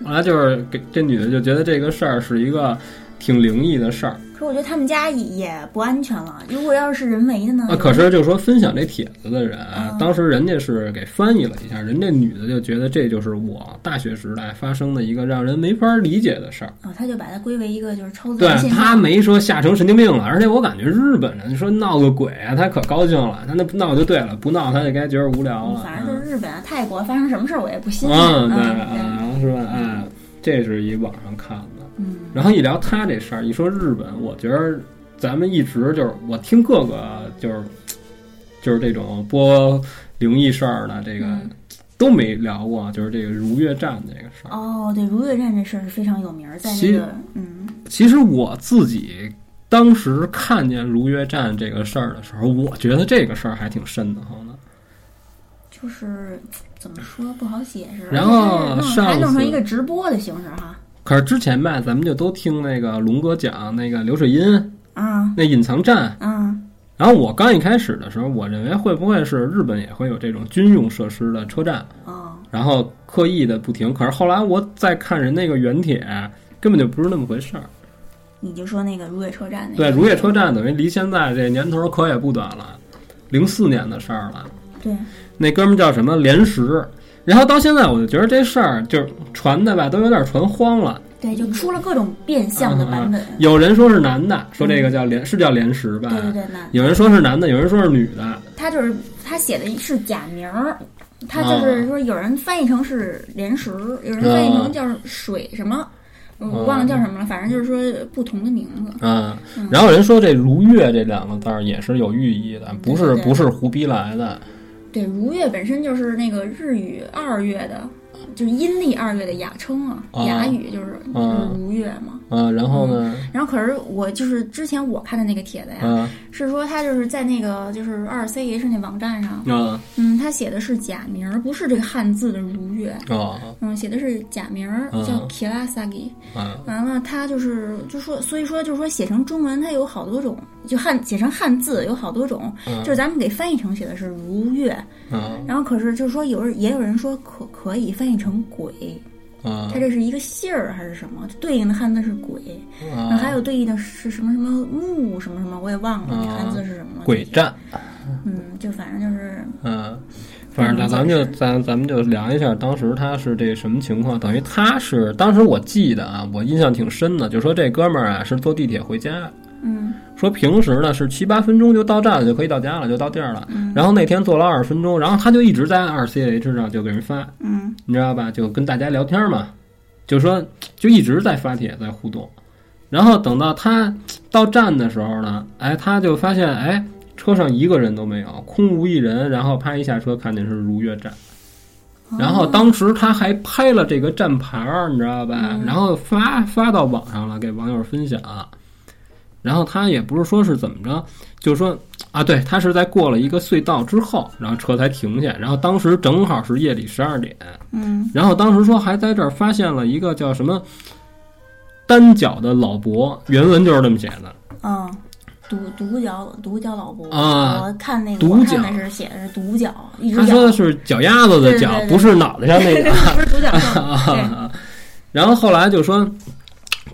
[SPEAKER 2] 后来就是给这女的就觉得这个事儿是一个挺灵异的事儿
[SPEAKER 1] 可我觉得他们家也不安全了。如果要是人为的呢？
[SPEAKER 2] 啊。可是就说分享这帖子的人啊，
[SPEAKER 1] 嗯
[SPEAKER 2] 当时人家是给翻译了一下，人这女的就觉得这就是我大学时代发生的一个让人没法理解的事儿。
[SPEAKER 1] 啊、他就把它归为一个就是超自
[SPEAKER 2] 对
[SPEAKER 1] 然现
[SPEAKER 2] 他
[SPEAKER 1] 象。
[SPEAKER 2] 没说吓成神经病了，而且我感觉日本人说闹个鬼啊，他可高兴了，他那不闹就对了，不闹他就该觉得无聊
[SPEAKER 1] 嗯
[SPEAKER 2] 了。
[SPEAKER 1] 反正
[SPEAKER 2] 嗯
[SPEAKER 1] 就是日本、啊、泰国发生什么事儿我也不信。
[SPEAKER 2] 嗯，对
[SPEAKER 1] 嗯，
[SPEAKER 2] 啊，是吧？啊，这是一网上看的。
[SPEAKER 1] 嗯
[SPEAKER 2] 然后一聊他这事儿，一说日本，我觉得咱们一直就是我听各个就是就是这种播灵异事儿的这个、
[SPEAKER 1] 嗯
[SPEAKER 2] 都没聊过，就是这个如月站这个事儿。
[SPEAKER 1] 哦，对，如月站这事儿是非常有名儿，在
[SPEAKER 2] 其
[SPEAKER 1] 那个嗯
[SPEAKER 2] 其实我自己当时看见如月站这个事儿的时候，我觉得这个事儿还挺瘆得慌的。
[SPEAKER 1] 就是怎么说不好解释，
[SPEAKER 2] 然后
[SPEAKER 1] 而且它是弄
[SPEAKER 2] 上
[SPEAKER 1] 还弄成
[SPEAKER 2] 次
[SPEAKER 1] 一个直播的形式哈
[SPEAKER 2] 可是之前吧，咱们就都听那个龙哥讲那个流水音
[SPEAKER 1] 啊
[SPEAKER 2] 那隐藏站，
[SPEAKER 1] 啊
[SPEAKER 2] 然后我刚一开始的时候，我认为会不会是日本也会有这种军用设施的车站，
[SPEAKER 1] 哦
[SPEAKER 2] 然后刻意的不停。可是后来我再看人那个原帖，根本就不是那么回事儿。
[SPEAKER 1] 你就说那个如月车站那
[SPEAKER 2] 对，
[SPEAKER 1] 个
[SPEAKER 2] 如月车站等于离现在这年头可也不短了，零四年的事儿了。
[SPEAKER 1] 对
[SPEAKER 2] 那哥们儿叫什么连石，然后到现在我就觉得这事儿就是传的吧，都有点传慌了。
[SPEAKER 1] 对，就出了各种变相的版本，
[SPEAKER 2] 有人说是男的，说这个叫连是叫连石吧？
[SPEAKER 1] 对对对，那
[SPEAKER 2] 有人说是男的，有人说是女的，啊
[SPEAKER 1] 他就是他写的是假名儿。他
[SPEAKER 2] 啊
[SPEAKER 1] 就是说，有人翻译成是莲石，有人翻译成叫水什么，
[SPEAKER 2] 啊
[SPEAKER 1] 我忘了叫什么了。反正就是说不同的名字。
[SPEAKER 2] 嗯
[SPEAKER 1] 嗯，
[SPEAKER 2] 然后人说这“如月”这两个字儿也是有寓意的，不是
[SPEAKER 1] 对对
[SPEAKER 2] 不是胡逼来的。
[SPEAKER 1] 对，如月本身就是那个日语二月的，就是阴历二月的雅称啊，
[SPEAKER 2] 啊
[SPEAKER 1] 雅语就是就是
[SPEAKER 2] 啊
[SPEAKER 1] 如月嘛。
[SPEAKER 2] 嗯，然后呢，
[SPEAKER 1] 然后可是我就是之前我看的那个帖子呀，
[SPEAKER 2] 嗯
[SPEAKER 1] 是说他就是在那个就是二 C H 那网站上，
[SPEAKER 2] 嗯
[SPEAKER 1] 嗯，他写的是假名儿，不是这个汉字的如月，
[SPEAKER 2] 哦
[SPEAKER 1] 嗯，写的是假名儿
[SPEAKER 2] 嗯
[SPEAKER 1] 叫 Kirasagi。
[SPEAKER 2] 嗯
[SPEAKER 1] 完了，他就是就说，所以说就是说写成中文它有好多种，就汉写成汉字有好多种，
[SPEAKER 2] 嗯
[SPEAKER 1] 就是咱们给翻译成写的是如月，
[SPEAKER 2] 嗯
[SPEAKER 1] 然后可是就是说有人也有人说可可以翻译成鬼，它
[SPEAKER 2] 嗯
[SPEAKER 1] 这是一个姓儿还是什么？对应的汉字是鬼，然后
[SPEAKER 2] 嗯，
[SPEAKER 1] 还有对应的是什么什么木什么什么，我也忘了那
[SPEAKER 2] 啊
[SPEAKER 1] 汉字是什么了。
[SPEAKER 2] 鬼，战，
[SPEAKER 1] 嗯，就反正就是
[SPEAKER 2] 嗯。反正咱咱们就咱咱们就聊一下当时他是这什么情况，等于他是当时我记得啊，我印象挺深的，就说这哥们儿啊是坐地铁回家，
[SPEAKER 1] 嗯
[SPEAKER 2] 说平时呢是七八分钟就到站了，就可以到家了，就到地儿了。然后那天坐了二十分钟，然后他就一直在二 CH 上就给人发，
[SPEAKER 1] 嗯
[SPEAKER 2] 你知道吧？就跟大家聊天嘛，就说就一直在发帖在互动。然后等到他到站的时候呢，哎，他就发现哎车上一个人都没有，空无一人。然后啪一下车，看见是如月站。然后当时他还拍了这个站牌儿，你知道吧？然后发发到网上了，给网友分享。然后他也不是说是怎么着，就是说啊，对他是在过了一个隧道之后，然后车才停下。然后当时正好是夜里十二点，
[SPEAKER 1] 嗯
[SPEAKER 2] 然后当时说还在这儿发现了一个叫什么单脚的老伯，原文就是这么写的。
[SPEAKER 1] 嗯，独独角独角老伯
[SPEAKER 2] 啊
[SPEAKER 1] 我看那个
[SPEAKER 2] 独
[SPEAKER 1] 我看
[SPEAKER 2] 角
[SPEAKER 1] 的是写的是独角，一只
[SPEAKER 2] 他
[SPEAKER 1] 脚
[SPEAKER 2] 说的是脚丫子
[SPEAKER 1] 对
[SPEAKER 2] 的
[SPEAKER 1] 对
[SPEAKER 2] 脚，
[SPEAKER 1] 对
[SPEAKER 2] 不是脑袋上那个。
[SPEAKER 1] 不是独角兽， 对
[SPEAKER 2] 啊，然后后来就说，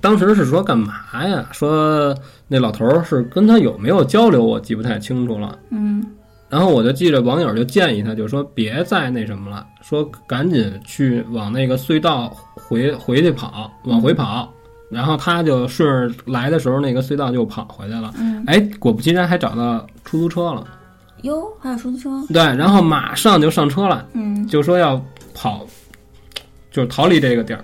[SPEAKER 2] 当时是说干嘛呀？说那老头儿是跟他有没有交流，我记不太清楚了。
[SPEAKER 1] 嗯
[SPEAKER 2] 然后我就记着网友就建议他，就说别再那什么了，说赶紧去往那个隧道回回去跑，往回跑。然后他就顺着来的时候那个隧道就跑回来了。
[SPEAKER 1] 嗯，
[SPEAKER 2] 哎，果不其然还找到出租车了。
[SPEAKER 1] 哟，还有出租车，
[SPEAKER 2] 对，然后马上就上车了。
[SPEAKER 1] 嗯
[SPEAKER 2] 就说要跑，就是逃离这个地儿。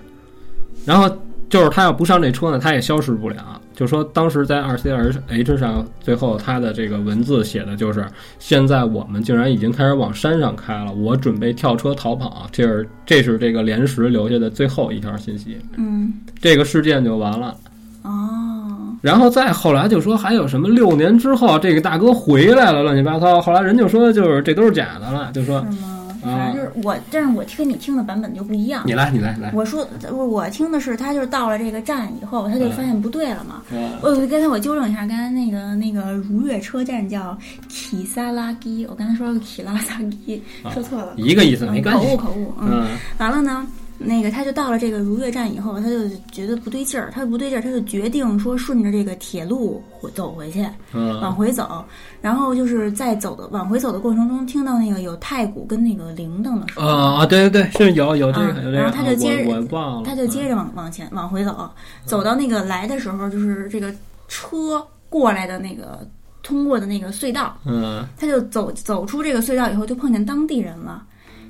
[SPEAKER 2] 然后就是他要不上这车呢，他也消失不了。就说当时在二 C H H 上，最后他的这个文字写的就是：现在我们竟然已经开始往山上开了，我准备跳车逃跑。这是这是这个连石留下的最后一条信息，
[SPEAKER 1] 嗯，
[SPEAKER 2] 这个事件就完了。
[SPEAKER 1] 哦，
[SPEAKER 2] 然后再后来就说还有什么六年之后这个大哥回来了，乱七八糟。后来人就说就是这都是假的了，就说
[SPEAKER 1] 是吗？
[SPEAKER 2] 啊
[SPEAKER 1] 反正就是我，但是我听跟你听的版本就不一样
[SPEAKER 2] 你。来你来来，
[SPEAKER 1] 我说我我听的是他就是到了这个站以后，他就
[SPEAKER 2] 嗯
[SPEAKER 1] 发现不对了嘛。
[SPEAKER 2] 嗯
[SPEAKER 1] 我刚才我纠正一下，刚才那个那个如月车站叫启萨拉基，我刚才说了启拉萨基，说错了，
[SPEAKER 2] 一个啊意思
[SPEAKER 1] 嗯
[SPEAKER 2] 没关
[SPEAKER 1] 口
[SPEAKER 2] 系
[SPEAKER 1] 误。口误，嗯。
[SPEAKER 2] 嗯
[SPEAKER 1] 完了呢，那个他就到了这个如月站以后，他就觉得不对劲儿，他不对劲儿，他就决定说顺着这个铁路回走回去，
[SPEAKER 2] 嗯
[SPEAKER 1] 往回走。然后就是在走的往回走的过程中，听到那个有太鼓跟那个铃铛的声音。
[SPEAKER 2] 啊啊，对对对，是有有这个
[SPEAKER 1] 啊
[SPEAKER 2] 有这
[SPEAKER 1] 然
[SPEAKER 2] 个，
[SPEAKER 1] 后他就接着
[SPEAKER 2] 我我忘了，
[SPEAKER 1] 他就接着往往前往回
[SPEAKER 2] 嗯
[SPEAKER 1] 走，走到那个来的时候，就是这个车过来的那个通过的那个隧道，
[SPEAKER 2] 嗯
[SPEAKER 1] 他就走走出这个隧道以后，就碰见当地人了。
[SPEAKER 2] 嗯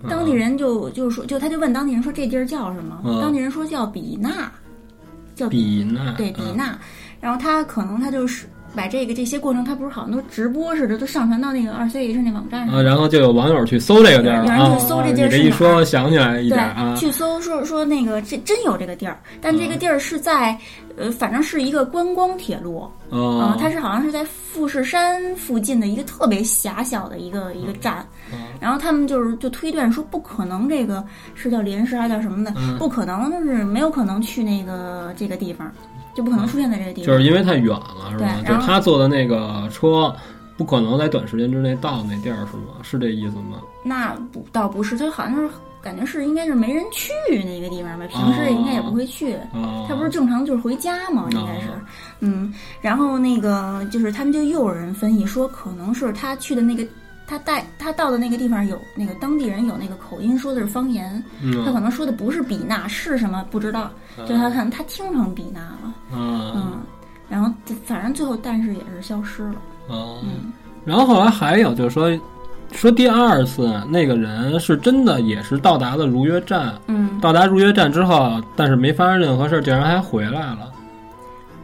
[SPEAKER 1] 当地人就就说，就他就问当地人说这地儿叫什么？
[SPEAKER 2] 嗯
[SPEAKER 1] 当地人说叫比纳，叫
[SPEAKER 2] 比那嗯
[SPEAKER 1] 对比纳。然后他可能他就是把这个这些过程，他不是好像都直播似的，都上传到那个二 C H 那网站上。
[SPEAKER 2] 啊，然后就有网友去搜这个地儿
[SPEAKER 1] 有
[SPEAKER 2] 了
[SPEAKER 1] 人
[SPEAKER 2] 啊，
[SPEAKER 1] 去搜
[SPEAKER 2] 啊
[SPEAKER 1] 这地
[SPEAKER 2] 你
[SPEAKER 1] 儿
[SPEAKER 2] 这
[SPEAKER 1] 是
[SPEAKER 2] 一
[SPEAKER 1] 哪儿
[SPEAKER 2] 说，我想起来一点啊嗯
[SPEAKER 1] 对，，去搜说说那个这真有这个地儿，但这个地儿是在呃，反正是一个观光铁路啊、
[SPEAKER 2] 哦，
[SPEAKER 1] 它是好像是在富士山附近的一个特别狭小的一个一个站，然后他们就是就推断说不可能这个是叫莲石还是叫什么的，
[SPEAKER 2] 嗯
[SPEAKER 1] 不可能是没有可能去那个这个地方，就不可能出现在这个地方。
[SPEAKER 2] 嗯就是因为太远了，是吗？
[SPEAKER 1] 对
[SPEAKER 2] 就
[SPEAKER 1] 然
[SPEAKER 2] 是
[SPEAKER 1] 后
[SPEAKER 2] 他坐的那个车。不可能在短时间之内到那地儿是吗？是这意思吗？
[SPEAKER 1] 那不倒不是，就好像是感觉是应该是没人去那个地方吧，平
[SPEAKER 2] 哦
[SPEAKER 1] 时应该也不会去。
[SPEAKER 2] 啊，
[SPEAKER 1] 他不是正常就是回家吗？应该是
[SPEAKER 2] 哦，
[SPEAKER 1] 嗯，然后那个就是他们就又有人分析说，可能是他去的那个他带他到的那个地方有那个当地人有那个口音，说的是方言，他
[SPEAKER 2] 嗯
[SPEAKER 1] 可能说的不是比纳是什么不知道，就他看他听成比纳了，
[SPEAKER 2] 啊
[SPEAKER 1] 嗯，然后反正最后但是也是消失了，
[SPEAKER 2] 啊，
[SPEAKER 1] 嗯，
[SPEAKER 2] 然后后来还有就是说，说第二次那个人是真的也是到达了如约站，
[SPEAKER 1] 嗯，
[SPEAKER 2] 到达如约站之后，但是没发生任何事儿，竟然还回来了。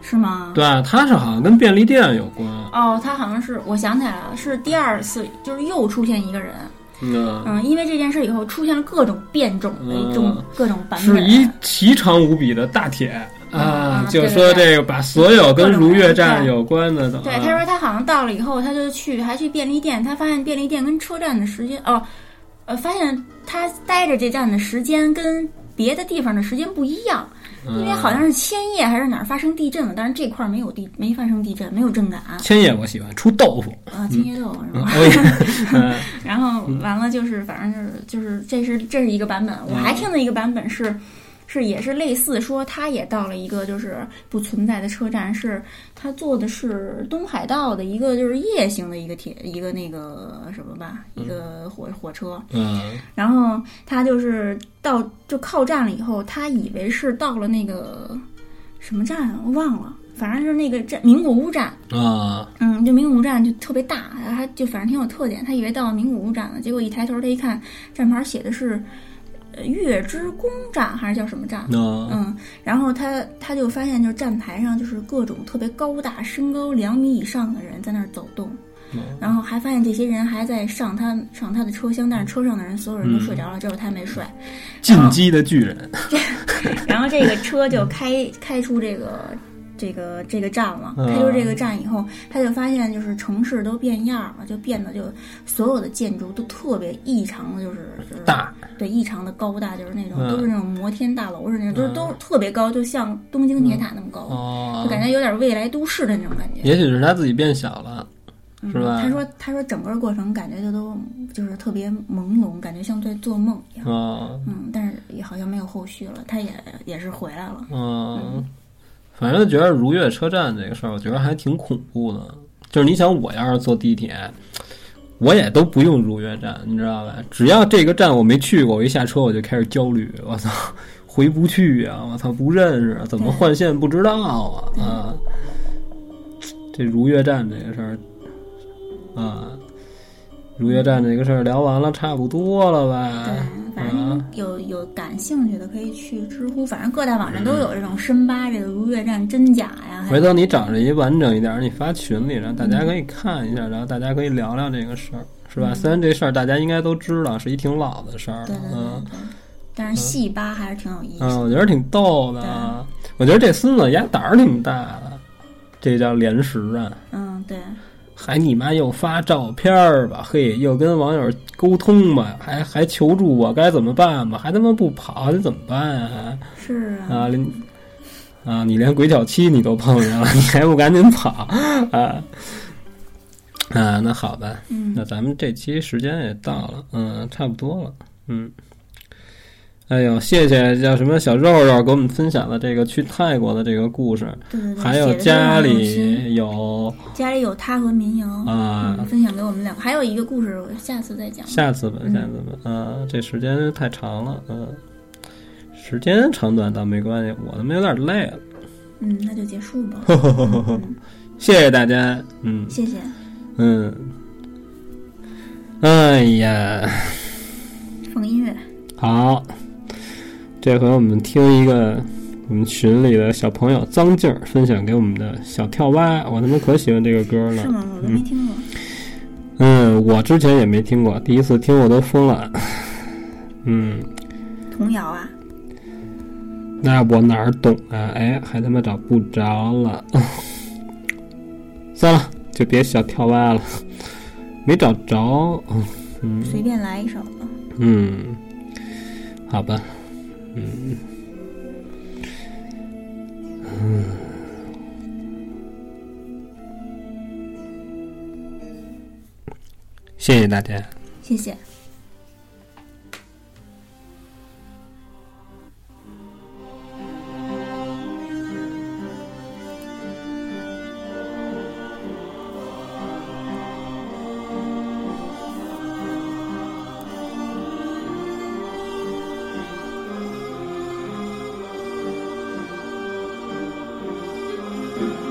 [SPEAKER 1] 是吗？
[SPEAKER 2] 对，啊他是好像跟便利店有关。
[SPEAKER 1] 哦，他好像是，我想起来了，是第二次，就是又出现一个人，
[SPEAKER 2] 嗯，
[SPEAKER 1] 嗯，因为这件事以后出现了各种变种的一种、
[SPEAKER 2] 嗯
[SPEAKER 1] 各种版本，啊
[SPEAKER 2] 是一奇长无比的大铁
[SPEAKER 1] 嗯
[SPEAKER 2] 啊
[SPEAKER 1] 啊，
[SPEAKER 2] 就
[SPEAKER 1] 对
[SPEAKER 2] 说这个把所有跟如月站
[SPEAKER 1] 对
[SPEAKER 2] 有关的都。
[SPEAKER 1] 对，
[SPEAKER 2] 啊
[SPEAKER 1] 他说他好像到了以后，他就去还去便利店，他发现便利店跟车站的时间哦，呃，发现他待着这站的时间跟别的地方的时间不一样，
[SPEAKER 2] 啊嗯
[SPEAKER 1] 因为好像是千叶还是哪儿发生地震了，但是这块儿没有地没发生地震，没有震感啊，
[SPEAKER 2] 千叶我喜欢出豆 腐，
[SPEAKER 1] 千叶豆是
[SPEAKER 2] 嗯
[SPEAKER 1] 吧？
[SPEAKER 2] 我也嗯
[SPEAKER 1] 然后完了就是，反正就是就是这是这是一个版本，我还听的一个版本是。是也是类似说，他也到了一个就是不存在的车站，是他坐的是东海道的一个就是夜行的一个铁一个那个什么吧，一个火火车。
[SPEAKER 2] 嗯
[SPEAKER 1] 然后他就是到就靠站了以后，他以为是到了那个什么站我忘了，反正是那个站名古屋站。
[SPEAKER 2] 啊
[SPEAKER 1] 嗯，就名古屋站就特别大，还就反正挺有特点。他以为到名古屋站了，结果一抬头，他一看站牌写的是呃月之宫站还是叫什么站？
[SPEAKER 2] 那
[SPEAKER 1] 嗯，然后他他就发现，就是站牌上就是各种特别高大、身高两米以上的人在那儿走动，然后还发现这些人还在上他上他的车厢，但是车上的人所有人都睡着了，只有他没睡。
[SPEAKER 2] 进击的巨人
[SPEAKER 1] 然后这个车就开开出这个。这个这个站了。
[SPEAKER 2] 嗯
[SPEAKER 1] 开出这个站以后，他就发现就是城市都变样了，就变得就所有的建筑都特别异常的，就是就是
[SPEAKER 2] 大，
[SPEAKER 1] 对异常的高大，就是那种、
[SPEAKER 2] 嗯
[SPEAKER 1] 都是那种摩天大楼似的，就是
[SPEAKER 2] 嗯
[SPEAKER 1] 都是特别高，就像东京铁塔那么高，
[SPEAKER 2] 哦
[SPEAKER 1] 就感觉有点未来都市的那种感觉。
[SPEAKER 2] 也许是他自己变小了，是吧
[SPEAKER 1] 嗯、他说：“他说整个过程感觉就都就是特别朦胧，感觉像在做梦一样。
[SPEAKER 2] 哦，
[SPEAKER 1] 嗯，但是也好像没有后续了，他也也是回来了。
[SPEAKER 2] 嗯，反正觉得如月车站这个事儿，我觉得还挺恐怖的。就是你想，我要是坐地铁，我也都不用如月站，你知道吧？只要这个站我没去过，我一下车我就开始焦虑，我操，回不去啊！我操，不认识，怎么换线不知道啊？啊，这如月站这个事儿，啊，如月站这个事儿聊完了差不多了吧？
[SPEAKER 1] 对，反
[SPEAKER 2] 啊
[SPEAKER 1] 正有有感兴趣的可以去知乎，反正各大网站都有这种深扒这个如月站真假呀。还
[SPEAKER 2] 嗯回头你找着一完整一点儿，你发群里，然后大
[SPEAKER 1] 嗯
[SPEAKER 2] 家可以看一下，然后大家可以聊聊这个事儿，是吧？虽然这事儿大家应该都知道，是一挺老的事儿了，
[SPEAKER 1] 对对对
[SPEAKER 2] 嗯
[SPEAKER 1] 对对，但是细扒还是挺有意思
[SPEAKER 2] 嗯，
[SPEAKER 1] 的。
[SPEAKER 2] 我觉得挺逗的。啊我觉得这孙子丫胆儿挺大的，这叫连石啊，
[SPEAKER 1] 嗯，对，
[SPEAKER 2] 还你妈又发照片儿吧，嘿，又跟网友沟通吧，还还求助我该怎么办吧，还他妈不跑，你怎么办啊？
[SPEAKER 1] 是啊，
[SPEAKER 2] 啊，连啊，你连鬼脚七你都碰见了， 你还不赶紧跑啊？啊，那好吧，
[SPEAKER 1] 嗯
[SPEAKER 2] 那咱们这期时间也到了，嗯，差不多了，嗯。哎呦，谢谢叫什么小肉肉给我们分享的这个去泰国的这个故事，
[SPEAKER 1] 对对对，
[SPEAKER 2] 还
[SPEAKER 1] 嗯写
[SPEAKER 2] 有
[SPEAKER 1] 得非常
[SPEAKER 2] 家
[SPEAKER 1] 有心
[SPEAKER 2] 里有
[SPEAKER 1] 家里有他和民谣
[SPEAKER 2] 啊，
[SPEAKER 1] 嗯分享给我们两个，还有一个故事，我下次再讲。
[SPEAKER 2] 下次吧，
[SPEAKER 1] 嗯
[SPEAKER 2] 下次吧，啊，这时间太长了，嗯、时间长短倒没关系，我他妈有点累啊了，
[SPEAKER 1] 嗯，那就结束吧。嗯
[SPEAKER 2] 谢谢大家，嗯。
[SPEAKER 1] 谢谢。
[SPEAKER 2] 嗯，哎呀，
[SPEAKER 1] 放音乐，
[SPEAKER 2] 好，这回我们听一个我们群里的小朋友脏劲儿分享给我们的小跳蛙，我他妈可喜欢这个歌
[SPEAKER 1] 是
[SPEAKER 2] 了。
[SPEAKER 1] 吗？我都没听过。
[SPEAKER 2] 嗯，我之前也没听过，第一次听我都疯了。 嗯，
[SPEAKER 1] 童谣啊，
[SPEAKER 2] 那我哪儿懂啊？哎，还他妈找不着了。 算了，就别小跳蛙了，没找着。嗯。
[SPEAKER 1] 随便来一首吧。
[SPEAKER 2] 嗯，好吧，嗯，嗯，谢谢大家。
[SPEAKER 1] 谢谢。
[SPEAKER 3] 嗯。